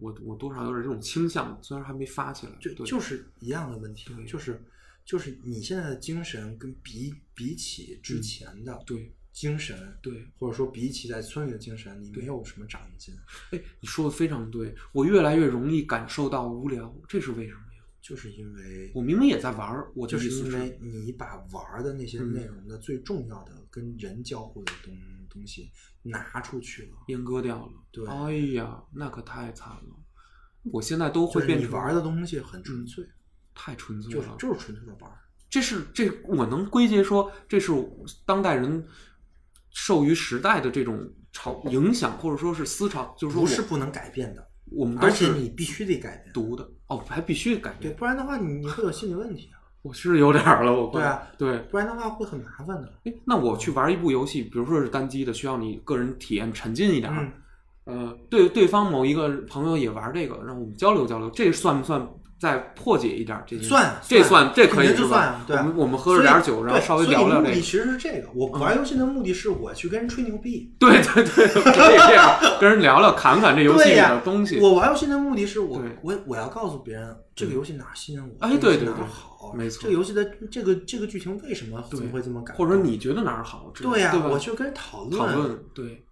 我我多少有点这种倾向，虽然还没发起来，
就
对
就是一样的问题
对，
就是就是你现在的精神跟比比起之前的
对
精神，
嗯对，
或者说比起在村里的精神，你
对
没有什么长进，
哎，你说的非常对，我越来越容易感受到无聊，这是为什么呀？
就是因为
我明明也在玩儿，我的
就
意
是
思
因
是
为，你把玩儿的那些
嗯
内容的最重要的跟人交互的东东西拿出去了，
阉割掉了。
对
哎呀，那可太惨了。我现在都
就
会
是
变
你
成嗯
玩儿的东西很纯粹，
太纯粹
就是
了，
就是纯粹的玩儿。
这是这我能归结说，这是当代人受于时代的这种潮影响，或者说是思潮，就是说
不是
我嗯
不能改变的，
我们都
而且
是
你必须得改变，
读的哦，还必须改
对，
变。
不然的话你你会有心理问题啊。
我是有点儿了，我快
对啊，
对。
不然的话会很麻烦的。
哎，那我去玩一部游戏，比如说是单机的，需要你个人体验沉浸一点儿。
嗯，
呃，对对方某一个朋友也玩这个，让我们交流交流，这算不算再破解一点儿？这些
算啊
这
算啊
这可以
肯定
是
是算
吧
啊？对啊
我们我们喝着点儿酒，然后
对
稍微
所以
聊聊
目
这个
的
嗯
其。实是这个，我玩游戏的目的是我去跟人吹牛逼。
对对对，可以这样跟人聊聊，侃侃这游戏里
对
的
呀
东西。
我玩游戏的目的是我
对
我我要告诉别人这个游戏哪儿吸引我，
哎
这个游
对
戏
对
哪儿
对
好，
没错
这个游戏的这个这个剧情为什么怎么会这么改，
或者你觉得哪儿好之类的？
对呀、
吧？
我去跟人讨论
讨论，对，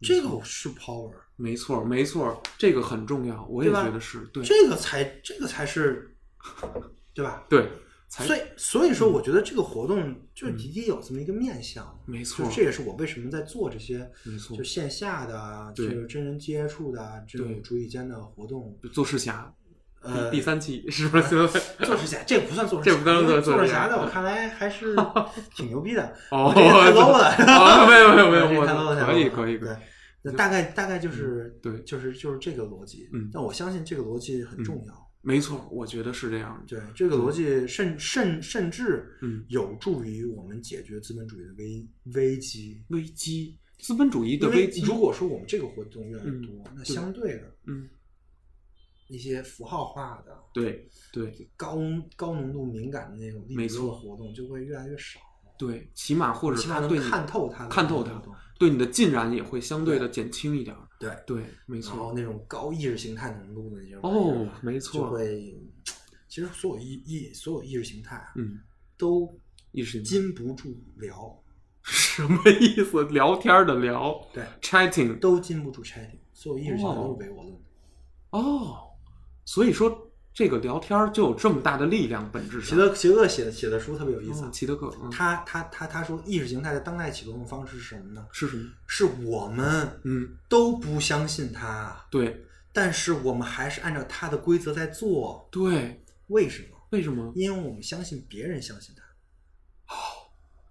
这个是 power，
没错没错，这个很重要，我也
对吧
觉得是对
这个才这个才是，对吧？
对，才嗯
所以所以说，我觉得这个活动就已经有这么一个面向，
没
就
错
这也是我为什么在做这些
没错
就，线下的啊，就
对
是真人接触的啊，这
对
种主体间的活动，
做世侠第
呃
第，三期是不是？
做指甲这不算做指
这
甲，
不算
因为
做
做
指
指
甲
甲，在我看来 还是挺牛逼的。
嗯哦，
这个太 low 了
啊，没有没有没有，
这
我
个太 low 了
可以可以可
对
以，，
那大概大概就是
对
就是就是这个逻辑。
嗯
但我相信这个逻辑很重要。
没错，我觉得是这样的。
对，这个逻辑甚甚甚至
嗯
有助于我们解决资本主义的危危机。
危机，资本主义的
因
危
为
机，
如果说我们这个活动越来越多，
嗯
那
对
相对的
嗯，
一些符号化的、
对对
高高浓度敏感的那种利
没
比
错
的活动就会越来越少，
对，起码或者
起码
他
能
对你
看透它的
看透
那
它
种活动。
对你的浸染也会相对的减轻一点儿。
对，
对，没
然后
错。
那种高意识形态浓度的那些玩意儿
哦，没
就
错。
会，其实所有意意所有意识形态啊
嗯，
都
意识形态
禁不住聊，
什么意思？聊天儿的聊
对，
，chatting
都禁不住 chatting，所有意识形态都是唯我论的。
哦，所以说这个聊天儿就有这么大的力量，本质
齐
上。
德齐德写的写的书特别有意思
哦
啊，
齐德克，嗯，
他他他他说意识形态的当代启动方式是什么呢？
是什么？
是我们
嗯，
都不相信它，啊
对
但是我们还是按照它的规则在做，
对，
为什么？
为什么？
因为我们相信别人相信它。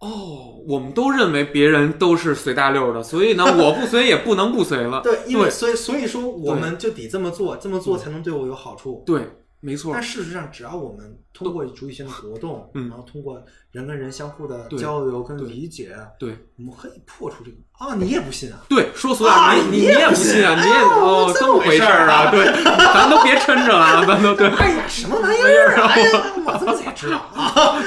哦，我们都认为别人都是随大溜儿的，所以呢，我不随也不能不随了。
对，因为
对
所以所以说我们就得这么做，这么做才能对我有好处。
对，没错
但，事实上，只要我们通过主体性的活动，
嗯
然后通过人跟人相互的
对
交流跟
对
理解，
对
我们可以破除这个。啊，你也不信啊？
对，说俗了，你你也不信啊，你也哦，这么回事儿啊？对，咱都别抻着了啊，咱都对，
哎呀，什么玩意儿啊？哎呀，我怎么才知道 啊？啊，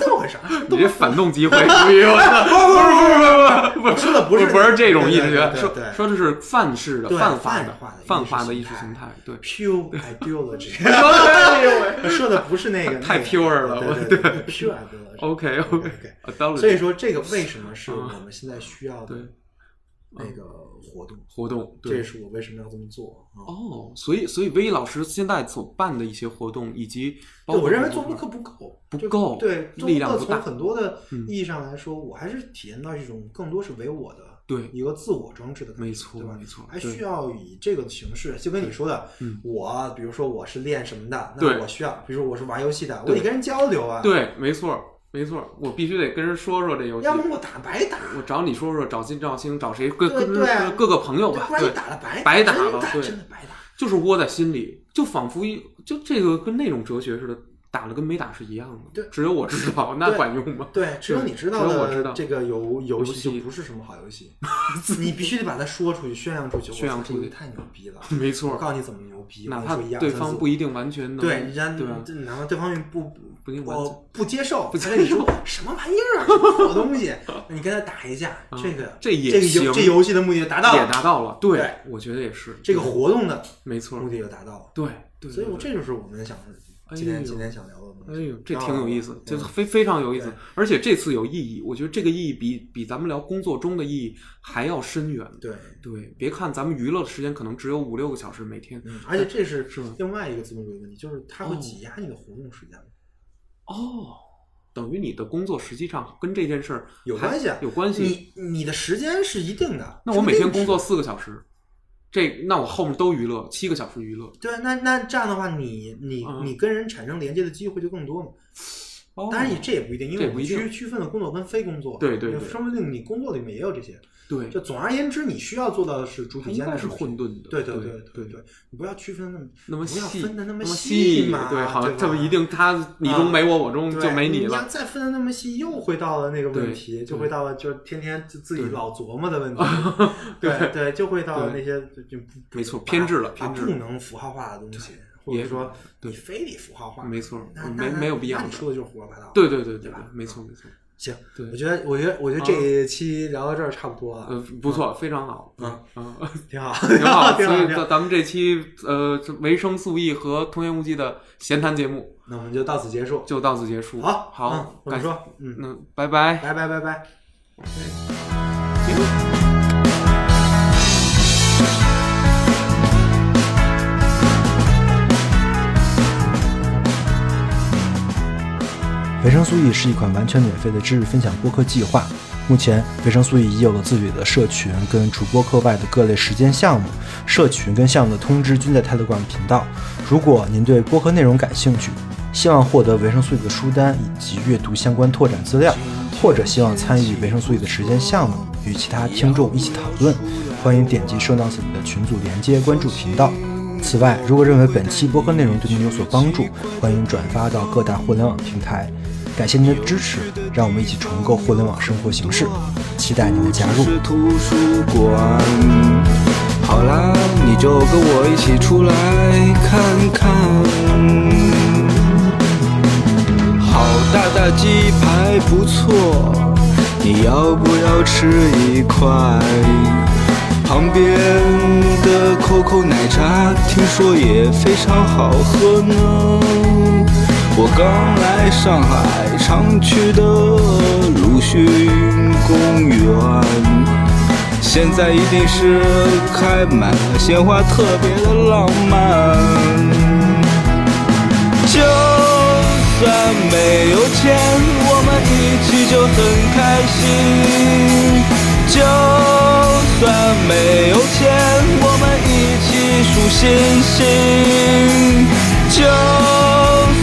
这么回事儿？
你这反动机会，不是不是不是不是，
说哎的不是
不是这种意识形态，
对
说
对对
说的是泛式的、
对
泛化
泛化的
泛化的意
意
识
识
形
形
态，对。
pure ideology，
哎呦喂
说的不是那个，
太
那个
pure 了
对
我
对对对，pure ideology。
OK OK，
OK，OK
道理。
所以说，这个为什么是我们现在需要的
啊对
那个活动？
活动，
这也
对
是我为什么要这么做啊。
哦，所以所以威老师现在所办的一些活动，以及包
对，
括
我认为做播客不够，
不
就
够
对，做
力
播
量
客
不
从
大
很多的
嗯
意义上来说，我还是体验到一种更多是唯我的
对
一个自我装置的感觉，
没错
对吧
没错
还
对
需要以这个形式，就跟你说的
嗯，
我比如说我是练什么的，
对
那我需要，比如说我是玩游戏的，我
对
得跟人交流啊，，
对，没错没错，我必须得跟人说说这游戏
要，不然我打白打，
我找你说说，找金兆兴，找谁，跟
对
跟
对
跟各个朋友
对
吧
不，然你
对，
打了白
白打
打真
了
打
对
真的白打。
就是窝在心里，就仿佛一就这个跟那种哲学似的，打了跟没打是一样的。
对
只有我知道，那管用吗？
对，只有
对
你知道
只有我知
的
道
这个游游
游
戏
戏
就不是什么好 游戏，你必须得把它说出去，宣扬出去。
宣扬
我操
出
这
去
个太牛逼了！
没
我
错，
告诉你怎么牛逼，
哪
我
怕
跟你说一二
对
三
方
四
不一定完全能，
对，人家
对吧？
哪怕对方面不
不一定完全
我不接受，
不
不
接
跟你说什么玩意儿啊，什么好东 西，你跟他打一架，这个
嗯这也
这个
行
游这游戏的目的就达到
也
了，
达到了。对，
对
我觉得也是
这个活动的
没错
目。的就达到了，
对对，
所以我
对
这就是我们想
哎
今天
呦
今天想聊的
哎
东西。
呦，这挺有意思，
啊对
就是非非常有意思
对，
而且这次有意义。我觉得这个意义比比咱们聊工作中的意义还要深远。
对，
对，别看咱们娱乐的时间可能只有五六个小时每天，
嗯，而且这是
哎是吗
另外一个资本主义问题，就是它会
哦
挤压你的活动时间。
哦，等于你的工作实际上跟这件事儿
有
还
关系啊
有关系。
你你的时间是一定的，
那
是
我每天
定
工作
时
四个小时，这那我后面都娱乐，七个小时娱乐，
对，那那这样的话，你你
嗯
你跟人产生连接的机会就更多嘛。
哦
当然也这也不一定，因
这
为
也
我
不
们
一定
区区分了工作跟非工作，
对对对
说不定你工作里面也有这些。
对，
就总而言之，你需要做到的是主
它
体
应
间
该
的
是
东西
混沌的，
对
对
对对
对
对，你不要区分那么
那么
不要
细，
分的那么
细
嘛，
对，好，
吧啊
这不一定，他你中没我，我中
对
就没
你
你
要
了，
再分的那么细，又回到了那个问
对
题，就
对
回到了就是天天自自己
对
老琢磨的问题， 对对，就回到了那些就就不
没错
把
偏执了
把
偏执
不能符号化的东西，或
也
者
是
说
对
你非得符号化，
没错
那
嗯
那
没
那
没有必要
那你
的
说的就是胡说八道。
对对对
对
对
吧，
没错没错，
行，
对
我觉得我觉得我觉得这一期聊到这儿差不多了，
呃，不错，非常好，
嗯
嗯，
挺好，
挺好
，挺
所
好，
以
挺
咱
好。
咱们这期呃这维生素 E 和童言无忌的闲谈节目
那我们就到此结束。
就到此结束，
好，嗯
好，
我们
感
说，嗯，
嗯，拜拜。
拜拜拜拜。
维生素 E 是一款完全免费的知识分享播客计划。目前，维生素 E 已有了自己的社群跟主播课外的各类实践项目，社群跟项目的通知均在 Telegram 频道。如果您对播客内容感兴趣，希望获得维生素 E 的书单以及阅读相关拓展资料，或者希望参与维生素 E 的实践项目，与其他听众一起讨论，欢迎点击 Show Notes 里的群组连接关注频道。此外，如果认为本期播客内容对您有所帮助，欢迎转发到各大互联网平台。感谢您的支持，让我们一起重构互联网生活形式，期待您的加入。
是图书馆。好啦，你就跟我一起出来看看。好大大鸡排不错，你要不要吃一块？旁边的可口奶茶听说也非常好喝呢。我刚来上海，常去的鲁迅公园。现在一定是开满了鲜花，特别的浪漫。就算没有钱，我们一起就很开心。就算没有钱，我们一起数星星。就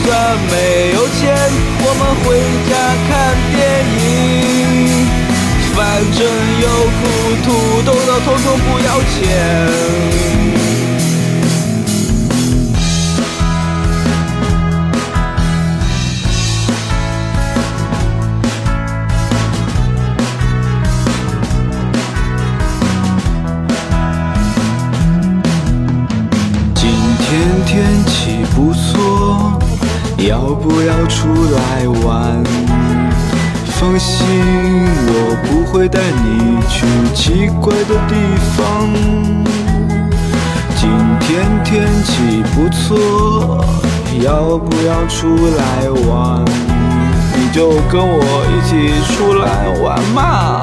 算没有钱，我们回家看电影。反正有苦土豆的，统统不要钱。今天天气不错，要不要出来玩？放心，我不会带你去奇怪的地方。今天天气不错，要不要出来玩？你就跟我一起出来玩嘛。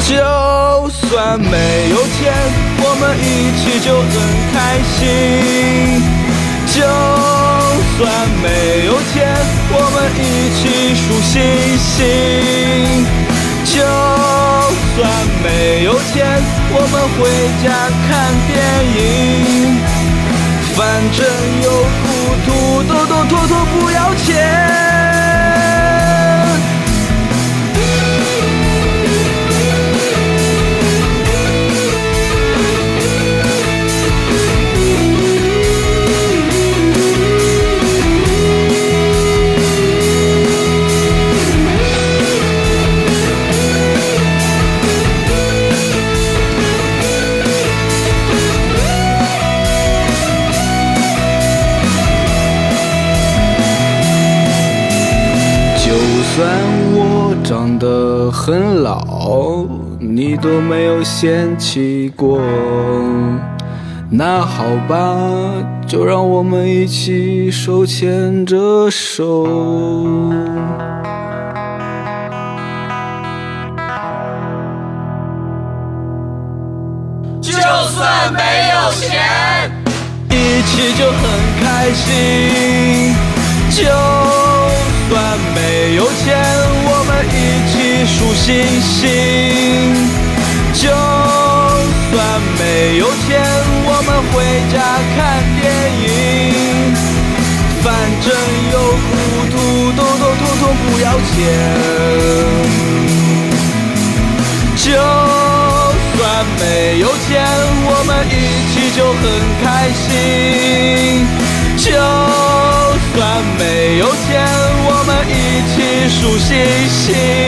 就算没有钱，我们一起就很开心。就算没有钱，我们一起数星星。就算没有钱，我们回家看电影。反正有苦土豆豆，偷偷不要钱。就算我长得很老，你都没有嫌弃过。那好吧，就让我们一起手牵着手。就算没有钱，一起就很开心。就算没有钱，我们一起数星星。就算没有钱，我们回家看电影。真有糊涂，都都通通不要钱。就算没有钱，我们一起就很开心。就算没有钱，我们一起数星星。